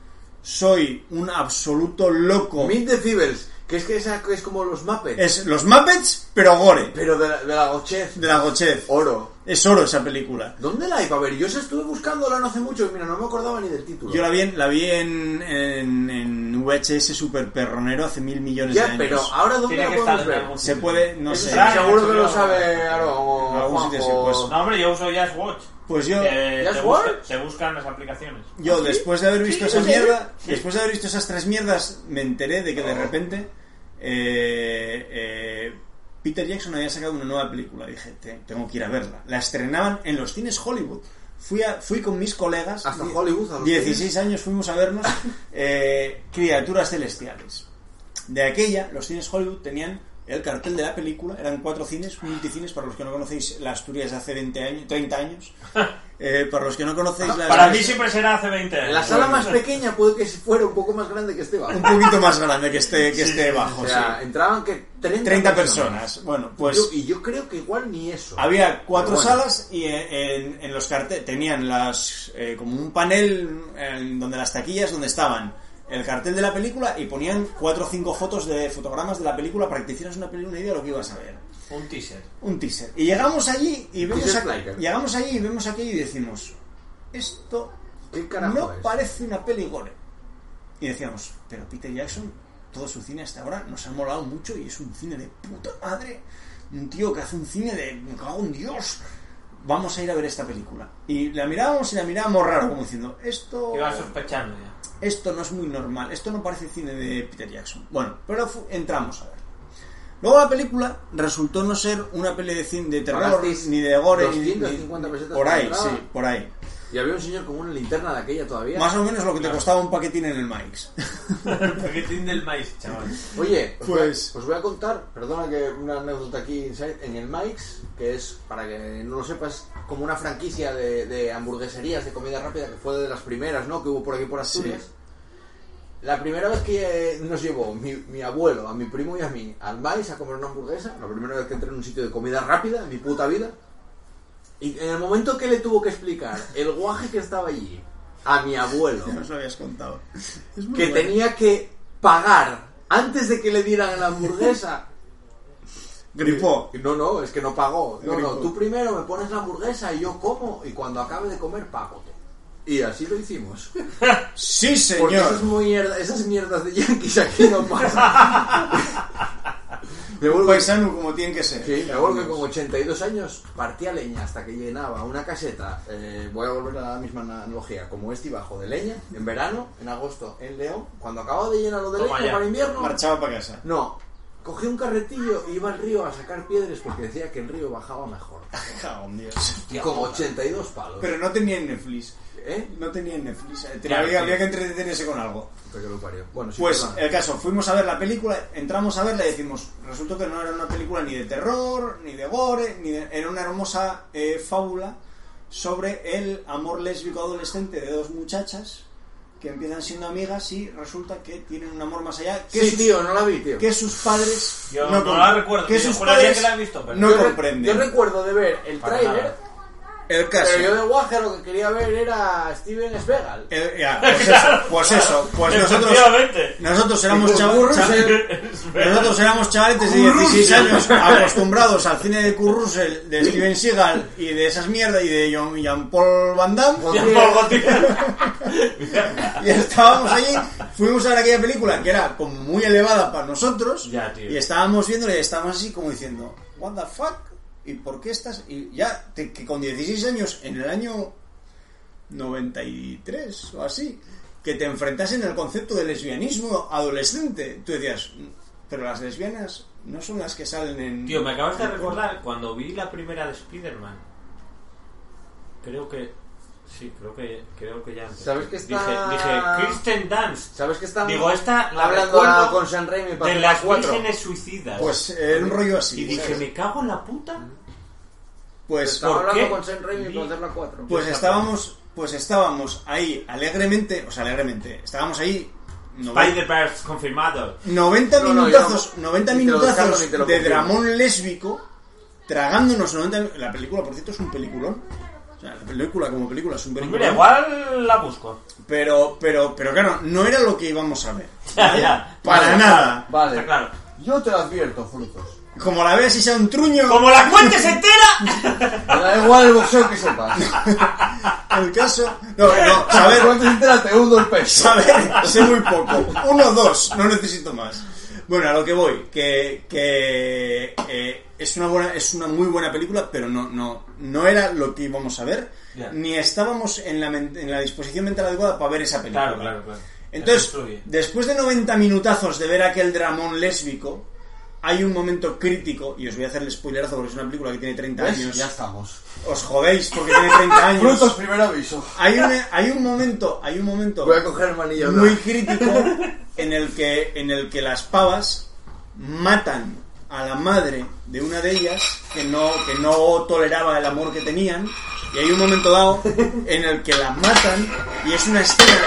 Speaker 5: soy un absoluto loco.
Speaker 6: Meet the Feebles, que es que esa es como los Muppets,
Speaker 5: Es los Muppets, pero gore.
Speaker 6: pero de la, de la Gochez,
Speaker 5: De la Gochev.
Speaker 6: oro.
Speaker 5: Es oro esa película.
Speaker 6: ¿Dónde la hay para ver? Yo se estuve buscándola no hace mucho y mira, no me acordaba ni del título.
Speaker 5: Yo la vi en, la vi en, en, en VHS super perronero hace mil millones de
Speaker 6: ya,
Speaker 5: años.
Speaker 6: pero ah, ahora ¿dónde
Speaker 4: Tiene
Speaker 6: la
Speaker 4: que
Speaker 6: podemos
Speaker 4: estar en
Speaker 6: ver?
Speaker 4: algún
Speaker 5: Se
Speaker 4: sitio.
Speaker 5: puede, no
Speaker 6: Eso
Speaker 5: sé.
Speaker 6: sí,
Speaker 4: Claro,
Speaker 6: seguro que
Speaker 4: eso
Speaker 6: lo
Speaker 4: ya-
Speaker 6: sabe Aro
Speaker 5: En
Speaker 6: o
Speaker 5: algún sitio sí,
Speaker 6: Juanjo.
Speaker 5: pues.
Speaker 4: No, hombre, yo uso Just Watch.
Speaker 5: Pues yo,
Speaker 4: Eh,
Speaker 6: ¿Just
Speaker 4: te, busca-
Speaker 6: Watch?
Speaker 4: te buscan las aplicaciones.
Speaker 5: yo después de haber visto
Speaker 6: ¿Ah, Sí,
Speaker 5: esa
Speaker 6: sí, Ah.
Speaker 5: mierda, después de haber visto esas tres mierdas, me enteré de que de repente eh, eh, Peter Jackson había sacado una nueva película. Dije, "Te- tengo que ir a verla. La estrenaban en los cines Hollywood. Fui, a- fui con mis colegas.
Speaker 6: Hasta
Speaker 5: Die-
Speaker 6: Hollywood, a los
Speaker 5: 16 años fuimos a
Speaker 6: <laughs>
Speaker 5: vernos eh, Criaturas Celestiales. De aquella, los cines Hollywood tenían el cartel de la película, eran cuatro cines, multicines, para los que no conocéis la Asturias de hace 20 años, 30
Speaker 6: <laughs>
Speaker 5: años, eh, para los que no
Speaker 6: Ah,
Speaker 5: conocéis la...
Speaker 4: Para mí siempre será hace 20 años.
Speaker 6: La sala más pequeña puede que fuera un poco más grande que este bar.
Speaker 5: un poquito más grande que este, que este bajo,
Speaker 6: O sea,
Speaker 5: sí.
Speaker 6: entraban que 30,
Speaker 5: 30 personas. Bueno, pues...
Speaker 6: Yo- y yo creo que igual ni eso.
Speaker 5: Había cuatro
Speaker 6: Pero bueno.
Speaker 5: salas y en, en los carteles tenían las eh, como un panel en donde las taquillas donde estaban el cartel de la película y ponían cuatro o cinco fotos de fotogramas de la película para que te hicieras una, peli- una idea de lo que ibas a ver.
Speaker 4: Un teaser.
Speaker 5: Un teaser. Y llegamos allí y vemos
Speaker 6: teaser
Speaker 5: a-
Speaker 6: flicker.
Speaker 5: llegamos allí y vemos aquí y decimos esto
Speaker 6: ¿Qué carajo
Speaker 5: no
Speaker 6: es?
Speaker 5: parece una peli gore. Y decíamos, pero Peter Jackson, todo su cine hasta ahora nos ha molado mucho y es un cine de puta madre. Un tío que hace un cine de me cago en Dios. Vamos a ir a ver esta película. Y la mirábamos y la mirábamos raro, como diciendo, esto
Speaker 4: Iba sospechando ya.
Speaker 5: esto no es muy normal, esto no parece cine de Peter Jackson. Bueno, pero fu- entramos a verlo. Luego la película resultó no ser una peli de cine de terror,
Speaker 6: Pagasteis
Speaker 5: ni de gore, ni-
Speaker 6: 250
Speaker 5: ni,
Speaker 6: pesetas
Speaker 5: por
Speaker 6: por
Speaker 5: ahí,
Speaker 6: entrada.
Speaker 5: sí, por ahí.
Speaker 6: Y había un señor con una linterna de aquella todavía.
Speaker 5: Más o menos lo que te costaba un paquetín en el Mike's. <laughs>
Speaker 4: El paquetín del maíz, chaval.
Speaker 6: Oye, os,
Speaker 5: Pues-
Speaker 6: voy a, os voy a contar, perdona que una anécdota aquí inside, en el Mike's, que es, para que no lo sepas, como una franquicia de, de hamburgueserías de comida rápida que fue de las primeras, ¿no? Que hubo por aquí por Asturias. La primera vez que eh, nos llevó mi, mi abuelo, a mi primo y a mí al Mike's a comer una hamburguesa, la primera vez que entré en un sitio de comida rápida en mi puta vida, y en el momento que le tuvo que explicar el guaje que estaba allí a mi abuelo
Speaker 5: No os lo habías contado. Es muy
Speaker 6: que
Speaker 5: bueno.
Speaker 6: tenía que pagar antes de que le dieran la hamburguesa.
Speaker 5: <laughs> Gripó.
Speaker 6: No, no, es que no pagó. No, no,
Speaker 5: Gripó.
Speaker 6: tú primero me pones la hamburguesa y yo como y cuando acabe de comer pago. Y así lo
Speaker 5: <laughs>
Speaker 6: hicimos.
Speaker 5: Sí,
Speaker 6: Porque
Speaker 5: señor.
Speaker 6: esas, mierda- esas mierdas de yankees aquí
Speaker 5: <laughs>
Speaker 6: no pasan. me
Speaker 5: Un
Speaker 6: vuelvo,
Speaker 5: paisano como tiene que ser.
Speaker 6: sí, me vuelvo que con 82 años partía leña hasta que llenaba una caseta. eh, voy a volver a la misma analogía, como este y bajo de leña, en verano, en agosto, en León. Cuando acababa de llenarlo de
Speaker 4: Toma
Speaker 6: leña
Speaker 4: ya.
Speaker 6: para invierno,
Speaker 5: Marchaba para
Speaker 6: <laughs>
Speaker 5: casa.
Speaker 6: no, cogí un carretillo y iba al río a sacar piedras porque decía que el río bajaba mejor. Ah,
Speaker 5: Cago en Dios.
Speaker 6: Y con 82 palos.
Speaker 5: Pero no tenía Netflix.
Speaker 6: ¿Eh?
Speaker 5: No tenía Netflix. Eh,
Speaker 4: Claro,
Speaker 5: había,
Speaker 4: sí.
Speaker 5: había que entretenerse con algo.
Speaker 6: Puta que lo parió. Bueno, sí,
Speaker 5: Pues
Speaker 6: perdona.
Speaker 5: el caso, fuimos a ver la película, entramos a verla y decimos, resultó que no era una película ni de terror, ni de gore, ni de- era una hermosa eh, fábula sobre el amor lésbico adolescente de dos muchachas que empiezan siendo amigas y resulta que tienen un amor más allá que,
Speaker 6: Sí,
Speaker 5: sus,
Speaker 6: tío, no la vi, tío.
Speaker 5: que sus padres
Speaker 4: Yo no
Speaker 5: com-
Speaker 4: la recuerdo,
Speaker 5: que
Speaker 4: yo
Speaker 5: sus
Speaker 4: juraría
Speaker 5: padres
Speaker 4: que la he visto, pero-
Speaker 5: no
Speaker 6: yo, re-
Speaker 5: comprenden
Speaker 6: yo recuerdo de ver el
Speaker 4: Para
Speaker 6: tráiler,
Speaker 4: nada.
Speaker 5: el caso
Speaker 6: pero yo de Guaje lo que quería ver era Steven Spielberg.
Speaker 5: el-
Speaker 4: <laughs>
Speaker 5: ya, pues, eso, pues eso pues nosotros
Speaker 4: Efectivamente.
Speaker 5: nosotros éramos
Speaker 6: Los burros,
Speaker 5: chavos
Speaker 6: eh,
Speaker 4: <laughs>
Speaker 5: Nosotros éramos chavaletes de 16 años acostumbrados al cine de Kurt Russell, de Steven Seagal y de esas mierdas y de Jean- Jean-Paul Van Damme.
Speaker 4: Ya, por Dios.
Speaker 5: Y estábamos allí, fuimos a ver aquella película que era como muy elevada para nosotros
Speaker 4: Ya, tío.
Speaker 5: y estábamos viéndola y estábamos así como diciendo, ¿What the fuck? ¿Y por qué estás.? Y ya, te- que con 16 años, en el año 93 o así, que te enfrentasen al concepto de lesbianismo adolescente. Tú decías, pero las lesbianas no son las que salen en.
Speaker 4: Tío, me acabas de
Speaker 5: en-
Speaker 4: recordar cuando vi la primera de Spider-Man. Creo que. Sí, creo que, creo que ya. antes.
Speaker 6: ¿Sabes que está-
Speaker 4: Dije, dije Kristen Dunst.
Speaker 6: ¿Sabes que están
Speaker 4: Digo, esta la
Speaker 6: hablando
Speaker 4: recuerdo
Speaker 6: ahora con San Raimi para
Speaker 4: de
Speaker 6: hacer
Speaker 4: las
Speaker 6: cuatro?
Speaker 4: vírgenes suicidas.
Speaker 5: Pues eh, un rollo así.
Speaker 4: y dije,
Speaker 5: ¿sabes?
Speaker 4: me cago en la puta.
Speaker 5: pues.
Speaker 6: Estaba
Speaker 4: ¿por
Speaker 6: hablando
Speaker 4: qué?
Speaker 6: con San Raimi
Speaker 4: Vi-
Speaker 6: para hacer la 4.
Speaker 5: Pues estábamos, pues estábamos ahí alegremente, o sea, alegremente, estábamos ahí noven-
Speaker 4: Spider-Verse confirmado.
Speaker 5: 90
Speaker 6: No, no,
Speaker 5: minutazos,
Speaker 6: yo no.
Speaker 5: 90
Speaker 6: Ni te lo descargo, ni
Speaker 5: minutazos
Speaker 6: te lo
Speaker 5: de
Speaker 6: confirmo.
Speaker 5: dramón lésbico, tragándonos 90 mi- La película, por cierto, es un peliculón. O sea, la película como película es un
Speaker 4: Pues
Speaker 5: peliculón.
Speaker 4: mira, igual la busco.
Speaker 5: Pero, pero, pero claro, no era lo que íbamos
Speaker 6: <laughs>
Speaker 5: a ver.
Speaker 4: <laughs> Ya, ya.
Speaker 5: Para
Speaker 4: Vale,
Speaker 5: nada.
Speaker 6: Vale.
Speaker 4: Está claro.
Speaker 6: Yo te lo advierto, frutos.
Speaker 5: Como la veas y sea un truño.
Speaker 4: Como
Speaker 5: <laughs>
Speaker 4: la cuentes entera.
Speaker 6: Me da igual el boxeo que sepas.
Speaker 5: El caso. No, no, saber.
Speaker 6: cuánto enteras te hundo el
Speaker 4: <laughs>
Speaker 6: peso.
Speaker 5: Saber, sé muy poco. Uno, dos, no necesito más. Bueno, a lo que voy, que, que, eh, es una buena, es una muy buena película, pero no, no, no era lo que íbamos a ver,
Speaker 4: Ya.
Speaker 5: ni estábamos en la, men- en la disposición mental adecuada para ver esa película.
Speaker 4: <laughs> Claro, claro, claro.
Speaker 5: Entonces,
Speaker 4: Eso influye.
Speaker 5: después de 90 minutazos de ver aquel dramón lésbico, hay un momento crítico, y os voy a hacer el spoilerazo porque es una película que tiene 30 años.
Speaker 6: Ya estamos.
Speaker 5: Os jodéis porque tiene
Speaker 4: <laughs>
Speaker 5: 30
Speaker 6: Frutos,
Speaker 5: años.
Speaker 6: primer aviso.
Speaker 5: Hay un, hay un momento, hay un momento
Speaker 6: Voy a coger manillas.
Speaker 5: muy crítico en el que en el que las pavas matan a la madre de una de ellas que no que no toleraba el amor que tenían y hay un momento dado en el que la matan y es una escena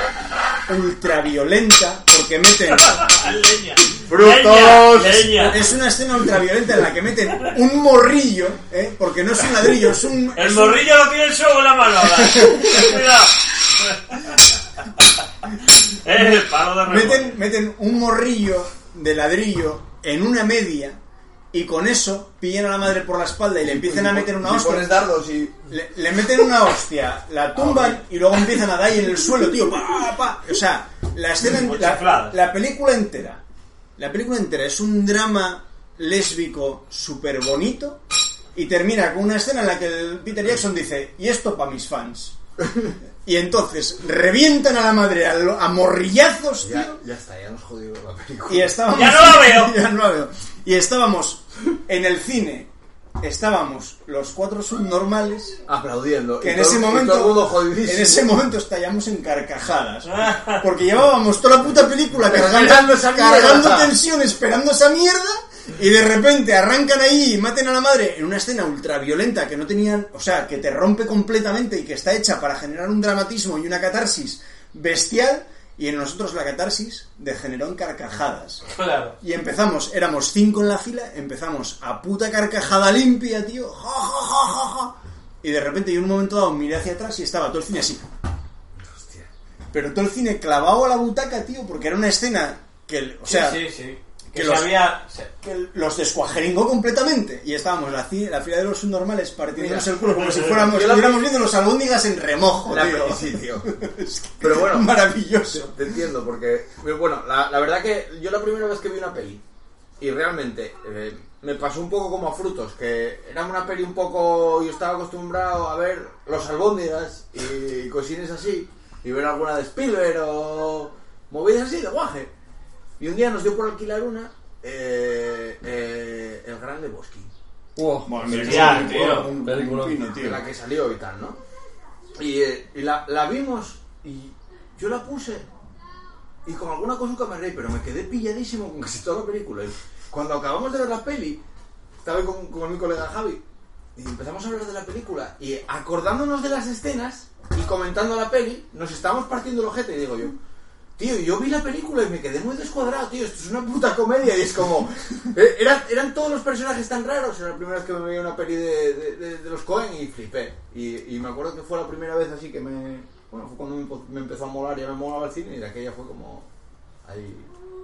Speaker 5: ultraviolenta porque meten
Speaker 4: Leña.
Speaker 6: Frutos.
Speaker 4: Leña. leña.
Speaker 5: es una escena ultraviolenta en la que meten un morrillo ¿eh? porque no es un ladrillo es un
Speaker 4: El
Speaker 5: es un-
Speaker 4: morrillo lo tiene el show en la
Speaker 5: <laughs>
Speaker 4: mano ahora. Cuidado. Eh, palo de remo.
Speaker 5: meten, meten un morrillo de ladrillo en una media y con eso pillan a la madre por la espalda y le empiezan a meter una
Speaker 6: Y pones
Speaker 5: hostia.
Speaker 6: dardos y.
Speaker 5: Le, le meten una hostia, la tumban y luego empiezan a dar ahí en el suelo, tío. Pa, pa. O sea, la escena, en- la,
Speaker 4: Chifladas.
Speaker 5: la película entera. La película entera es un drama lésbico súper bonito y termina con una escena en la que el Peter Jackson dice, y esto para mis fans. Y entonces revientan a la madre a, lo- a morrillazos, tío.
Speaker 6: Ya, ya está, ya nos jodió la película.
Speaker 5: Y estábamos,
Speaker 4: Ya no la veo.
Speaker 5: <laughs> Ya no la veo. Y estábamos en el cine, estábamos los cuatro subnormales,
Speaker 6: Aplaudiendo.
Speaker 5: que
Speaker 6: Y
Speaker 5: en
Speaker 6: todo-
Speaker 5: ese
Speaker 6: y
Speaker 5: momento,
Speaker 6: todo el mundo jodidísimo.
Speaker 5: en ese momento estallamos en
Speaker 4: <laughs>
Speaker 5: carcajadas, porque llevábamos toda la puta película cargando,
Speaker 6: Cargando esa mierda.
Speaker 5: cargando tensión, esperando esa mierda. Y de repente arrancan ahí y maten a la madre en una escena ultraviolenta que no tenían, o sea, que te rompe completamente y que está hecha para generar un dramatismo y una catarsis bestial. Y en nosotros la catarsis degeneró en carcajadas.
Speaker 4: Claro.
Speaker 5: Y empezamos, éramos cinco en la fila, empezamos a puta carcajada limpia, tío. Ja, ja, ja, ja, ja. Y de repente, yo en un momento dado miré hacia atrás y estaba todo el cine así. Pero todo el cine clavado a la butaca, tío, porque era una escena que, el- o sea,
Speaker 4: sí, sí, sí.
Speaker 5: que
Speaker 4: Que
Speaker 5: los-
Speaker 4: sabía. se-
Speaker 5: que el- los descuajeringó completamente. Y estábamos la, ci- la fila de los subnormales partiéndonos el culo como
Speaker 6: <laughs>
Speaker 5: si fuéramos,
Speaker 6: yo la-
Speaker 5: estuviéramos viendo los albóndigas en remojo,
Speaker 6: La
Speaker 5: tío.
Speaker 6: sí, <laughs> tío. Pero
Speaker 5: <laughs>
Speaker 6: bueno.
Speaker 5: maravilloso.
Speaker 6: Te entiendo, porque. Bueno, la, la verdad que yo la primera vez que vi una peli, y realmente eh, me pasó un poco como a frutos, que era una peli un poco. Yo estaba acostumbrado a ver los albóndigas y cosines así, y ver alguna de Spielberg o. movidas así de guaje. Y un día nos dio por alquilar una, eh, eh, El Gran Lebowski.
Speaker 7: Wow.
Speaker 4: Ya, tío.
Speaker 5: Un- un
Speaker 7: Película.
Speaker 5: pino, tío.
Speaker 6: de la que salió y tal, ¿no? Y, eh, y la, la vimos y yo la puse y con alguna cosa me reí, pero me quedé pilladísimo con casi toda la película. Y cuando acabamos de ver la peli, estaba con, con mi colega Javi y empezamos a hablar de la película y acordándonos de las escenas y comentando la peli, nos estábamos partiendo el ojete y digo yo. Tío, yo vi la película y me quedé muy descuadrado, tío. Esto es una puta comedia y es como. <laughs> eh, Eran, eran todos los personajes tan raros. Era la primera vez que me veía una peli de, de- de- de los Cohen y flipé. Y, y me acuerdo que fue la primera vez así que me. Bueno, fue cuando me, empo- me empezó a molar y me molaba el cine y de aquella fue como. Ahí.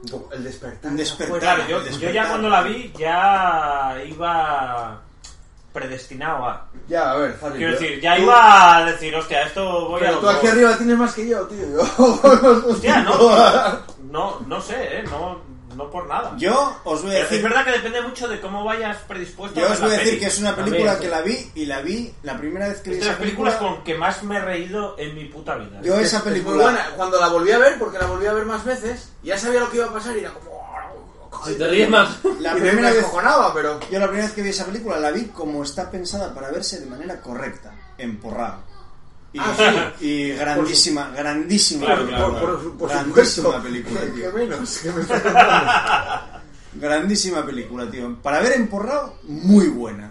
Speaker 6: Un poco el despertar.
Speaker 5: Un despertar,
Speaker 4: Claro, pues yo,
Speaker 5: Despertar.
Speaker 4: yo ya cuando la vi ya iba predestinado a.
Speaker 6: Ya, a ver, Harry.
Speaker 4: Quiero
Speaker 6: yo-
Speaker 4: decir, ya
Speaker 6: tú-
Speaker 4: iba a decir, hostia, esto voy a.
Speaker 6: Pero tú
Speaker 4: <laughs>
Speaker 6: aquí <laughs> arriba tienes más que yo, tío. Yo-
Speaker 4: Hostia, no. No, no sé, eh. No, no por nada.
Speaker 5: Yo os voy a
Speaker 4: Pero es
Speaker 5: decir.
Speaker 4: verdad que depende mucho de cómo vayas predispuesto
Speaker 5: Yo
Speaker 4: ver
Speaker 5: os
Speaker 4: Pues la
Speaker 5: voy a decir
Speaker 4: peli.
Speaker 5: que es una película que la vi y la vi la primera vez que vi
Speaker 4: Es de las
Speaker 5: esa
Speaker 4: películas
Speaker 5: película.
Speaker 4: con que más me he reído en mi puta vida.
Speaker 5: Yo
Speaker 6: Es-
Speaker 5: esa
Speaker 6: es muy
Speaker 5: película.
Speaker 6: buena. Cuando la volví a ver, porque la volví a ver más veces, ya sabía lo que iba a pasar y era como. "Oh,
Speaker 7: Si te ríes más.
Speaker 5: La
Speaker 6: y me
Speaker 5: primera vez.
Speaker 6: descojonaba, pero.
Speaker 5: Yo la primera vez que vi esa película la vi como está pensada para verse de manera correcta, emporrada. Y,
Speaker 6: Ah,
Speaker 5: y grandísima, grandísima
Speaker 4: Claro,
Speaker 5: película.
Speaker 4: claro, claro.
Speaker 6: Por, por
Speaker 5: grandísima
Speaker 6: <laughs> supuesto.
Speaker 5: película,
Speaker 6: Que- que
Speaker 5: tío.
Speaker 6: menos. que me-
Speaker 5: Grandísima película, tío. Para ver emporrado, muy buena.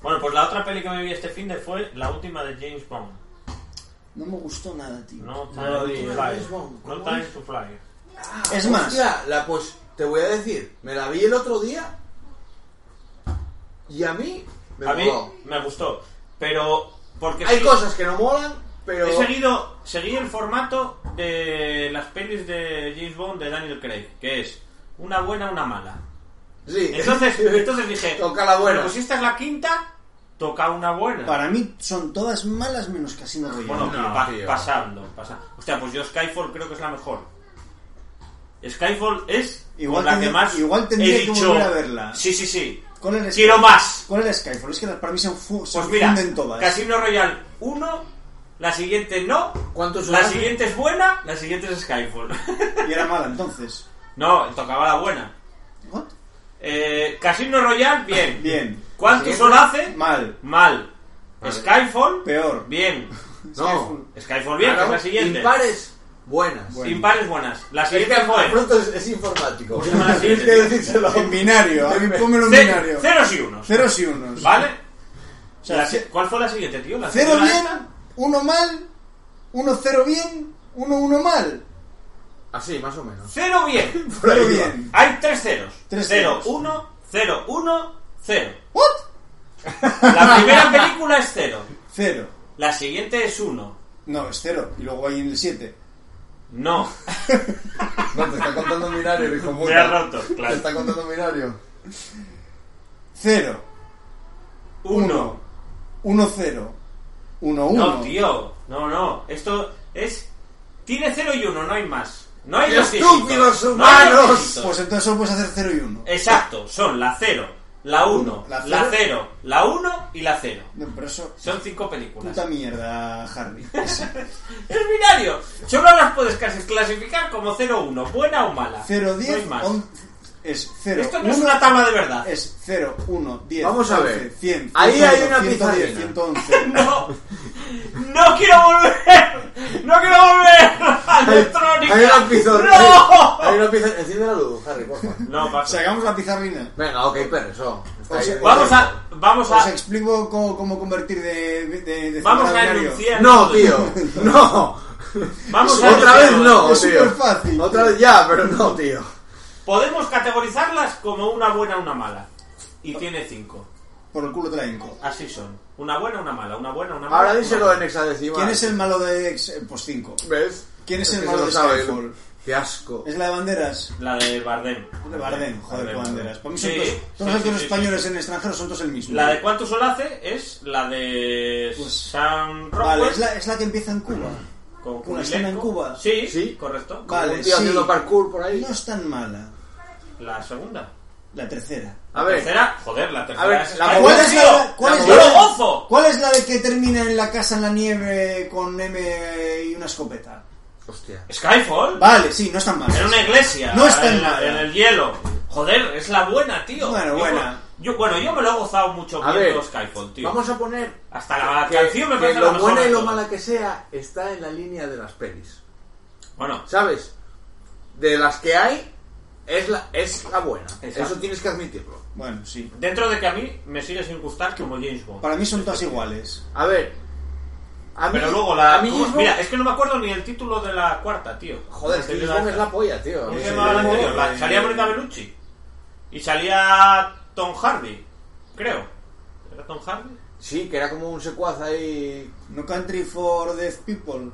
Speaker 4: Bueno, pues la otra peli que me vi este fin de fue la última de James Bond.
Speaker 5: No me gustó nada, tío.
Speaker 4: No Time
Speaker 7: No,
Speaker 4: to
Speaker 7: de
Speaker 4: Fly.
Speaker 6: James Bond,
Speaker 4: No
Speaker 6: ¿cómo
Speaker 4: Time
Speaker 6: es?
Speaker 4: to Fly.
Speaker 5: Es más,
Speaker 6: Hostia, la, pues te voy a decir, me la vi el otro día y a mí me
Speaker 4: A mí
Speaker 6: moló.
Speaker 4: me gustó. Pero porque
Speaker 6: Hay
Speaker 4: sí,
Speaker 6: cosas que no molan, pero.
Speaker 4: he seguido seguí el formato de las pelis de James Bond de Daniel Craig, que es una buena, una mala.
Speaker 6: Sí. <laughs>
Speaker 4: Entonces, entonces dije,
Speaker 6: Toca la buena.
Speaker 4: bueno, pues si esta es la quinta, toca una buena.
Speaker 5: para mí son todas malas menos Casino Royale.
Speaker 4: Bueno,
Speaker 6: No,
Speaker 4: pa-
Speaker 6: tío.
Speaker 4: pasando, pasando. Hostia, pues yo Skyfall creo que es la mejor. Skyfall es
Speaker 5: Igual
Speaker 4: con la
Speaker 5: tendría-
Speaker 4: que más
Speaker 5: igual tendría
Speaker 4: he
Speaker 5: que
Speaker 4: dicho,
Speaker 5: volver a verla.
Speaker 4: Sí, sí, sí.
Speaker 5: ¿Cuál era
Speaker 4: Quiero
Speaker 5: Skyfall?
Speaker 4: más.
Speaker 5: ¿Cuál era Skyfall? Es que las- para mí se, fu- se
Speaker 4: Pues mira,
Speaker 5: funden todas.
Speaker 4: Casino Royale 1, la siguiente no,
Speaker 6: ¿Cuántos
Speaker 4: la
Speaker 6: son?
Speaker 4: siguiente es buena, la siguiente es Skyfall. <laughs>
Speaker 5: Y era mala entonces.
Speaker 4: no, tocaba la buena.
Speaker 5: ¿What?
Speaker 4: Eh, Casino Royale,
Speaker 5: <laughs>
Speaker 4: bien.
Speaker 5: Bien.
Speaker 4: ¿Cuántos son hace?
Speaker 5: Mal.
Speaker 4: Mal. Skyfall,
Speaker 5: Peor.
Speaker 4: bien.
Speaker 6: No.
Speaker 4: Skyfall, bien, que es la siguiente.
Speaker 6: Impares buenas.
Speaker 5: Bueno.
Speaker 4: Impares buenas. La
Speaker 6: Es
Speaker 4: siguiente
Speaker 6: que
Speaker 4: fue.
Speaker 6: de pronto es, es informático.
Speaker 4: la
Speaker 6: Tienes
Speaker 4: siguiente.
Speaker 6: que decírselo.
Speaker 5: En binario. A mí pónmelo en
Speaker 4: Ce-
Speaker 5: binario.
Speaker 4: Ceros y unos.
Speaker 5: Ceros y unos.
Speaker 4: ¿Vale?
Speaker 5: O sea,
Speaker 4: La
Speaker 5: ce-
Speaker 4: si- ¿Cuál fue la siguiente, tío? ¿La
Speaker 5: Cero
Speaker 4: siguiente
Speaker 5: bien,
Speaker 4: era esta?
Speaker 5: uno mal, uno cero bien, uno uno mal.
Speaker 6: Así, más o menos.
Speaker 4: Cero
Speaker 5: <laughs>
Speaker 4: bien.
Speaker 5: Cero bien.
Speaker 4: Hay tres ceros.
Speaker 5: Tres
Speaker 4: cero,
Speaker 5: ceros.
Speaker 4: uno, cero, uno, cero.
Speaker 5: ¿What? <laughs>
Speaker 4: La primera película es cero.
Speaker 5: Cero.
Speaker 4: La siguiente es uno.
Speaker 5: No, es cero. Y luego hay en el 7.
Speaker 4: No.
Speaker 6: No, te está contando un binario, hijo
Speaker 4: Me ha roto, claro.
Speaker 6: contando un binario.
Speaker 5: Cero.
Speaker 4: Uno.
Speaker 5: Uno cero. Uno uno.
Speaker 4: No, tío. No, no. Esto es. Tiene cero y uno, no hay más. No hay
Speaker 6: ¡Qué
Speaker 4: dos dígitos.
Speaker 6: estúpidos
Speaker 4: No hay dos
Speaker 6: humanos!
Speaker 4: dígitos.
Speaker 5: Pues entonces solo puedes hacer cero y uno.
Speaker 4: Exacto, son la cero, la uno,
Speaker 5: La
Speaker 4: la
Speaker 5: cero.
Speaker 4: cero, la uno y la cero.
Speaker 5: No, pero eso...
Speaker 4: Son cinco películas.
Speaker 5: Puta mierda, Harry.
Speaker 4: ¡Es binario! Solo las puedes casi clasificar como 0-1, buena o mala.
Speaker 5: Cero
Speaker 4: No hay
Speaker 5: diez.
Speaker 4: más.
Speaker 5: on- Es cero.
Speaker 4: Esto no es
Speaker 5: uno,
Speaker 4: una tabla de verdad.
Speaker 5: Es 0, 1, 10.
Speaker 6: Vamos a
Speaker 5: 11,
Speaker 6: ver.
Speaker 5: 100.
Speaker 6: Ahí hay
Speaker 5: 101,
Speaker 6: una
Speaker 5: 110,
Speaker 6: pizarrina.
Speaker 5: 111.
Speaker 4: No, no quiero volver. No quiero volver a electrónica.
Speaker 6: Hay una pizarra. Hay
Speaker 4: ¡No!
Speaker 6: una pizarra. Enciende la luz, Harry, por favor.
Speaker 4: No, pasa.
Speaker 5: Sacamos la pizarrina.
Speaker 6: Venga, ok, perro.
Speaker 5: O sea,
Speaker 4: Vamos a. Vamos
Speaker 5: Os
Speaker 4: a.
Speaker 5: explico cómo, cómo convertir de, de, de
Speaker 4: Vamos
Speaker 5: central
Speaker 4: a
Speaker 5: binario.
Speaker 4: enunciar.
Speaker 6: No,
Speaker 4: todo.
Speaker 6: <laughs> tío. No.
Speaker 4: Vamos a
Speaker 6: Otra
Speaker 4: enunciar
Speaker 6: vez
Speaker 4: todo.
Speaker 6: no,
Speaker 5: Es
Speaker 6: tío.
Speaker 5: superfácil.
Speaker 6: Otra vez ya, pero no, tío.
Speaker 4: Podemos categorizarlas como una buena una mala. Y tiene cinco.
Speaker 5: Por el culo te la hinco.
Speaker 4: Así son. Una buena, una mala, una buena, una mala.
Speaker 6: Ahora
Speaker 4: una
Speaker 6: díselo
Speaker 4: mala.
Speaker 6: en hexadecimal.
Speaker 5: ¿Quién es el malo de ex? eh, Pues 5.
Speaker 6: ¿Ves?
Speaker 5: ¿Quién es
Speaker 6: Es
Speaker 5: el
Speaker 6: que
Speaker 5: malo
Speaker 6: se lo
Speaker 5: de
Speaker 6: sabe,
Speaker 5: Skyfall?
Speaker 6: ¿no? Qué asco.
Speaker 5: ¿Es la de banderas?
Speaker 4: La de Bardem.
Speaker 5: De Bardem, joder,
Speaker 4: Bardem,
Speaker 5: con banderas.
Speaker 4: Bardem.
Speaker 5: Para mí son
Speaker 4: Sí,
Speaker 5: todos, todos
Speaker 4: sí,
Speaker 5: los
Speaker 4: sí,
Speaker 5: actores
Speaker 4: sí,
Speaker 5: españoles
Speaker 4: sí.
Speaker 5: en el extranjero son todos el mismo.
Speaker 4: La de cuánto sol hace es la de
Speaker 5: Pues-
Speaker 4: San Rockwell.
Speaker 5: Vale, es la, es la que empieza en Cuba.
Speaker 4: con
Speaker 5: una escena en
Speaker 4: Kubilenko.
Speaker 5: Cuba.
Speaker 4: Sí,
Speaker 6: Sí.
Speaker 4: correcto.
Speaker 5: Vale,
Speaker 6: un
Speaker 5: sí.
Speaker 6: tío haciendo parkour por ahí.
Speaker 5: No es tan mala.
Speaker 4: La segunda.
Speaker 5: La tercera.
Speaker 6: A
Speaker 4: La
Speaker 6: ver.
Speaker 4: tercera, joder, la tercera.
Speaker 6: A ver,
Speaker 4: es
Speaker 6: la
Speaker 4: Skyfall,
Speaker 5: ¿Cuál es
Speaker 4: tío.
Speaker 5: la, cuál es
Speaker 4: ¡Yo
Speaker 5: la-
Speaker 4: lo gozo!
Speaker 5: cuál es la de que termina en la casa en la nieve con M y una escopeta?
Speaker 6: Hostia.
Speaker 4: Skyfall.
Speaker 5: Vale, sí, no es tan mala.
Speaker 4: En una iglesia.
Speaker 5: No es tan
Speaker 4: en,
Speaker 5: mala.
Speaker 4: en el hielo. Joder, es la buena, tío.
Speaker 5: Bueno,
Speaker 4: yo,
Speaker 5: buena.
Speaker 4: Yo, bueno, yo me lo he gozado mucho
Speaker 6: A
Speaker 4: viendo
Speaker 6: ver,
Speaker 4: Skyfall, tío.
Speaker 6: Vamos a poner
Speaker 4: Hasta la
Speaker 6: que,
Speaker 4: canción me
Speaker 6: que
Speaker 4: parece la
Speaker 6: lo
Speaker 4: mejor
Speaker 6: buena
Speaker 4: de
Speaker 6: y lo
Speaker 4: todas.
Speaker 6: mala que sea está en la línea de las pelis.
Speaker 4: Bueno,
Speaker 6: ¿Sabes? De las que hay, es la, es la buena.
Speaker 4: Exacto.
Speaker 6: Eso tienes que admitirlo.
Speaker 5: Bueno, sí.
Speaker 4: dentro de que a mí me sigue sin gustar como James Bond.
Speaker 5: Para mí son todas iguales.
Speaker 6: A ver. A mí,
Speaker 4: Pero luego la.
Speaker 6: A mí
Speaker 4: ¿cómo-
Speaker 6: James Bond-
Speaker 4: Mira, es que no me acuerdo ni el título de la cuarta, tío.
Speaker 6: Joder, es que James Bond es la polla, tío.
Speaker 4: ¿Cómo
Speaker 6: A
Speaker 4: se
Speaker 6: mí
Speaker 4: llamaba la
Speaker 6: James Bond-
Speaker 4: anterior? La- Salía Monica Bellucci. Y salía Tom Hardy, creo. ¿Era Tom Hardy?
Speaker 6: Sí, que era como un secuaz ahí.
Speaker 5: No Country for Deaf People.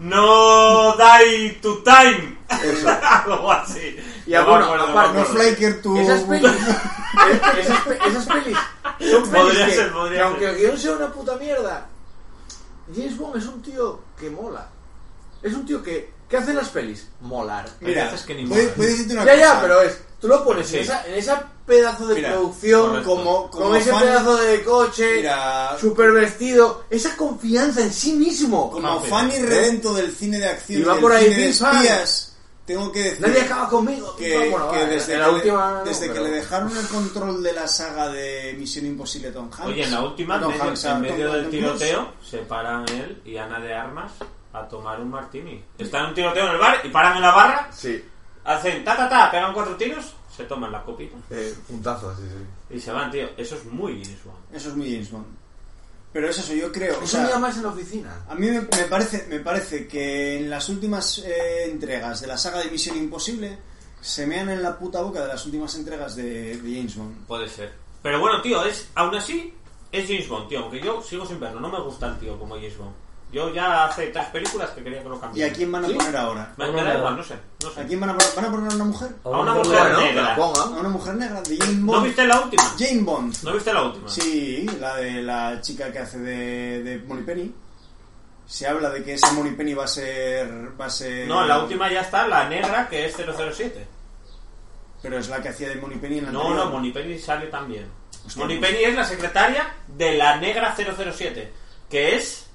Speaker 4: No die to time. <laughs> Algo así.
Speaker 6: Y a
Speaker 4: No
Speaker 6: bueno,
Speaker 4: me acuerdo,
Speaker 6: aparte-
Speaker 4: me
Speaker 5: No
Speaker 4: acuerdo.
Speaker 5: Flaker to...
Speaker 6: Esas
Speaker 5: <laughs>
Speaker 6: pelis. es- esas, pe- esas pelis. Son pelis
Speaker 4: Podría
Speaker 6: que,
Speaker 4: ser, podría
Speaker 6: que
Speaker 4: ser.
Speaker 6: aunque el guión sea una puta mierda, James Bond es un tío que mola. Es un tío que ¿Qué hacen las pelis? Molar.
Speaker 5: Mira,
Speaker 4: veces que ni
Speaker 5: voy,
Speaker 4: mola.
Speaker 5: voy a decirte una
Speaker 6: ya,
Speaker 5: cosa.
Speaker 6: ya, pero es. Tú lo pones en,
Speaker 4: Sí.
Speaker 6: esa, en esa pedazo de
Speaker 5: Mira,
Speaker 6: producción,
Speaker 4: correcto.
Speaker 5: como,
Speaker 6: con
Speaker 5: como
Speaker 6: ese
Speaker 5: fan-
Speaker 6: pedazo de coche,
Speaker 5: Mira,
Speaker 6: super vestido, esa confianza en sí mismo.
Speaker 5: como fan
Speaker 4: ¿eh?
Speaker 5: y redento del cine de acción
Speaker 6: Y
Speaker 5: y
Speaker 6: va
Speaker 5: del
Speaker 6: por ahí,
Speaker 5: cine de
Speaker 6: pim, pam.
Speaker 5: espías, tengo que decir
Speaker 6: Nadie acaba conmigo. Ah,
Speaker 5: que,
Speaker 6: Bueno,
Speaker 5: que
Speaker 6: va,
Speaker 5: desde, que,
Speaker 6: en la
Speaker 5: le,
Speaker 6: última, no,
Speaker 5: desde que
Speaker 6: pero-
Speaker 5: le dejaron el control de la saga de Misión Imposible a Tom Hanks.
Speaker 4: Oye, en la última, en
Speaker 5: Tom
Speaker 4: medio,
Speaker 5: Hanks,
Speaker 4: en
Speaker 5: Tom
Speaker 4: medio del
Speaker 5: Hanks.
Speaker 4: tiroteo, se paran él y Ana de Armas a tomar un martini. Están en un tiroteo en el bar y paran en la barra,
Speaker 6: Sí,
Speaker 4: hacen ta ta ta, pegan cuatro tiros, se toman la copita
Speaker 6: eh, puntazo, sí, sí.
Speaker 4: y se van, tío. Eso es muy inusual.
Speaker 5: Eso es muy James Bond. Pero es eso, yo creo. o
Speaker 6: Eso
Speaker 5: sea,
Speaker 6: me llamas en la oficina.
Speaker 5: a mí me, me parece, me parece que en las últimas eh, entregas de la saga de Misión Imposible se mean en la puta boca de las últimas entregas de, de James Bond.
Speaker 4: Puede ser. Pero bueno, tío, es aún así es James Bond, tío. Aunque yo sigo sin verlo, no me gusta el tío como James Bond. Yo ya hace tres películas que quería que lo
Speaker 5: ¿Y
Speaker 4: cambiara.
Speaker 5: a quién van a
Speaker 6: ¿Sí?
Speaker 5: poner ahora?
Speaker 4: Me, me
Speaker 7: No, no,
Speaker 4: da
Speaker 7: no.
Speaker 4: igual, no sé. No
Speaker 5: ¿A
Speaker 4: sé.
Speaker 5: quién van a, poner- van a poner a una mujer?
Speaker 4: A una mujer
Speaker 6: Bueno, que
Speaker 4: negra.
Speaker 6: la
Speaker 5: ¿A
Speaker 6: ponga.
Speaker 5: una mujer negra? ¿De James
Speaker 4: Ah. ¿No
Speaker 5: Bond?
Speaker 4: viste la última?
Speaker 5: Jane Bond.
Speaker 4: ¿No viste la última?
Speaker 5: Sí, la de la chica que hace de, de Molly Penny. Se habla de que esa Molly Penny va a ser. Va a ser
Speaker 4: No, la última ya está, la negra, que es 007.
Speaker 5: Pero es la que hacía de Molly Penny en la
Speaker 4: No,
Speaker 5: anterior.
Speaker 4: no, Monipenny sale también.
Speaker 5: Hostia,
Speaker 4: Monipenny es la secretaria de la negra 007, que es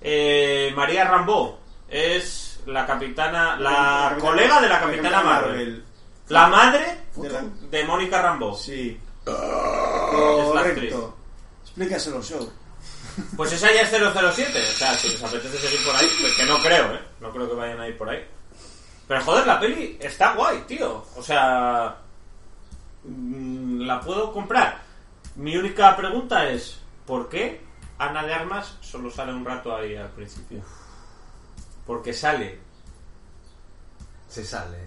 Speaker 4: eh, María Rambó. Es la capitana, la,
Speaker 5: capitana-
Speaker 4: colega de la
Speaker 5: la
Speaker 4: capitana
Speaker 5: capitana
Speaker 4: Marvel.
Speaker 5: Marvel.
Speaker 4: La madre
Speaker 5: De la-
Speaker 4: de Mónica Rambó.
Speaker 5: Sí.
Speaker 4: la
Speaker 5: Correcto. Explícaselo, show.
Speaker 4: Pues esa ya es 007. O sea, si les apetece seguir por ahí, pues que no creo, ¿eh? No creo que vayan a ir por ahí. Pero joder, la peli está guay, tío. O sea, mm, la puedo comprar. Mi única pregunta es, ¿por qué Ana de Armas solo sale un rato ahí al principio? Porque sale.
Speaker 6: Se sale.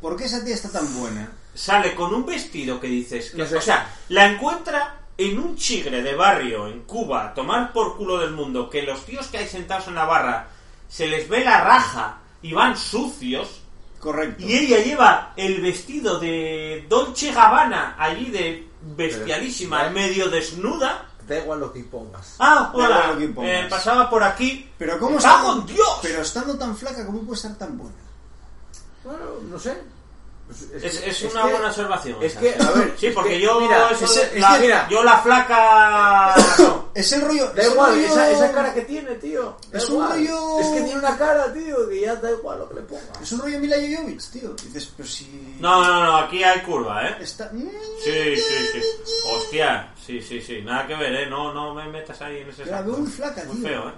Speaker 5: ¿Por qué esa tía está tan buena?
Speaker 4: Sale con un vestido que dices... que-
Speaker 6: No sé.
Speaker 4: O sea, la encuentra en un chigre de barrio en Cuba, a tomar por culo del mundo, que los tíos que hay sentados en la barra se les ve la raja y van sucios,
Speaker 5: Correcto.
Speaker 4: Y ella lleva el vestido de Dolce Gabbana allí de bestialísima,
Speaker 6: Pero, ¿eh?
Speaker 4: medio desnuda.
Speaker 6: Da igual lo que pongas.
Speaker 4: Ah,
Speaker 5: Da igual
Speaker 4: hola,
Speaker 5: lo que pongas.
Speaker 4: eh, pasaba por aquí.
Speaker 5: Pero cómo
Speaker 4: ¡Me
Speaker 5: está.
Speaker 4: cago en Dios!
Speaker 5: Pero estando tan flaca, ¿cómo puede estar tan buena?
Speaker 6: Bueno, no sé.
Speaker 4: Es,
Speaker 6: que-
Speaker 4: es una
Speaker 6: que-
Speaker 4: buena observación.
Speaker 6: es
Speaker 4: esa,
Speaker 6: que,
Speaker 4: sí.
Speaker 6: a ver,
Speaker 4: sí,
Speaker 6: es
Speaker 4: porque
Speaker 6: que,
Speaker 4: yo,
Speaker 6: mira,
Speaker 4: eso
Speaker 5: ese-
Speaker 4: de-
Speaker 5: es
Speaker 4: la,
Speaker 5: que-
Speaker 4: yo la flaca. no.
Speaker 5: Es el rollo.
Speaker 6: Da
Speaker 5: es el
Speaker 6: igual,
Speaker 5: rollo-
Speaker 6: esa, esa cara que tiene, tío. Da
Speaker 5: Es un
Speaker 6: igual.
Speaker 5: rollo-
Speaker 6: Es que tiene una cara, tío, que ya da igual lo que le pongas.
Speaker 5: Es un rollo Mila Jovovich, tío. Dices, pero si.
Speaker 4: No, no, no, aquí hay curva, ¿eh?
Speaker 5: Está. Mm,
Speaker 4: Sí, sí, sí. Hostia, sí, sí, sí. Nada que ver, ¿eh? No, no me metas ahí en ese
Speaker 5: Yo la
Speaker 4: saco.
Speaker 5: veo muy flaca,
Speaker 4: Muy
Speaker 5: tío. <laughs>
Speaker 4: feo, ¿eh?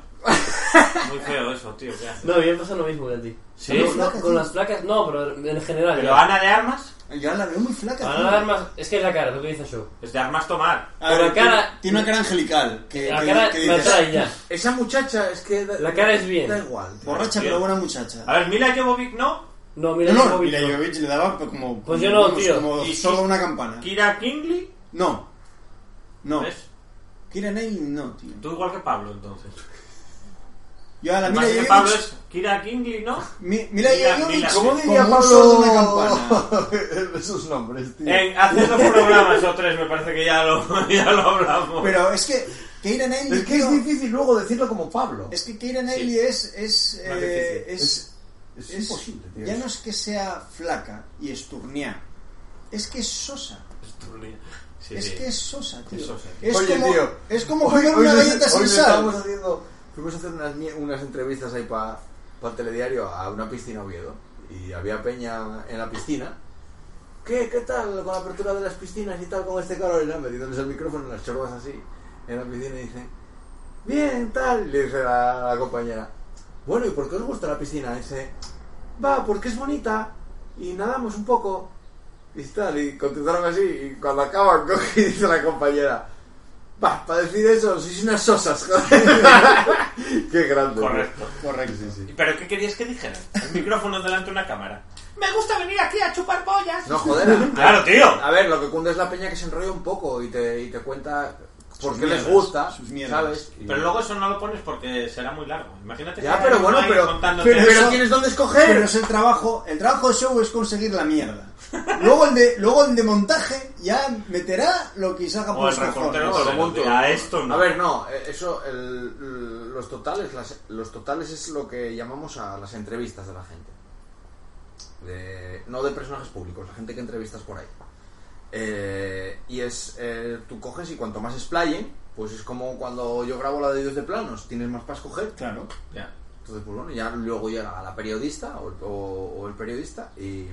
Speaker 4: Muy feo eso, tío. ¿qué haces?
Speaker 7: No, a mí me pasa lo mismo que a ti.
Speaker 4: ¿Sí?
Speaker 7: No, no, con las placas, no, pero en general.
Speaker 4: Pero
Speaker 7: ya.
Speaker 4: Ana de Armas
Speaker 5: Yo la veo muy flaca,
Speaker 7: Van
Speaker 5: tío.
Speaker 7: a dar más- Es que es la cara, lo que dice yo.
Speaker 4: es de Armas Tomar.
Speaker 5: A ver,
Speaker 7: Pero la cara-
Speaker 5: tiene- Tiene una cara angelical. Que,
Speaker 7: La
Speaker 5: que-
Speaker 7: cara
Speaker 5: que
Speaker 7: me
Speaker 5: dices,
Speaker 7: atrae ya.
Speaker 6: Esa muchacha es que. da-
Speaker 7: La cara es bien.
Speaker 6: Da igual. tío.
Speaker 5: Borracha pero buena muchacha.
Speaker 4: A ver, Mila Jovovich no.
Speaker 7: No,
Speaker 5: No,
Speaker 7: mira,
Speaker 5: no,
Speaker 7: yo vi-
Speaker 5: Mila Jovovich le daba pues, como.
Speaker 7: Pues yo no,
Speaker 5: vamos,
Speaker 7: tío.
Speaker 5: Como
Speaker 4: Y
Speaker 5: solo
Speaker 4: sí.
Speaker 5: una campana.
Speaker 4: Kira Kingley.
Speaker 5: No. No.
Speaker 4: ¿Ves?
Speaker 5: Kira Knightley no, tío.
Speaker 4: Tú igual que Pablo, entonces.
Speaker 5: Yo a la
Speaker 4: Lo que
Speaker 5: Mila
Speaker 4: pasa es que Pablo
Speaker 5: Jovovich.
Speaker 4: es Kira Kingley, ¿no?
Speaker 5: Mi- Mila
Speaker 4: Mila-
Speaker 5: Jovovich.
Speaker 4: Mila-
Speaker 5: como
Speaker 4: ¿Cómo
Speaker 5: un sordo una campana.
Speaker 6: <laughs> Esos nombres, tío.
Speaker 4: En, hace dos programas o tres, me parece que ya lo, <laughs> ya lo hablamos.
Speaker 5: Pero es que. Keira Knightley.
Speaker 6: Es que es
Speaker 5: tío,
Speaker 6: difícil luego decirlo como Pablo.
Speaker 5: Es que Keira Knightley es. Es.
Speaker 4: Más
Speaker 5: eh,
Speaker 4: difícil.
Speaker 5: es
Speaker 6: Es
Speaker 5: es-
Speaker 6: imposible, tío.
Speaker 5: Ya no es que sea flaca y esturneada. Es que es sosa.
Speaker 4: Sí,
Speaker 5: es
Speaker 4: sí.
Speaker 5: que es sosa, tío.
Speaker 4: Es sosa.
Speaker 5: Es
Speaker 6: Oye,
Speaker 5: como,
Speaker 6: tío.
Speaker 5: Es como comer una
Speaker 6: nos-
Speaker 5: galleta
Speaker 6: hoy
Speaker 5: sin
Speaker 6: nos
Speaker 5: sal.
Speaker 6: estábamos haciendo, fuimos a hacer unas, mie- unas entrevistas ahí para el telediario a una piscina Oviedo. Y había peña en la piscina. ¿Qué, ¿Qué tal con la apertura de las piscinas y tal con este calor? Y nada, metiéndoles el micrófono en las chorbas así en la piscina y dice, bien, tal. Y le dice la, la compañera, bueno, ¿y por qué os gusta la piscina? Y dice, va, porque es bonita y nadamos un poco. Y tal, y contestaron así, y cuando acaban, <laughs> coge y dice la compañera, va, para decir eso, sois unas sosas, <laughs> joder". Qué grande.
Speaker 4: Correcto.
Speaker 5: Correcto.
Speaker 4: ¿Pero qué querías que dijera? El micrófono delante de una cámara. Me gusta venir aquí a chupar pollas.
Speaker 6: No, joder. Ah, a-
Speaker 4: Claro, tío.
Speaker 6: A ver, lo que cunde es la peña que se enrolla un poco y te, y te cuenta por
Speaker 5: Sus
Speaker 6: qué les
Speaker 5: mierdas,
Speaker 6: gusta,
Speaker 5: sus mierdas.
Speaker 6: ¿sabes? Y-
Speaker 4: Pero luego eso no lo pones porque será muy largo. Imagínate
Speaker 6: Ya,
Speaker 4: que
Speaker 6: pero bueno,
Speaker 4: ahí
Speaker 6: pero,
Speaker 4: contándote-
Speaker 6: pero,
Speaker 5: eso-
Speaker 6: tienes dónde escoger.
Speaker 5: Pero es el trabajo, el trabajo de show es conseguir la mierda.
Speaker 4: <laughs>
Speaker 5: Luego el de, luego el de montaje ya meterá lo que salga
Speaker 4: O
Speaker 5: por
Speaker 4: el
Speaker 5: los cojones.
Speaker 4: reportero
Speaker 6: No,
Speaker 4: se
Speaker 6: lo
Speaker 4: lo
Speaker 6: monto.
Speaker 4: dirá, esto no.
Speaker 6: A ver, no, eh, eso, el- los totales, las- los totales es lo que llamamos a las entrevistas de la gente. De- no de personajes públicos, la gente que entrevistas por ahí. Eh, y es, eh, tú coges y cuanto más explayen, pues es como cuando yo grabo la de Dios de Planos, tienes más para escoger.
Speaker 5: Claro.
Speaker 4: Ya.
Speaker 6: Entonces, pues bueno, ya luego llega la, la periodista o, el- o- o el periodista y,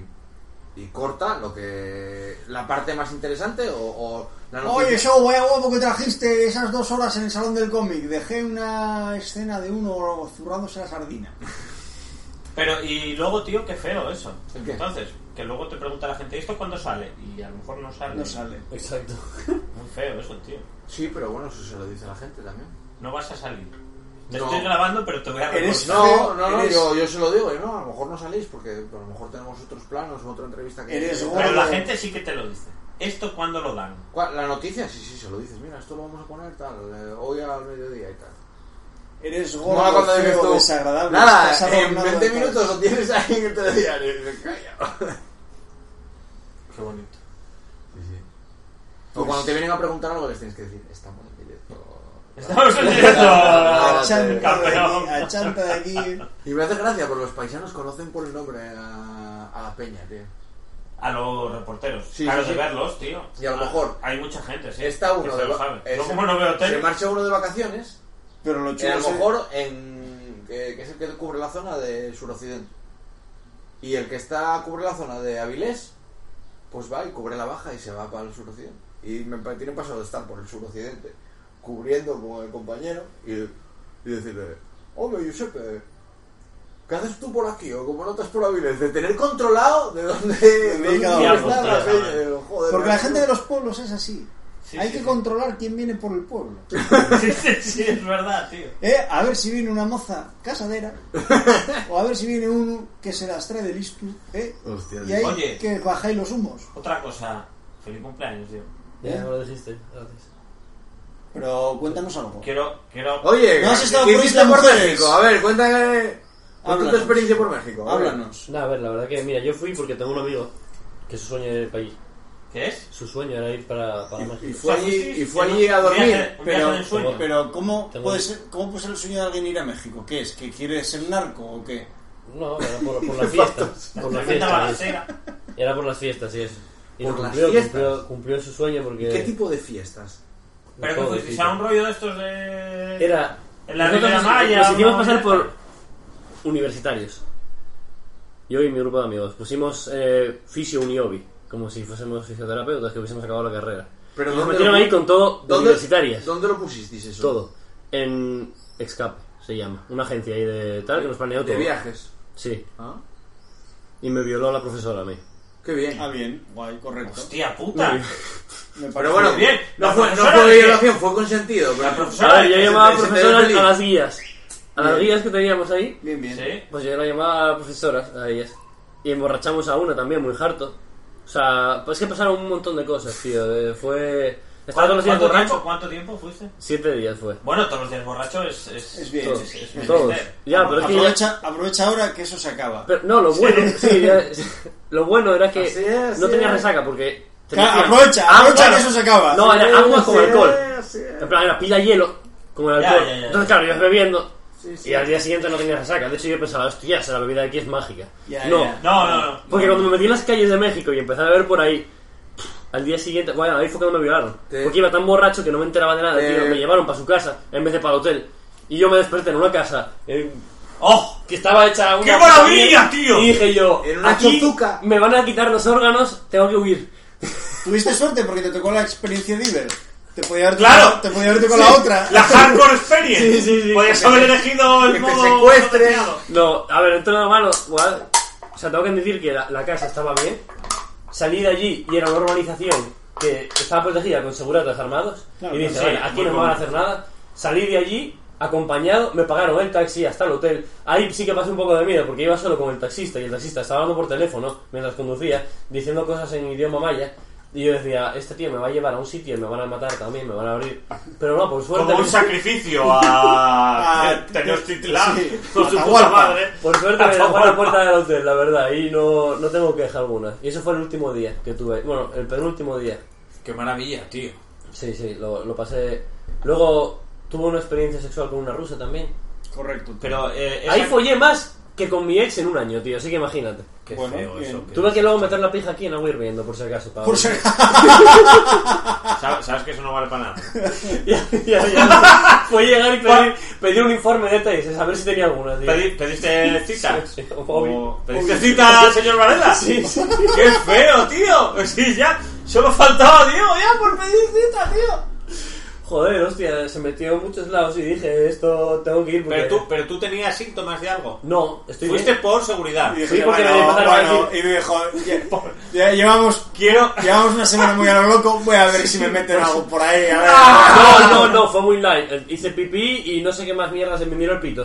Speaker 6: y corta lo que la parte más interesante o, o la noticia.
Speaker 5: Oye, show, vaya guapo que trajiste esas dos horas en el salón del cómic. Dejé una escena de uno zurrándose la sardina.
Speaker 4: Pero, y luego, tío, qué feo eso.
Speaker 6: ¿El qué?
Speaker 4: Entonces, que luego te pregunta la gente, ¿y esto cuándo sale? Y a lo mejor no sale.
Speaker 5: No sale.
Speaker 7: Exacto.
Speaker 6: ¿Eh?
Speaker 4: Muy feo eso, tío.
Speaker 6: Sí, pero bueno, eso se lo dice la gente también.
Speaker 4: No vas a salir. Te
Speaker 6: No.
Speaker 4: estoy grabando, pero te voy a
Speaker 5: Eres-
Speaker 4: recortar.
Speaker 6: No, no, no,
Speaker 5: Eres-
Speaker 6: yo, yo se lo digo, yo, no, a lo mejor no salís porque a lo mejor tenemos otros planos, otra entrevista que...
Speaker 5: Eres gordo.
Speaker 4: Pero la gente sí que te lo dice. ¿Esto cuándo lo
Speaker 6: <laughs>
Speaker 4: dan?
Speaker 6: ¿Cuál? La noticia, sí, sí, se lo dices, mira, esto lo vamos a poner tal, eh, hoy al mediodía y tal.
Speaker 5: Eres
Speaker 6: Mola
Speaker 5: gordo,
Speaker 6: cuando dices
Speaker 5: feo,
Speaker 6: tú,
Speaker 5: desagradable.
Speaker 6: Nada,
Speaker 5: estás
Speaker 6: en
Speaker 5: adornado
Speaker 6: 20
Speaker 5: de
Speaker 6: minutos
Speaker 5: caras".
Speaker 6: lo tienes ahí en el telediario. Y dices, "Calla".
Speaker 4: Qué bonito.
Speaker 6: O cuando te vienen a preguntar algo les tienes que decir, estamos en directo.
Speaker 4: Estamos en
Speaker 6: Ah,
Speaker 4: directo.
Speaker 5: Achanta de
Speaker 4: Campeón.
Speaker 5: aquí, achanta de aquí.
Speaker 6: Y me hace gracia, porque los paisanos conocen por el nombre a, a la peña, tío.
Speaker 4: A los reporteros.
Speaker 6: Sí,
Speaker 4: claro,
Speaker 6: sí,
Speaker 4: de
Speaker 6: sí.
Speaker 4: verlos, tío.
Speaker 6: Y a lo
Speaker 4: Ah,
Speaker 6: mejor
Speaker 4: Hay mucha gente, sí.
Speaker 6: Está
Speaker 4: que
Speaker 6: uno
Speaker 4: se
Speaker 6: de
Speaker 4: lo
Speaker 6: va-
Speaker 4: sabe.
Speaker 6: eh,
Speaker 4: Yo
Speaker 6: se-
Speaker 4: como no veo
Speaker 6: Se
Speaker 4: tele...
Speaker 6: marcha uno de vacaciones
Speaker 5: Pero
Speaker 6: <laughs>
Speaker 5: lo
Speaker 6: Eh,
Speaker 5: chulo
Speaker 6: a
Speaker 5: es
Speaker 6: lo
Speaker 5: el-
Speaker 6: mejor en eh, que, que es el que cubre la zona de suroccidente. Y el que está cubre la zona de Avilés, pues va y cubre la baja y se va para el suroccidente. Y me pa- tiene pasado de estar por el suroccidente cubriendo con el compañero y, y decirle, hombre Giuseppe, ¿qué haces tú por aquí? O como no estás por Avilés, de tener controlado de dónde, dónde
Speaker 5: cada
Speaker 6: está
Speaker 4: uno.
Speaker 6: la peña.
Speaker 4: Claro.
Speaker 6: Digo, "Joder, eh".
Speaker 5: Porque la
Speaker 6: macho".
Speaker 5: gente de los pueblos es así.
Speaker 4: Sí,
Speaker 5: Hay
Speaker 4: sí,
Speaker 5: que
Speaker 4: sí.
Speaker 5: controlar quién viene por el pueblo.
Speaker 4: <laughs> sí, sí, sí, es verdad, tío.
Speaker 5: Eh, A ver si viene una moza
Speaker 6: <laughs>
Speaker 5: casadera o a ver si viene uno que se las trae de listo. ¿eh?
Speaker 8: Hostia,
Speaker 5: y ahí
Speaker 4: Oye.
Speaker 5: que bajáis los humos.
Speaker 4: Otra cosa. Feliz cumpleaños, tío.
Speaker 7: Ya, me lo dijiste. Gracias.
Speaker 5: Pero cuéntanos algo.
Speaker 4: Quiero... quiero...
Speaker 6: Oye,
Speaker 5: ¿No has estado
Speaker 6: ¿qué
Speaker 5: por
Speaker 6: hiciste
Speaker 5: Isla
Speaker 6: por
Speaker 5: Mujeres?
Speaker 6: México? A ver, cuéntame cuéntame tu
Speaker 5: Háblanos.
Speaker 6: experiencia por México. a ver.
Speaker 5: Háblanos.
Speaker 7: Nada, a ver, la verdad que, mira, yo fui porque tengo un amigo que su sueño era ir para allí.
Speaker 4: ¿Qué es?
Speaker 7: Su sueño era ir para, para
Speaker 6: Y
Speaker 7: México.
Speaker 6: fue
Speaker 4: O sea,
Speaker 6: allí,
Speaker 4: fuisteis
Speaker 6: y fue
Speaker 4: en
Speaker 6: allí
Speaker 4: un
Speaker 6: a dormir.
Speaker 4: viaje- Un viaje de ensueño.
Speaker 5: pero ¿cómo
Speaker 7: Tengo-
Speaker 5: puede, ser, ¿cómo puede ser el sueño de alguien ir a México? ¿Qué es? ¿Que quiere ser narco o qué?
Speaker 7: No, era por, por las
Speaker 6: <laughs>
Speaker 7: fiestas. Por
Speaker 4: Tremenda
Speaker 7: las fiestas.
Speaker 4: balacera.
Speaker 7: y Era por las fiestas, sí, eso. Y lo
Speaker 6: Por las
Speaker 7: cumplió,
Speaker 6: fiestas.
Speaker 7: cumplió, cumplió su sueño porque...
Speaker 6: ¿Qué tipo de fiestas?
Speaker 4: Pero que fuisteis a un rollo de estos de...
Speaker 7: Era...
Speaker 4: En la
Speaker 7: nosotros
Speaker 4: Riviera
Speaker 7: nos-
Speaker 4: Maya,
Speaker 7: Nos hicimos
Speaker 4: ¿no?
Speaker 7: pasar por universitarios. Yo y mi grupo de amigos. Pusimos eh, fisio uniobi, como si fuésemos fisioterapeutas que hubiésemos acabado la carrera.
Speaker 6: Pero
Speaker 7: Y nos metieron ahí con todo de universitarias.
Speaker 6: ¿Dónde lo pusisteis eso?
Speaker 7: Todo. En Excap se llama. Una agencia ahí de tal que nos planeó
Speaker 6: De
Speaker 7: todo.
Speaker 6: viajes.
Speaker 7: Sí.
Speaker 6: Ah,
Speaker 7: Y me violó la profesora a mí.
Speaker 6: Qué bien.
Speaker 5: Ah, bien, guay, correcto.
Speaker 4: Hostia puta.
Speaker 5: Me
Speaker 6: Pero
Speaker 5: parece
Speaker 6: bueno,
Speaker 5: bien.
Speaker 4: bien.
Speaker 6: no
Speaker 4: La
Speaker 6: fue, no
Speaker 4: profesora
Speaker 6: fue
Speaker 4: de-
Speaker 6: violación, fue consentido. Pero la
Speaker 4: profesora-
Speaker 7: A ver, yo
Speaker 6: se te-
Speaker 7: llamaba
Speaker 6: se te ve
Speaker 7: profesoras
Speaker 6: feliz.
Speaker 7: a las guías. A las
Speaker 5: Bien.
Speaker 7: guías que teníamos ahí,
Speaker 5: Bien, bien.
Speaker 4: Sí.
Speaker 7: pues yo la llamaba a las profesoras, a ellas. Y emborrachamos a una también, muy harto. O sea, pues es que pasaron un montón de cosas, tío. de- fue. Estaba todos los días
Speaker 4: ¿Cuánto tiempo,
Speaker 7: borracho.
Speaker 4: ¿Cuánto tiempo fuiste?
Speaker 7: Siete días fue.
Speaker 4: Bueno, todos los días borracho es... Es,
Speaker 5: Es bien,
Speaker 4: es-
Speaker 7: Todos.
Speaker 4: es- Ah, es
Speaker 7: Todos.
Speaker 4: menester.
Speaker 7: Ya, pero es que. ya-
Speaker 5: Aprovecha, aprovecha ahora que eso se acaba.
Speaker 7: Pero, no, lo bueno, sí, ya-
Speaker 5: <laughs>
Speaker 7: lo bueno era que
Speaker 6: Así es,
Speaker 7: no
Speaker 6: sí
Speaker 7: tenía
Speaker 6: es.
Speaker 7: resaca porque. te
Speaker 5: Claro,
Speaker 7: metían
Speaker 5: aprovecha,
Speaker 7: agua-
Speaker 5: aprovecha que eso se acaba.
Speaker 7: No, era agua
Speaker 6: Sí,
Speaker 7: con alcohol.
Speaker 6: sí,
Speaker 7: En plan, era pila hielo con el
Speaker 4: Ya,
Speaker 7: alcohol.
Speaker 4: ya, ya.
Speaker 7: Entonces, claro, ibas bebiendo
Speaker 6: sí, sí.
Speaker 7: y al día siguiente no tenía resaca. De hecho, yo pensaba, hostia, esa la bebida de aquí es mágica.
Speaker 5: Ya,
Speaker 7: no,
Speaker 5: ya.
Speaker 4: No, no, no.
Speaker 7: porque cuando me metí en las calles de México y empecé a beber por ahí. Al día siguiente, bueno, ahí fue cuando me violaron.
Speaker 6: Te-
Speaker 7: Porque iba tan borracho que no me enteraba de nada,
Speaker 6: Te-
Speaker 7: tío. Me llevaron para su casa en vez de para el hotel. Y yo me desperté en una casa eh,
Speaker 4: ¡Oh!
Speaker 7: que estaba hecha una
Speaker 4: ¡Qué maravilla, tío!
Speaker 7: Y dije yo,
Speaker 6: En una
Speaker 7: aquí
Speaker 6: chozuca.
Speaker 7: me van a quitar los órganos, tengo que huir.
Speaker 5: Tuviste suerte porque te tocó la experiencia Diver. Te podía haber
Speaker 4: Claro.
Speaker 5: tocado, te podía haber tocado la otra.
Speaker 4: La hardcore experience.
Speaker 7: Sí, sí, sí.
Speaker 4: Podías haber elegido el
Speaker 6: Que te
Speaker 4: modo
Speaker 6: secuestres.
Speaker 4: deseado.
Speaker 7: No, a ver, en tono malo, igual, o sea, tengo que admitir que la, la casa estaba bien. Salí de allí y era una urbanización que estaba protegida con seguratas armados.
Speaker 5: Claro,
Speaker 7: y dije,
Speaker 4: sí,
Speaker 7: "Vale, aquí
Speaker 4: muy
Speaker 7: no me van a
Speaker 4: cómodo.
Speaker 7: hacer nada. Salí de allí acompañado, me pagaron el taxi hasta el hotel. Ahí sí que pasé un poco de miedo porque iba solo con el taxista y el taxista estaba hablando por teléfono mientras conducía, diciendo cosas en idioma maya. Y yo decía, este tío me va a llevar a un sitio y me van a matar también, me van a abrir. Pero no, por suerte.
Speaker 9: Como un sacrificio a
Speaker 5: <laughs> Ah,
Speaker 9: Tenochtitlán
Speaker 5: sí.
Speaker 9: con su puta
Speaker 5: Atahualpa.
Speaker 9: madre.
Speaker 7: Por suerte me dejó a la
Speaker 9: Atahualpa.
Speaker 7: puerta del hotel, la verdad, y no, no tengo queja alguna. Y eso fue el último día que tuve. Bueno, el penúltimo día.
Speaker 9: Qué maravilla, tío.
Speaker 7: Sí, sí, lo, lo pasé. Luego tuve una experiencia sexual con una rusa también.
Speaker 5: Correcto.
Speaker 4: Pero eh,
Speaker 7: Ahí
Speaker 4: esa-
Speaker 7: follé más que con mi ex en un año, tío, así que imagínate.
Speaker 9: Qué
Speaker 5: Bueno,
Speaker 9: feo
Speaker 5: bien.
Speaker 9: eso. qué
Speaker 7: Tuve que luego meter la pija aquí y no voy riendo, por si acaso. para-
Speaker 5: Por si acaso.
Speaker 9: Sabes sabes que eso no vale para <laughs> nada.
Speaker 7: <laughs> ya, ya, ya. Fue llegar y pedir, pedir un informe de TS, a ver si tenía alguna, tío. <laughs>
Speaker 9: Pedi- ¿Pediste cita?
Speaker 7: Sí, sí,
Speaker 9: O-
Speaker 7: obvio.
Speaker 9: ¿Pediste cita, señor Varela?
Speaker 7: Sí, sí.
Speaker 9: <laughs> ¡Qué feo, tío! Pues Sí, ya. Solo faltaba, tío, ya por pedir cita, tío.
Speaker 7: Joder, hostia, se metió en muchos lados y dije, esto tengo que ir porque...
Speaker 4: pero, tú, pero tú tenías síntomas de algo.
Speaker 7: No, estoy
Speaker 4: Fuiste
Speaker 7: bien.
Speaker 4: por seguridad.
Speaker 5: Y dije,
Speaker 7: Sí, porque
Speaker 5: bueno,
Speaker 7: me empezaron a
Speaker 5: bueno,
Speaker 7: decir-
Speaker 5: y me dijo,
Speaker 4: <laughs>
Speaker 5: ya, ya llevamos,
Speaker 4: Quiero. Pues-
Speaker 5: llevamos una semana muy a lo loco, voy a ver si me meten algo por ahí, a ver.
Speaker 4: Ah,
Speaker 7: No, no, no, fue muy light. Eh, Hice pipí y no sé qué más mierda se me miró el pito.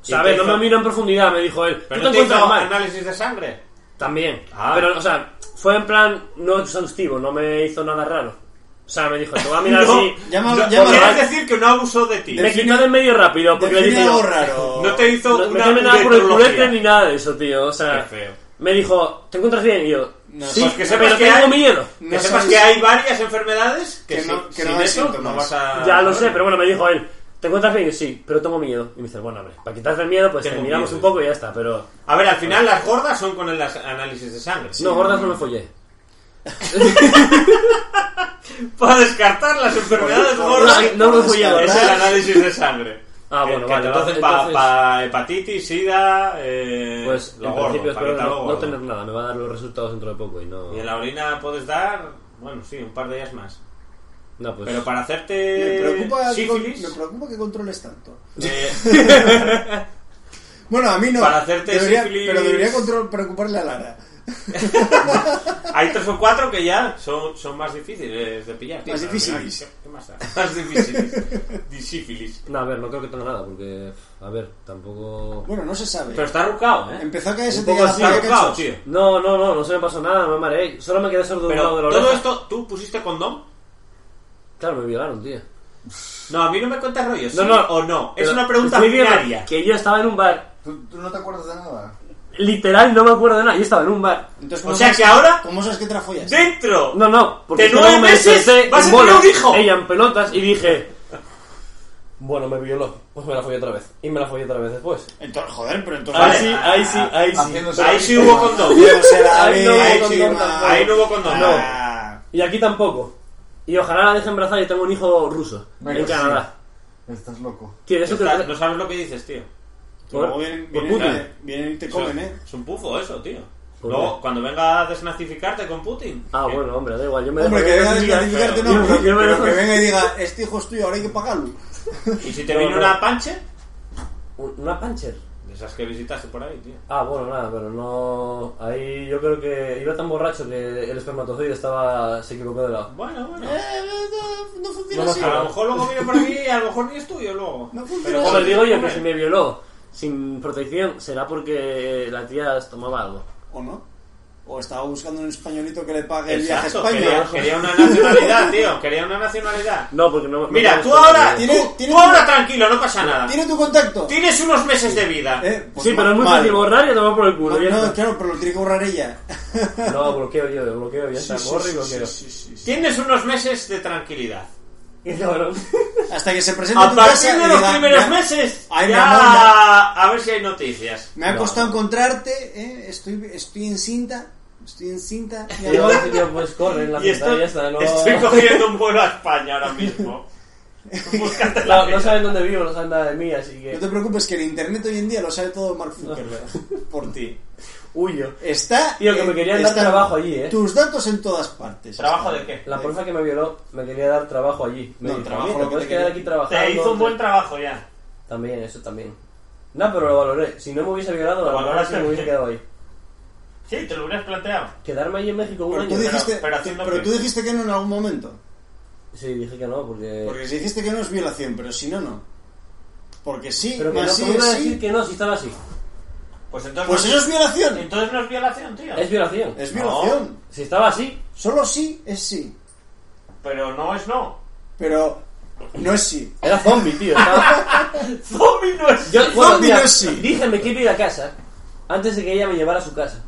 Speaker 7: O sea, a ver, no me miró en profundidad, me dijo él.
Speaker 4: ¿Pero
Speaker 7: ¿Tú
Speaker 4: no
Speaker 7: te
Speaker 4: te hizo
Speaker 7: encuentras mal?
Speaker 4: análisis de sangre?
Speaker 7: También.
Speaker 4: Ah.
Speaker 7: Pero, o sea, fue en plan no exhaustivo, no me hizo nada raro. O sea, me dijo, te voy
Speaker 5: <laughs>
Speaker 7: a mirar así.
Speaker 5: Llámalo,
Speaker 7: Yo-
Speaker 5: llámalo.
Speaker 4: ¿Quieres decir que no abusó de ti?
Speaker 7: Me quitó de en medio rápido porque le
Speaker 5: Define
Speaker 7: dije.
Speaker 5: algo raro.
Speaker 4: No te hizo
Speaker 7: No, no me
Speaker 4: una
Speaker 7: tiene nada por el
Speaker 4: uretrología.
Speaker 7: culete ni nada de eso, tío. O sea,
Speaker 4: Qué feo.
Speaker 7: me dijo, ¿te encuentras bien? Y yo, sí,
Speaker 4: Pues que sepas
Speaker 7: pero
Speaker 4: que
Speaker 7: tengo
Speaker 4: hay-
Speaker 7: miedo.
Speaker 4: Que
Speaker 5: No
Speaker 4: sepas
Speaker 5: sabes-
Speaker 4: que hay varias enfermedades que,
Speaker 5: Que
Speaker 4: si-
Speaker 5: no- que
Speaker 4: sin,
Speaker 5: no hay
Speaker 4: eso
Speaker 5: síntomas.
Speaker 4: no vas a...
Speaker 7: Ya lo sé, pero bueno, me dijo él, ¿te encuentras bien? Y yo, sí, pero tengo miedo. Y me dice, bueno, hombre, para quitarte el miedo, pues
Speaker 4: Tengo
Speaker 7: terminamos
Speaker 4: miedo.
Speaker 7: un poco y ya está. Pero,
Speaker 4: A ver, al final las gordas son con el as- análisis de sangre.
Speaker 7: no, gordas no me follé.
Speaker 4: Para descartar las enfermedades gordas
Speaker 7: No me follé,
Speaker 4: es el
Speaker 7: ¿verdad?
Speaker 4: análisis de sangre.
Speaker 7: Ah,
Speaker 4: Que-
Speaker 7: bueno,
Speaker 4: que
Speaker 7: vale,
Speaker 4: te lo hacen
Speaker 7: entonces-
Speaker 4: para
Speaker 7: entonces-
Speaker 4: hepatitis, sida, eh,
Speaker 7: Pues,
Speaker 4: lo
Speaker 7: en
Speaker 4: gordo,
Speaker 7: principio espero
Speaker 4: paleta lo
Speaker 7: no, no
Speaker 4: gordo.
Speaker 7: tener nada, me va a dar los resultados dentro de poco y no...
Speaker 4: Y en la orina puedes dar, bueno, sí, un par de días más.
Speaker 7: No, pues...
Speaker 4: Pero para hacerte
Speaker 5: Me preocupa, que con-
Speaker 4: sífilis,
Speaker 5: me preocupa que controles tanto.
Speaker 4: eh,
Speaker 5: Bueno, a mí no.
Speaker 4: Para hacerte
Speaker 5: Debería-
Speaker 4: sífilis.
Speaker 5: Pero debería control- preocuparle a Lara.
Speaker 4: hay tres o cuatro que ya son, son más difíciles de pillar.
Speaker 5: Más
Speaker 4: Bueno,
Speaker 5: difíciles.
Speaker 4: ¿qué- qué más da? <laughs> Más difíciles. Di sífilis.
Speaker 7: No, a ver, no creo que tenga nada, porque... A ver, tampoco...
Speaker 5: Bueno, no se sabe.
Speaker 4: Pero está rucado, ¿eh?
Speaker 5: Empezó a caerse
Speaker 7: Un poco así,
Speaker 4: Está
Speaker 5: la
Speaker 4: rucado, tío.
Speaker 7: No, no, no, no se me pasó nada, no me mareé. Solo me quedé sordo de un
Speaker 4: Pero
Speaker 7: lado de la
Speaker 4: todo
Speaker 7: oreja.
Speaker 4: esto, ¿tú pusiste condón?
Speaker 7: Claro, me violaron, tío.
Speaker 4: No, a mí no me cuentas rollos.
Speaker 7: No,
Speaker 4: ¿sí
Speaker 7: no.
Speaker 4: o no. Es
Speaker 7: Pero
Speaker 4: una pregunta
Speaker 7: estoy viendo
Speaker 4: binaria.
Speaker 7: Que yo estaba en un bar.
Speaker 8: ¿Tú, tú no te acuerdas de nada?
Speaker 7: Literal, no me acuerdo de nada. Yo estaba en un bar.
Speaker 5: Entonces,
Speaker 4: O
Speaker 5: ¿cómo
Speaker 4: sea
Speaker 5: sabes-
Speaker 4: que ahora-
Speaker 5: ¿Cómo sabes que te la follas?
Speaker 4: Dentro.
Speaker 7: No, no, porque
Speaker 4: De
Speaker 7: es que
Speaker 4: nueve
Speaker 7: luego me
Speaker 4: meses
Speaker 7: desperté
Speaker 4: vas a
Speaker 7: en
Speaker 4: tener
Speaker 7: bolas,
Speaker 4: un hijo.
Speaker 7: Ella en pelotas y dije... Bueno, me violó. Pues me la follé otra vez. Y me la follé otra vez después.
Speaker 5: Entonces, joder, pero entonces...
Speaker 7: Ahí sí, ahí sí, ahí sí.
Speaker 8: Haciéndose
Speaker 4: Ahí
Speaker 8: la
Speaker 4: sí
Speaker 8: víctima.
Speaker 4: hubo
Speaker 7: <laughs>
Speaker 4: condón.
Speaker 5: Dios, será
Speaker 7: Ahí no hubo
Speaker 5: bien,
Speaker 7: condón
Speaker 5: sí,
Speaker 7: tampoco.
Speaker 5: ma-
Speaker 4: Ahí no hubo condón.
Speaker 5: Ah.
Speaker 7: Y aquí tampoco. Y ojalá la deje embarazada y tengo un hijo ruso.
Speaker 8: Venga,
Speaker 7: en
Speaker 8: sí.
Speaker 7: Canadá.
Speaker 8: Estás loco.
Speaker 7: Tío, eso te
Speaker 4: Está- no sabes lo que dices, tío.
Speaker 5: Luego vienen,
Speaker 7: por
Speaker 5: vienen-
Speaker 7: Putin.
Speaker 5: vienen y te
Speaker 4: Eso
Speaker 5: comen,
Speaker 4: es-
Speaker 5: ¿eh?
Speaker 4: Es un pufo eso, tío.
Speaker 7: ¿Por
Speaker 4: Luego,
Speaker 7: qué?
Speaker 4: cuando venga a desnazificarte con Putin.
Speaker 7: Ah, bueno, hombre, da igual. Yo me
Speaker 5: Hombre,
Speaker 7: dejo
Speaker 5: que venga a
Speaker 7: diga-
Speaker 5: descalificarte,
Speaker 7: Yo- <laughs>
Speaker 5: no, pero,
Speaker 7: yo me
Speaker 5: pero
Speaker 7: dejo-
Speaker 5: que venga y diga, este hijo es tuyo, ahora hay que pagarlo.
Speaker 4: Y si te
Speaker 7: No,
Speaker 4: viene
Speaker 7: no.
Speaker 4: una panche,
Speaker 7: Una pancher.
Speaker 4: de esas que visitaste por ahí, tío.
Speaker 7: Ah, bueno, nada, pero no... Ahí yo creo que iba tan borracho que el espermatozoide estaba... se equivocó de lado.
Speaker 4: Bueno, bueno.
Speaker 5: Eh, no, funciona
Speaker 7: No, no,
Speaker 5: así.
Speaker 4: a lo mejor luego viene por aquí y a lo mejor ni es tuyo luego.
Speaker 5: No funciona
Speaker 4: Pero,
Speaker 5: así.
Speaker 7: Hombre,
Speaker 4: joder,
Speaker 7: digo yo que
Speaker 4: hombre.
Speaker 7: si me violó sin protección será porque la tía tomaba algo.
Speaker 5: ¿O no? O estaba buscando un españolito que le pague el viaje a
Speaker 4: Exacto,
Speaker 5: España.
Speaker 4: quería, quería una nacionalidad, tío. Quería una nacionalidad.
Speaker 7: No, porque no... no
Speaker 4: Mira, tú
Speaker 7: tengo
Speaker 4: ahora,
Speaker 7: experiencia.
Speaker 5: Tiene-
Speaker 4: tú-
Speaker 5: tiene-
Speaker 4: tú ahora tranquilo, no pasa nada.
Speaker 5: ¿Tiene tu contacto?
Speaker 4: Tienes unos meses de vida.
Speaker 5: Eh, pues
Speaker 7: Sí,
Speaker 5: ma-
Speaker 7: pero es muy
Speaker 5: mal.
Speaker 7: fácil borrar y tomar por el culo.
Speaker 5: No,
Speaker 7: ya
Speaker 5: no,
Speaker 7: está.
Speaker 5: claro, pero lo tiene que borrar ella. <laughs>
Speaker 7: No, bloqueo yo, bloqueo, ya está. Borro y bloqueo. <laughs>
Speaker 5: sí, sí, sí.
Speaker 4: Tienes unos meses de tranquilidad.
Speaker 7: Qué
Speaker 5: <laughs>
Speaker 7: cabrón.
Speaker 5: Hasta que se presente en
Speaker 4: A
Speaker 5: tu
Speaker 4: partir
Speaker 5: casa
Speaker 4: de
Speaker 5: y
Speaker 4: los
Speaker 5: diga,
Speaker 4: primeros
Speaker 5: me ha,
Speaker 4: meses,
Speaker 5: Ay, mi
Speaker 4: ya
Speaker 5: amor, ya.
Speaker 4: a ver si hay noticias.
Speaker 5: me ha
Speaker 7: No.
Speaker 5: costado encontrarte, eh, estoy, estoy en cinta, estoy en cinta, mi
Speaker 7: Yo,
Speaker 5: amor.
Speaker 7: yo, pues corre en la
Speaker 4: Y esto-
Speaker 7: pantalla, ya está.
Speaker 5: <laughs>
Speaker 7: No, <laughs>
Speaker 4: estoy cogiendo un vuelo a España ahora mismo. Búscate la
Speaker 7: no, no
Speaker 4: vida.
Speaker 7: saben dónde vivo, no saben nada de mí, así
Speaker 5: No
Speaker 7: que
Speaker 5: te preocupes que el internet hoy en día lo sabe todo Mark Zuckerberg <laughs> por ti.
Speaker 7: huyo.
Speaker 5: Está.
Speaker 7: Tío, que me
Speaker 5: eh,
Speaker 7: querían dar
Speaker 5: están
Speaker 7: trabajo allí, eh.
Speaker 5: Tus datos en todas partes.
Speaker 4: ¿Trabajo de qué?
Speaker 7: La porfa que me violó me quería dar trabajo allí. Me
Speaker 5: No,
Speaker 7: dijo,
Speaker 5: trabajo
Speaker 7: "Oye,
Speaker 5: lo
Speaker 7: ¿Te
Speaker 5: que te
Speaker 7: puedes quedar
Speaker 5: quería".
Speaker 7: aquí trabajando?
Speaker 4: Te hizo un buen trabajo ya.
Speaker 7: También, eso también. No, pero lo valoré. Si no me hubiese violado,
Speaker 4: Lo
Speaker 7: la verdad es que
Speaker 4: valoraste
Speaker 7: me hubiese
Speaker 4: bien.
Speaker 7: quedado ahí.
Speaker 4: Sí, te lo hubieras planteado.
Speaker 7: Quedarme ahí en México un
Speaker 5: Pero tú
Speaker 7: año.
Speaker 5: dijiste,
Speaker 4: pero haciendo
Speaker 5: pero
Speaker 4: qué.
Speaker 5: tú dijiste que no en algún momento.
Speaker 7: Sí, dije que no, porque...
Speaker 5: Porque si dijiste que no es violación, pero si no, no. Porque sí,
Speaker 7: Pero que no,
Speaker 5: más sí
Speaker 7: ¿cómo iba
Speaker 5: es
Speaker 7: a
Speaker 5: sí.
Speaker 7: decir que no si estaba así?
Speaker 10: Pues entonces.
Speaker 5: Pues
Speaker 10: no-
Speaker 5: eso es violación.
Speaker 10: Entonces no es violación, tío.
Speaker 7: Es violación.
Speaker 5: Es violación.
Speaker 7: Si estaba así,
Speaker 5: Solo sí es sí.
Speaker 10: Pero no es no.
Speaker 5: Pero no es sí.
Speaker 7: era zombie, tío.
Speaker 5: <laughs>
Speaker 7: Estaba...
Speaker 4: ¡Zombie no es!
Speaker 7: Yo, bueno,
Speaker 5: Zombie
Speaker 7: mira,
Speaker 5: no es sí.
Speaker 7: Dije, me quiero ir a casa antes de que ella me llevara a su casa.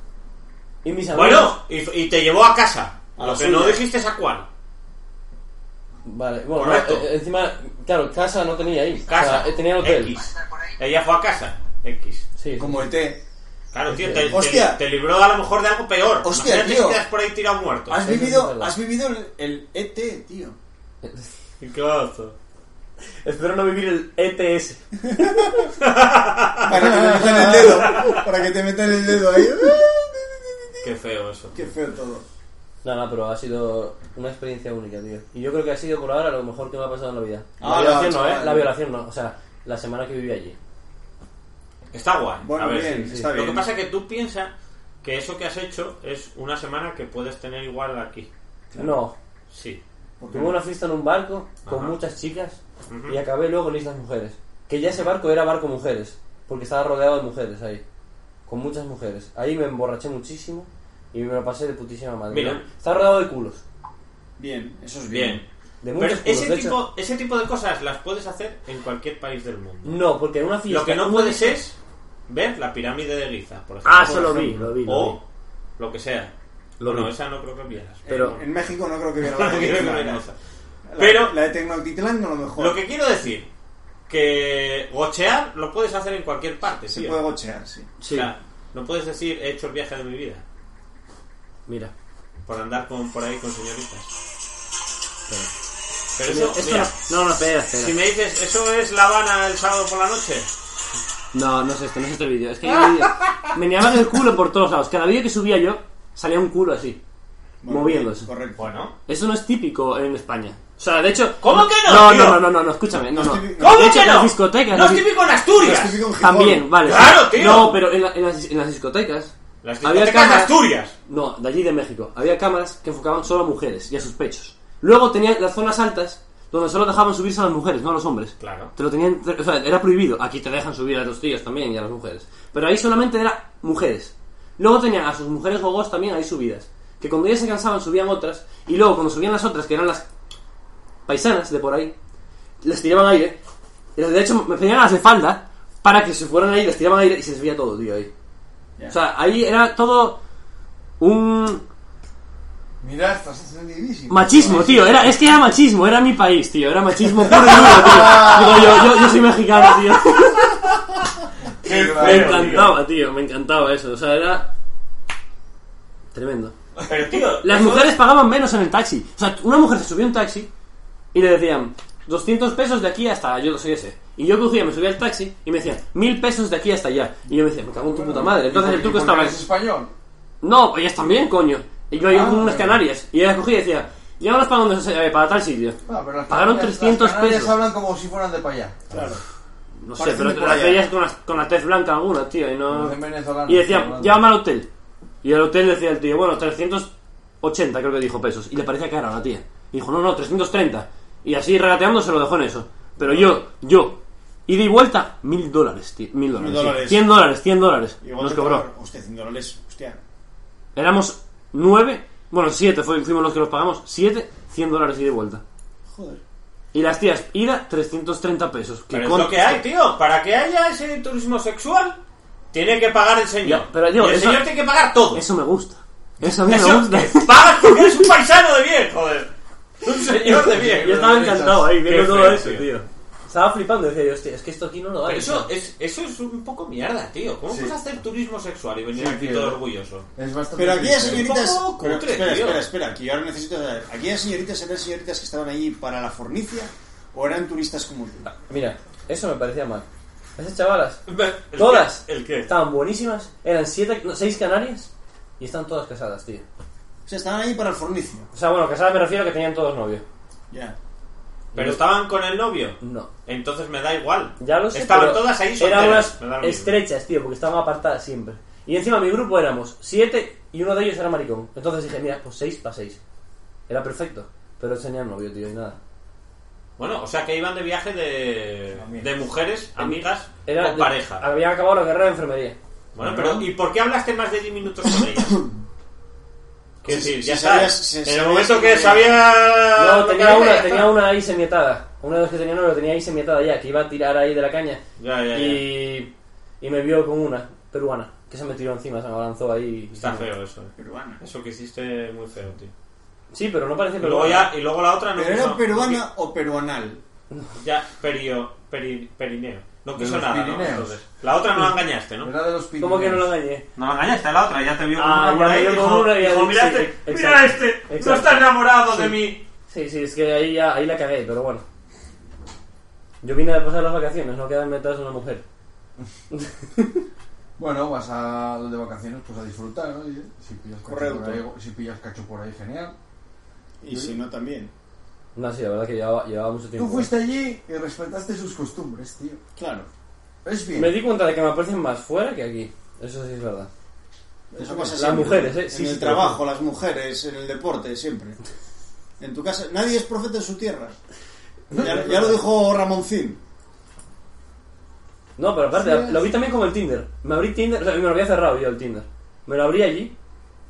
Speaker 7: Y mis
Speaker 4: <laughs>
Speaker 7: amigos.
Speaker 4: Bueno, y, y te llevó a casa.
Speaker 5: A
Speaker 4: lo
Speaker 5: la
Speaker 4: que
Speaker 5: suya.
Speaker 4: no dijiste es a cuál.
Speaker 7: Vale, bueno,
Speaker 4: Correcto.
Speaker 7: eh, encima, claro, casa no tenía ahí.
Speaker 4: Casa.
Speaker 7: O sea, eh, tenía el hotel.
Speaker 4: X. Ella fue a casa. X.
Speaker 7: Sí.
Speaker 5: Como ET.
Speaker 4: Claro, tío, te, te-
Speaker 5: Hostia.
Speaker 4: te libró a lo mejor de algo peor.
Speaker 5: Hostia,
Speaker 4: Imagínate
Speaker 5: tío. Ah.
Speaker 4: si quedas por ahí tirado muerto.
Speaker 5: Has
Speaker 7: Sí, sí, es
Speaker 5: vivido,
Speaker 7: verdad.
Speaker 5: has vivido el, el
Speaker 4: E
Speaker 5: ET, tío.
Speaker 4: ¿Qué oso.
Speaker 7: Espero no vivir el E ETS.
Speaker 5: Para que te metan el dedo. Para que te metan el dedo ahí. <laughs>
Speaker 4: Qué feo eso.
Speaker 5: Qué feo todo.
Speaker 7: No, no, pero ha sido una experiencia única, tío. Y yo creo que ha sido por ahora lo mejor que me ha pasado en la vida. La
Speaker 5: Ah,
Speaker 7: violación no,
Speaker 5: chaval.
Speaker 7: ¿eh? La violación no. O sea, la semana que viví allí.
Speaker 4: Está guay.
Speaker 5: Bueno,
Speaker 4: a ver,
Speaker 5: bien,
Speaker 4: sí, sí.
Speaker 5: está
Speaker 4: Lo
Speaker 5: bien.
Speaker 4: que pasa es que tú piensas que eso que has hecho es una semana que puedes tener igual aquí.
Speaker 7: No.
Speaker 4: Sí.
Speaker 7: Tuve una fiesta en un barco con
Speaker 4: Ajá.
Speaker 7: muchas chicas
Speaker 4: Ujú.
Speaker 7: y acabé luego en Islas Mujeres. Que ya ese barco era barco mujeres, porque estaba rodeado de mujeres ahí. Con muchas mujeres. Ahí me emborraché muchísimo y me lo pasé de putísima madre.
Speaker 4: Mira.
Speaker 7: Estaba rodeado de culos.
Speaker 5: Bien, eso es bien.
Speaker 4: Bien.
Speaker 7: De
Speaker 4: Pero
Speaker 7: muchos culos.
Speaker 4: ese,
Speaker 7: de hecho-
Speaker 4: tipo, ese tipo de cosas las puedes hacer en cualquier país del mundo.
Speaker 7: No, porque en una fiesta.
Speaker 4: Lo que no
Speaker 7: uno
Speaker 4: puedes
Speaker 7: dice-
Speaker 4: es ver la pirámide de Giza, por ejemplo.
Speaker 7: Ah, eso lo vi, lo vi. lo vi.
Speaker 4: O lo que sea.
Speaker 7: Lo
Speaker 4: bueno,
Speaker 7: vi. Eh,
Speaker 4: esa no creo que vieras.
Speaker 7: Pero
Speaker 5: En México no creo que
Speaker 4: <laughs>
Speaker 5: viera
Speaker 4: No
Speaker 5: la
Speaker 4: creo que
Speaker 5: película,
Speaker 4: viera
Speaker 5: ¿no?
Speaker 4: esa.
Speaker 5: La-
Speaker 4: Pero-
Speaker 5: la de Tecnoactitlán no lo mejor.
Speaker 4: Lo que quiero decir, que gochear lo puedes hacer en cualquier parte,
Speaker 5: se
Speaker 4: tío.
Speaker 5: puede gochear, sí.
Speaker 4: O sea, no puedes decir he hecho el viaje de mi vida
Speaker 7: mira.
Speaker 4: por andar con, por ahí con señoritas. Pero
Speaker 7: Mira,
Speaker 4: eso,
Speaker 7: esto
Speaker 4: mira,
Speaker 7: no, no, no, espera, espera.
Speaker 4: si me dices, ¿eso es La Habana el sábado por la noche?
Speaker 7: No, no es este, no es este el vídeo. Es
Speaker 4: <laughs>
Speaker 7: que hay un vídeo. me meaban el culo por todos lados. Cada vídeo que subía yo salía un culo así,
Speaker 5: Bueno,
Speaker 7: moviéndose.
Speaker 5: Correcto.
Speaker 4: Bueno,
Speaker 7: Eso no es típico en España. O sea, de hecho.
Speaker 4: ¿Cómo que no,
Speaker 7: No,
Speaker 4: tío?
Speaker 7: no, no, no, no, no, escúchame. No,
Speaker 5: No
Speaker 7: no.
Speaker 5: es típico-
Speaker 4: ¿Cómo
Speaker 7: de hecho,
Speaker 4: que
Speaker 7: en
Speaker 4: no?
Speaker 7: las discotecas.
Speaker 4: no
Speaker 7: las
Speaker 4: es
Speaker 7: di-
Speaker 4: típico en Asturias.
Speaker 5: Es típico en Gijón.
Speaker 7: También, vale.
Speaker 4: ¡Claro, tío!
Speaker 7: No, pero en, la- en las, en las discotecas.
Speaker 4: Las
Speaker 7: había
Speaker 4: discotecas de
Speaker 7: cámaras-
Speaker 4: Asturias.
Speaker 7: No, de allí de México. Había cámaras que enfocaban solo a mujeres y a sus pechos. Luego tenían las zonas altas donde solo dejaban subirse a las mujeres, no a los hombres.
Speaker 4: Claro.
Speaker 7: Te lo tenían, o sea, era prohibido. Aquí te dejan subir a los tíos también y a las mujeres. Pero ahí solamente era mujeres. Luego tenían a sus mujeres gogos también ahí subidas. Que cuando ellas se cansaban subían otras. Y luego cuando subían las otras, que eran las paisanas de por ahí, les tiraban aire. Y De hecho, me pedían a las de falda para que se fueran ahí, les tiraban aire y se desvía todo, tío, ahí. O sea, ahí era todo un
Speaker 6: Mira, estás encendivísimo.
Speaker 7: machismo, tío. Era, es que era machismo, era mi país, tío. Era machismo puro y duro, tío. Digo, yo, yo, yo soy mexicano, tío. Me encantaba, tío. Me encantaba eso. O sea, era tremendo.
Speaker 4: Pero, tío,
Speaker 7: Las
Speaker 4: eso-
Speaker 7: mujeres pagaban menos en el taxi. O sea, una mujer se subió a un taxi y le decían 200 pesos de aquí hasta yo soy ese. Y yo cogía, me subía al taxi y me decían 1000 pesos de aquí hasta allá. Y yo me decía, me cago en tu puta madre. Entonces el truco estaba.
Speaker 6: ¿Es español? Ah,
Speaker 7: No, ellas también, coño. Y yo iba con unas canarias. Y ella cogía y decía, llévanos para, donde, se- eh, para tal sitio.
Speaker 6: Ah, pero las
Speaker 7: Pagaron
Speaker 6: canarias-
Speaker 7: 300
Speaker 6: las canarias
Speaker 7: pesos.
Speaker 6: hablan como si fueran de para allá.
Speaker 7: No sé,
Speaker 5: Parecen
Speaker 7: pero
Speaker 5: de por
Speaker 7: las
Speaker 5: allá.
Speaker 7: veías con, las- con la tez blanca alguna, tío. Y, no...
Speaker 6: Parecen venezolanos,
Speaker 7: y decía,
Speaker 6: hablando.
Speaker 7: llévame al hotel. Y el hotel decía el tío, bueno, 380 creo que dijo pesos. Y le parecía cara a la tía. Y dijo, no, no, 330. Y así regateando se lo dejó en eso. Pero yo, yo, ida y vuelta, mil dólares, tío. Mil dólares.
Speaker 5: Mil
Speaker 7: sí.
Speaker 5: dólares.
Speaker 7: Cien dólares, cien dólares.
Speaker 5: Igual
Speaker 7: Nos
Speaker 5: que
Speaker 7: cobró.
Speaker 5: cobrar- Hostia, 100 dólares. Hostia.
Speaker 7: Éramos nueve, bueno, siete fue- fuimos los que los pagamos, siete, 100 dólares ida y vuelta.
Speaker 5: Joder.
Speaker 7: Y las tías, ida 330 pesos. Que
Speaker 4: Pero
Speaker 7: con-
Speaker 4: es lo que hay, tío. Para que haya ese turismo sexual, tiene que pagar el señor.
Speaker 7: Ya, pero, tío,
Speaker 4: y el
Speaker 7: eso-
Speaker 4: señor tiene que pagar todo.
Speaker 7: Eso me gusta. Eso a mí
Speaker 4: Eso-
Speaker 7: me gusta.
Speaker 4: <laughs>
Speaker 7: <laughs>
Speaker 4: pagas porque eres un paisano de bien, joder. Un señor de bien.
Speaker 7: Yo estaba encantado ahí
Speaker 4: Qué
Speaker 7: viendo todo
Speaker 4: feo,
Speaker 7: eso,
Speaker 4: tío.
Speaker 7: tío. Estaba flipando, decía yo, hostia, es que esto aquí no lo
Speaker 4: Pero
Speaker 7: hay.
Speaker 4: eso es, eso es un poco mierda, tío. ¿Cómo puedes hacer turismo sexual y venir
Speaker 6: Sí,
Speaker 4: aquí
Speaker 6: tío.
Speaker 4: todo orgulloso? <laughs>
Speaker 6: Es bastante
Speaker 5: Pero aquellas
Speaker 6: triste.
Speaker 5: señoritas.
Speaker 4: Un poco
Speaker 5: pero
Speaker 4: cutre,
Speaker 5: espera,
Speaker 4: tío.
Speaker 5: espera, espera, que yo ahora necesito saber. ¿Aquellas señoritas eran señoritas que estaban allí para la fornicia o eran turistas como tú?
Speaker 7: Mira, eso me parecía mal. Esas chavalas,
Speaker 4: ¿El
Speaker 7: todas
Speaker 4: qué? ¿El qué?
Speaker 7: estaban buenísimas, eran siete, no, seis canarias y están todas casadas, tío.
Speaker 5: O sea, estaban allí para el fornicio.
Speaker 7: O sea, bueno, casadas me refiero a que tenían todos novio.
Speaker 5: Ya.
Speaker 4: ¿Pero estaban con el novio?
Speaker 7: No.
Speaker 4: Entonces me da igual.
Speaker 7: Ya lo sé.
Speaker 4: Estaban
Speaker 7: pero
Speaker 4: todas ahí
Speaker 7: Eran
Speaker 4: solteras.
Speaker 7: unas
Speaker 4: Me da lo mismo.
Speaker 7: estrechas, tío, porque estaban apartadas siempre. Y encima mi grupo éramos siete y uno de ellos era maricón. Entonces dije, mira, pues seis para seis. Era perfecto. Pero tenía novio, tío, y nada.
Speaker 4: Bueno, o sea que iban de viaje de, de mujeres, amigas,
Speaker 7: Era
Speaker 4: con
Speaker 7: de- Ah.
Speaker 4: pareja.
Speaker 7: Habían acabado la carrera de enfermería.
Speaker 4: Bueno, pero ¿y por qué hablaste más de 10 minutos con
Speaker 7: <coughs>
Speaker 4: ella? Quiero
Speaker 5: Sí, sí,
Speaker 4: decir, ya
Speaker 5: sí,
Speaker 4: sabes.
Speaker 5: sabías- sí,
Speaker 4: en el
Speaker 5: sabías
Speaker 4: momento
Speaker 5: que
Speaker 4: que
Speaker 5: tenía-
Speaker 4: sabía.
Speaker 7: No,
Speaker 4: Ah, lo que
Speaker 7: tenía
Speaker 4: era, <laughs>
Speaker 7: una,
Speaker 4: ya
Speaker 7: tenía
Speaker 4: está.
Speaker 7: una ahí semiatada. Una de las que tenía novio tenía ahí semiatada ya, que iba a tirar ahí de la caña.
Speaker 4: Ya, ya, ya.
Speaker 7: Y, y me vio con una peruana, que se me tiró encima, se me abalanzó ahí.
Speaker 4: Está feo eso. eh.
Speaker 5: Peruana.
Speaker 4: Eso que hiciste muy feo, tío.
Speaker 7: Sí, pero no parecía
Speaker 4: Y luego,
Speaker 7: peruana.
Speaker 4: ya, y luego la otra no
Speaker 5: ¿Pero era
Speaker 4: quiso-
Speaker 5: peruana o peruanal?
Speaker 4: Ya, perio, peri- perineo. No quiso
Speaker 6: los
Speaker 4: nada, ¿no?
Speaker 6: Pirineos.
Speaker 4: Entonces, la otra no la engañaste, ¿no?
Speaker 6: Era de los
Speaker 7: ¿Cómo que no lo
Speaker 6: Pirineos.
Speaker 7: engañé?
Speaker 4: No la engañaste, la otra ya te vio
Speaker 7: Ah,
Speaker 4: con una por
Speaker 7: ya me
Speaker 4: ahí,
Speaker 7: vio
Speaker 4: dijo,
Speaker 7: con una y ya
Speaker 4: dijo,
Speaker 7: vi-
Speaker 4: mira
Speaker 7: sí,
Speaker 4: este,
Speaker 7: e-
Speaker 4: mira
Speaker 7: exacto.
Speaker 4: este,
Speaker 7: Exacto.
Speaker 4: no está enamorado de
Speaker 7: Sí.
Speaker 4: mí.
Speaker 7: Sí, sí, es que ahí, ya, ahí la cagué, pero bueno. Yo vine a pasar las vacaciones, no quedarme atrás de una mujer.
Speaker 6: Bueno, vas a de vacaciones pues a disfrutar, ¿no? Y, eh, si pillas cacho
Speaker 5: Correcto.
Speaker 6: por ahí, si pillas cacho por ahí, genial.
Speaker 5: Y si no, también.
Speaker 7: No, sí, la verdad que llevaba, llevaba mucho tiempo.
Speaker 6: Tú fuiste allí y respetaste sus costumbres, tío.
Speaker 5: Claro.
Speaker 6: Es bien.
Speaker 7: Me di cuenta de que me aparecen más fuera que aquí. Eso sí es verdad.
Speaker 5: Eso pasa
Speaker 7: Las
Speaker 5: siempre.
Speaker 7: mujeres, ¿eh? Sí,
Speaker 5: en
Speaker 7: sí,
Speaker 5: el
Speaker 7: te lo
Speaker 5: trabajo, las mujeres, en el deporte, siempre. En tu casa. Nadie es profeta en su tierra. Ya, ya lo dijo Ramoncín.
Speaker 7: No, pero aparte, lo vi también como el Tinder. Me abrí Tinder, o sea, me lo había cerrado yo el Tinder. Me lo abrí allí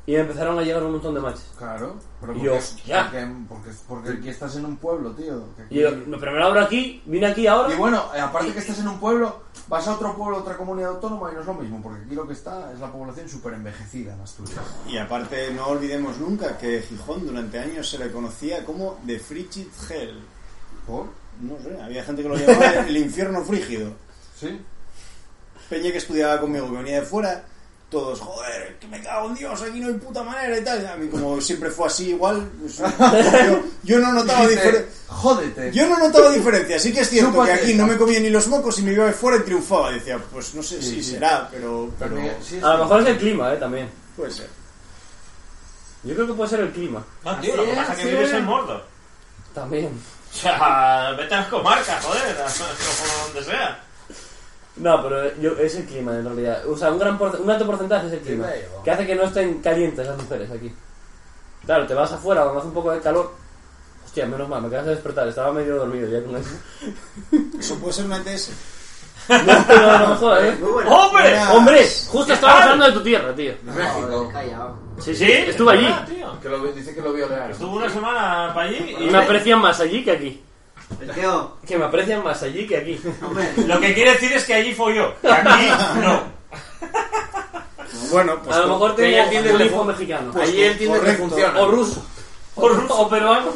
Speaker 7: y me empezaron a llegar un montón de matches.
Speaker 6: Claro. Pero
Speaker 7: Y
Speaker 6: porque,
Speaker 7: yo, ya.
Speaker 6: porque, porque, porque aquí estás en un pueblo, tío. que aquí-
Speaker 7: Y yo, no, pero me lo abro aquí, vine aquí ahora.
Speaker 6: Y bueno, eh, aparte que estás en un pueblo, vas a otro pueblo, a otra comunidad autónoma y no es lo mismo, porque aquí lo que está es la población súper envejecida en Asturias.
Speaker 5: Y aparte, no olvidemos nunca que Gijón durante años se le conocía como The Frigid Hell.
Speaker 6: ¿Por?
Speaker 5: No sé, había gente que lo llamaba
Speaker 7: <laughs>
Speaker 5: el infierno frígido.
Speaker 6: ¿Sí?
Speaker 5: Peña que estudiaba conmigo, que venía de fuera, todos, joder, que me cago en Dios, aquí no hay puta manera y tal. A mí, como siempre fue así, igual,
Speaker 7: <laughs>
Speaker 5: pues, yo, yo no notaba
Speaker 6: Dijiste,
Speaker 5: diferencia.
Speaker 6: Jódete.
Speaker 5: Yo no notaba diferencia, sí que es cierto
Speaker 6: Chúpate
Speaker 5: que aquí no
Speaker 6: esta.
Speaker 5: me comía ni los mocos y me iba de fuera y triunfaba. Decía, pues no sé si
Speaker 6: sí.
Speaker 5: será, pero, pero
Speaker 6: También, sí,
Speaker 7: A
Speaker 6: sí.
Speaker 7: lo mejor es el clima, eh, también.
Speaker 5: puede ser.
Speaker 7: Yo creo que puede ser el clima.
Speaker 4: No, Ah, tío, lo que pasa es que vives en Mordor.
Speaker 7: También.
Speaker 4: O sea, <laughs> vete a las comarcas, joder, a- o donde sea.
Speaker 7: No, pero yo, es el clima en realidad. O sea, un, gran porce- un alto porcentaje es el clima.
Speaker 6: Creo.
Speaker 7: Que hace que no estén calientes las mujeres aquí. Claro, te vas afuera donde hace un poco de calor. Hostia, menos mal, me acabas de despertar. Estaba medio dormido ya con eso.
Speaker 5: Eso puede ser una TS.
Speaker 7: No, no, no, joder, eh.
Speaker 4: ¡Hombre!
Speaker 5: Una-
Speaker 7: Hombre, justo estaba hablando de tu tierra, tío.
Speaker 6: México.
Speaker 7: Sí,
Speaker 4: Sí,
Speaker 7: estuve allí.
Speaker 4: Ah, tío.
Speaker 6: Que lo, dice que lo violaron.
Speaker 4: Estuve una semana para allí
Speaker 7: Y
Speaker 4: y
Speaker 7: me aprecian más allí que aquí.
Speaker 1: ¿El qué? oh?
Speaker 7: Que me aprecian más allí que aquí.
Speaker 1: Hombre,
Speaker 4: lo que quiere decir es que allí fue yo. que Aquí
Speaker 7: <laughs>
Speaker 4: no.
Speaker 5: Bueno, pues
Speaker 7: A lo mejor
Speaker 6: que ella
Speaker 7: tengo
Speaker 6: tiene
Speaker 7: un
Speaker 6: el
Speaker 7: hijo
Speaker 6: teléfono.
Speaker 7: mexicano.
Speaker 6: Allí entiende que
Speaker 5: correcto.
Speaker 6: funciona.
Speaker 7: O ruso. O, ruso. o peruano.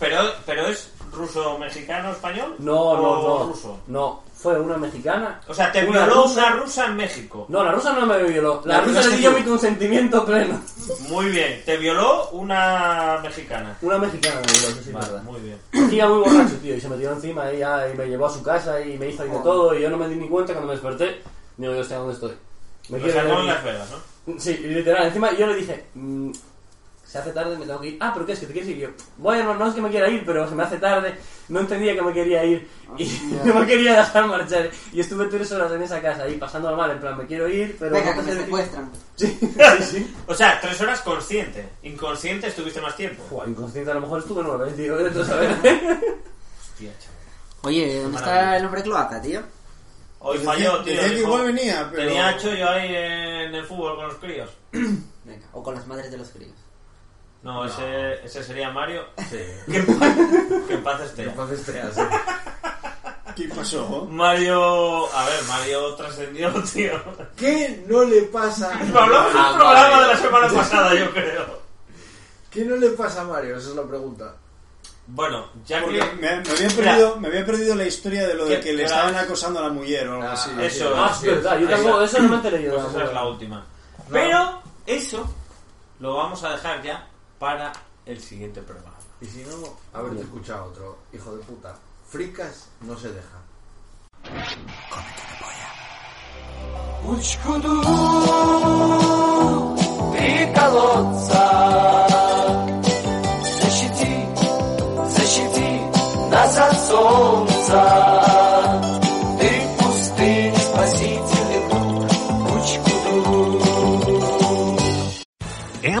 Speaker 4: Pero, pero es ruso, mexicano, español.
Speaker 7: No,
Speaker 4: o
Speaker 7: no, no.
Speaker 4: Ruso.
Speaker 7: No, fue una mexicana.
Speaker 4: O sea, te
Speaker 7: Una
Speaker 4: violó
Speaker 7: rusa.
Speaker 4: una rusa en México.
Speaker 7: No, la rusa no me violó. La,
Speaker 5: La
Speaker 7: rusa
Speaker 5: violaste
Speaker 7: le dio
Speaker 5: tú.
Speaker 7: mi consentimiento pleno.
Speaker 4: Muy bien, te violó una mexicana.
Speaker 7: Una mexicana me violó, eso sí, es
Speaker 4: Vale,
Speaker 7: verdad.
Speaker 4: muy bien.
Speaker 7: Iba muy borracho, tío, y se me tiró encima y, ya, y me llevó a su casa y me hizo ahí de todo y yo no me di ni cuenta cuando me desperté. Digo, Dios, ¿dónde estoy? Me
Speaker 4: Lo
Speaker 7: quiero
Speaker 4: sacó en
Speaker 7: ir.
Speaker 4: Las Vegas, ¿no?
Speaker 7: Sí, literal. Encima yo le dije, mm, se hace tarde, me tengo que ir. Ah, pero ¿qué es que te quieres ir? Y yo, bueno, no es que me quiera ir, pero se me hace tarde. No entendía que me quería ir y
Speaker 1: Ah,
Speaker 7: <laughs> no me quería dejar marchar. Y estuve tres horas en esa casa ahí pasando mal, en plan, me quiero ir, pero.
Speaker 1: venga,
Speaker 7: no
Speaker 1: que me
Speaker 7: sé qué".
Speaker 1: secuestran.
Speaker 7: <laughs> Sí, sí, sí.
Speaker 4: O sea, tres horas consciente. Inconsciente estuviste más tiempo.
Speaker 7: Joder, inconsciente, a lo mejor estuve nueve, tío. entonces, a ver.
Speaker 4: Hostia, chaval.
Speaker 1: Oye, ¿dónde está
Speaker 4: Maravilla.
Speaker 1: el hombre cloaca, tío?
Speaker 4: Hoy
Speaker 5: Decía-
Speaker 4: falló, tío.
Speaker 5: decía que
Speaker 4: dijo,
Speaker 5: igual venía, pero-
Speaker 4: Tenía a Choyo ahí en el fútbol con los críos.
Speaker 1: Venga, o con las madres de los críos.
Speaker 4: No, Ese, ese sería Mario.
Speaker 6: Sí.
Speaker 4: <laughs> Que en paz, que en paz esté.
Speaker 6: Entonces te hace.
Speaker 5: ¿qué pasó?
Speaker 4: Mario. A ver, Mario trascendió, tío.
Speaker 5: ¿Qué no le
Speaker 6: <laughs>
Speaker 5: pasa?
Speaker 4: Lo hablamos en
Speaker 6: Ah,
Speaker 4: un programa
Speaker 6: vale.
Speaker 4: de la semana pasada, yo creo.
Speaker 6: ¿Qué no le pasa a Mario? Esa es la pregunta.
Speaker 4: Bueno, ya
Speaker 5: Porque
Speaker 4: que.
Speaker 5: me, me había perdido, me había perdido la historia de lo de
Speaker 4: ¿Qué?
Speaker 5: que le
Speaker 4: Ah.
Speaker 5: estaban acosando a la mujer o algo así.
Speaker 4: Eso,
Speaker 7: Ah, es verdad, yo
Speaker 4: Ahí
Speaker 7: tampoco,
Speaker 4: va.
Speaker 7: eso no me enteré yo.
Speaker 4: Pues esa
Speaker 7: tampoco.
Speaker 4: es la última. Pero eso lo vamos a dejar ya para el siguiente programa.
Speaker 6: Y si no, haberte escuchado otro. Hijo de puta. Fricas no se deja.
Speaker 2: Учкуду три колодца. Защити, защити нас от солнца. Ты пустынь, спаситель, Учкуду.
Speaker 11: Amplify.